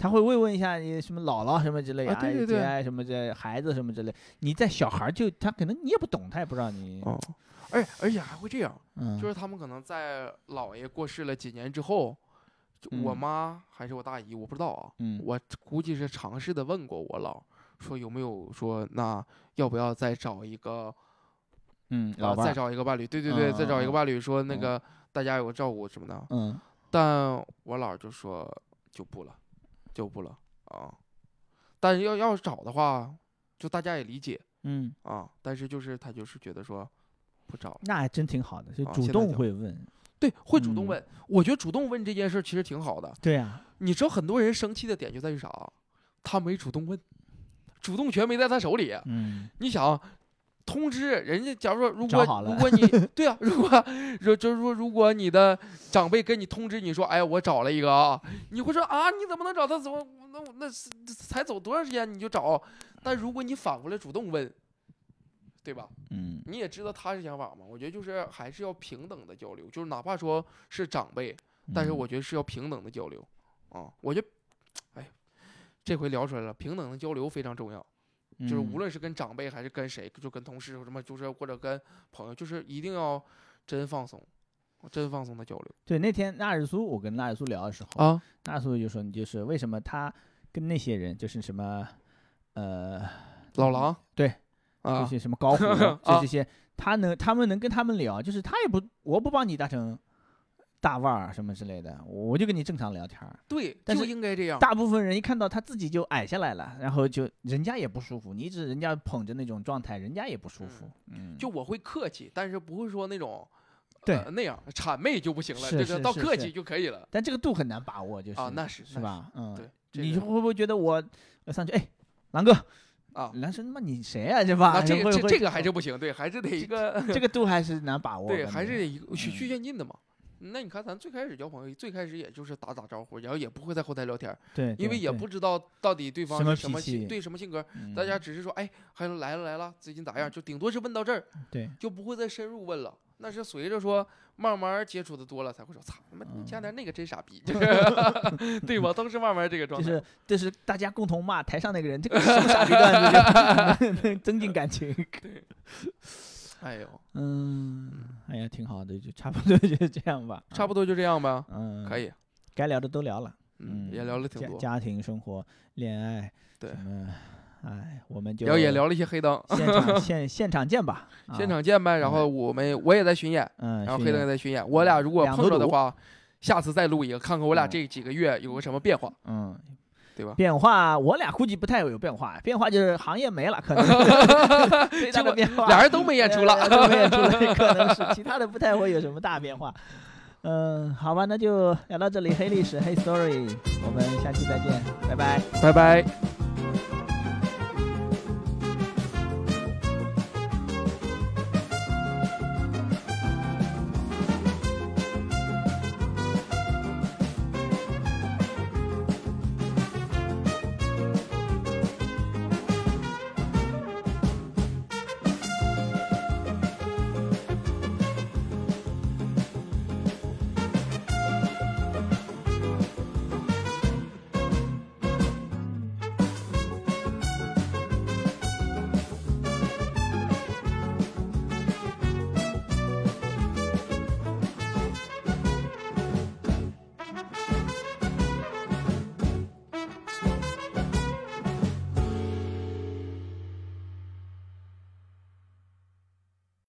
S2: 他会慰问一下你什么姥姥什么之类
S1: 啊对对对
S2: 节哀什么之类，孩子什么之类。你在小孩儿就他可能你也不懂，他也不知道你，
S1: 哦，而而且还会这样，
S2: 嗯，
S1: 就是他们可能在姥爷过世了几年之后，就我
S2: 嗯
S1: 妈还是我大姨，我不知道啊，
S2: 嗯
S1: 我估计是尝试的问过我姥，说有没有说那要不要再找一个，
S2: 嗯，
S1: 啊
S2: 老伴
S1: 再
S2: 儿，
S1: 找一个伴侣，对对对，再找一
S2: 嗯嗯
S1: 个
S2: 嗯
S1: 伴侣，说那
S2: 嗯
S1: 个大家有个照顾什么的，
S2: 嗯，
S1: 但我姥就说就不了，就不了啊，但是要要是找的话，就大家也理解
S2: 嗯，
S1: 啊，但是就是他就是觉得说不找了。
S2: 那还真挺好的，就
S1: 啊
S2: 主
S1: 现在
S2: 动
S1: 就
S2: 会问。
S1: 对，会主动
S2: 嗯
S1: 问。我觉得主动问这件事儿其实挺好的。
S2: 对啊呀，
S1: 你知道很多人生气的点就在于啥？啊他没主动问，主动权没在他手里。
S2: 嗯，
S1: 你想，通知人家，假如说如
S2: 找
S1: 果
S2: 好了
S1: 如果你对啊，如果如就是说如果你的长辈跟你通知你说，哎，我找了一个啊，你会说啊，你怎么能找他？怎么那那是才走多长时间你就找？但如果你反过来主动问，对吧？
S2: 嗯，
S1: 你也知道他是想法嘛，我觉得就是还是要平等的交流，就是哪怕说是长辈，但是
S2: 嗯
S1: 我觉得是要平等的交流啊。我觉得，哎，这回聊出来了，平等的交流非常重要，就是
S2: 嗯
S1: 无论是跟长辈还是跟谁，就跟同事什么，就是或者跟朋友，就是一定要真放松，真放松的交流
S2: 对那天纳日苏，我跟纳日苏聊的时候，
S1: 啊。
S2: 纳日苏就说，你就是为什么他跟那些人就是什么，呃，
S1: 老狼
S2: 对这
S1: 啊，
S2: 些什么高虎
S1: 啊，
S2: 就这些，他能他们能跟他们聊，就是他也不，我不把你当成大腕儿啊什么之类的，我就跟你正常聊天儿。
S1: 对，
S2: 但
S1: 就是应该这样。
S2: 大部分人一看到他自己就矮下来了，然后就人家也不舒服，你一直人家捧着那种状态，人家也不舒服。嗯，
S1: 就我会客气，但是不会说那种。
S2: 对
S1: 呃那样谄媚就不行了，
S2: 是
S1: 这
S2: 是
S1: 个到
S2: 是
S1: 客
S2: 是
S1: 气就可以了。
S2: 但这个度很难把握，就是
S1: 啊那是那
S2: 是吧？嗯，
S1: 对，这
S2: 你
S1: 个
S2: 会不会觉得我我上去哎，狼哥，
S1: 啊，
S2: 狼神他妈你谁啊？这吧？
S1: 那这个
S2: 会
S1: 这
S2: 会
S1: 这个还是不行，对，还是得一个，
S2: 这个度还是难把握的那
S1: 对，
S2: 个，
S1: 还是得一个循
S2: 嗯
S1: 序渐进的嘛。那你看，咱最开始交朋友，最开始也就是打打招呼，然后也不会在后台聊天儿，
S2: 对，
S1: 因为
S2: 哎对
S1: 也不，知道到底对方
S2: 什么
S1: 是什么
S2: 脾气
S1: 性，对什么性格，
S2: 对
S1: 大家
S2: 嗯
S1: 只是说，哎，还有来了来了，最近咋样？就顶多是问到这儿，
S2: 嗯对
S1: 就不会再深入问了。那是随着说慢慢接触的多了，才会说，操，他妈
S2: 嗯
S1: 前两天那个真傻 逼，就是对吧？都是慢慢这个状
S2: 就
S1: 态
S2: 是。就是大家共同骂台上那个人，这个什么傻逼段子，就 增进感情。
S1: 哎
S2: 啊
S1: 呦，
S2: 嗯，哎呀，挺好的，就差不多就是这样吧。
S1: 差
S2: 不，
S1: 不多就这样吧，
S2: 嗯，
S1: 可，以，
S2: 该聊的都聊了，
S1: 嗯，也聊了挺
S2: 家
S1: 多，
S2: 家庭生活、恋爱，
S1: 对
S2: 什么，哎，我们就
S1: 聊也聊了一些黑灯，
S2: 现场现现场见吧，啊
S1: 现，场见呗。然
S2: 嗯
S1: 后我们我也在巡演，
S2: 嗯，
S1: 然后黑
S2: 巡
S1: 灯也
S2: 演
S1: 在巡演。我俩如果
S2: 两
S1: 碰
S2: 头
S1: 着的
S2: 堵
S1: 话，下次再录一个，看看我俩
S2: 嗯
S1: 这几个月有个什么变化，
S2: 嗯，
S1: 对吧？
S2: 变化，我俩估计不太有变化，变化就是行业没 了，可能最大的变化，
S1: 俩人都没演出了，
S2: 呃都没演出了，可能是其他的不太会有什么大变 化。嗯，好吧，那就聊到这里，黑历史，黑 story，我们下期再见，拜拜。
S1: 拜拜。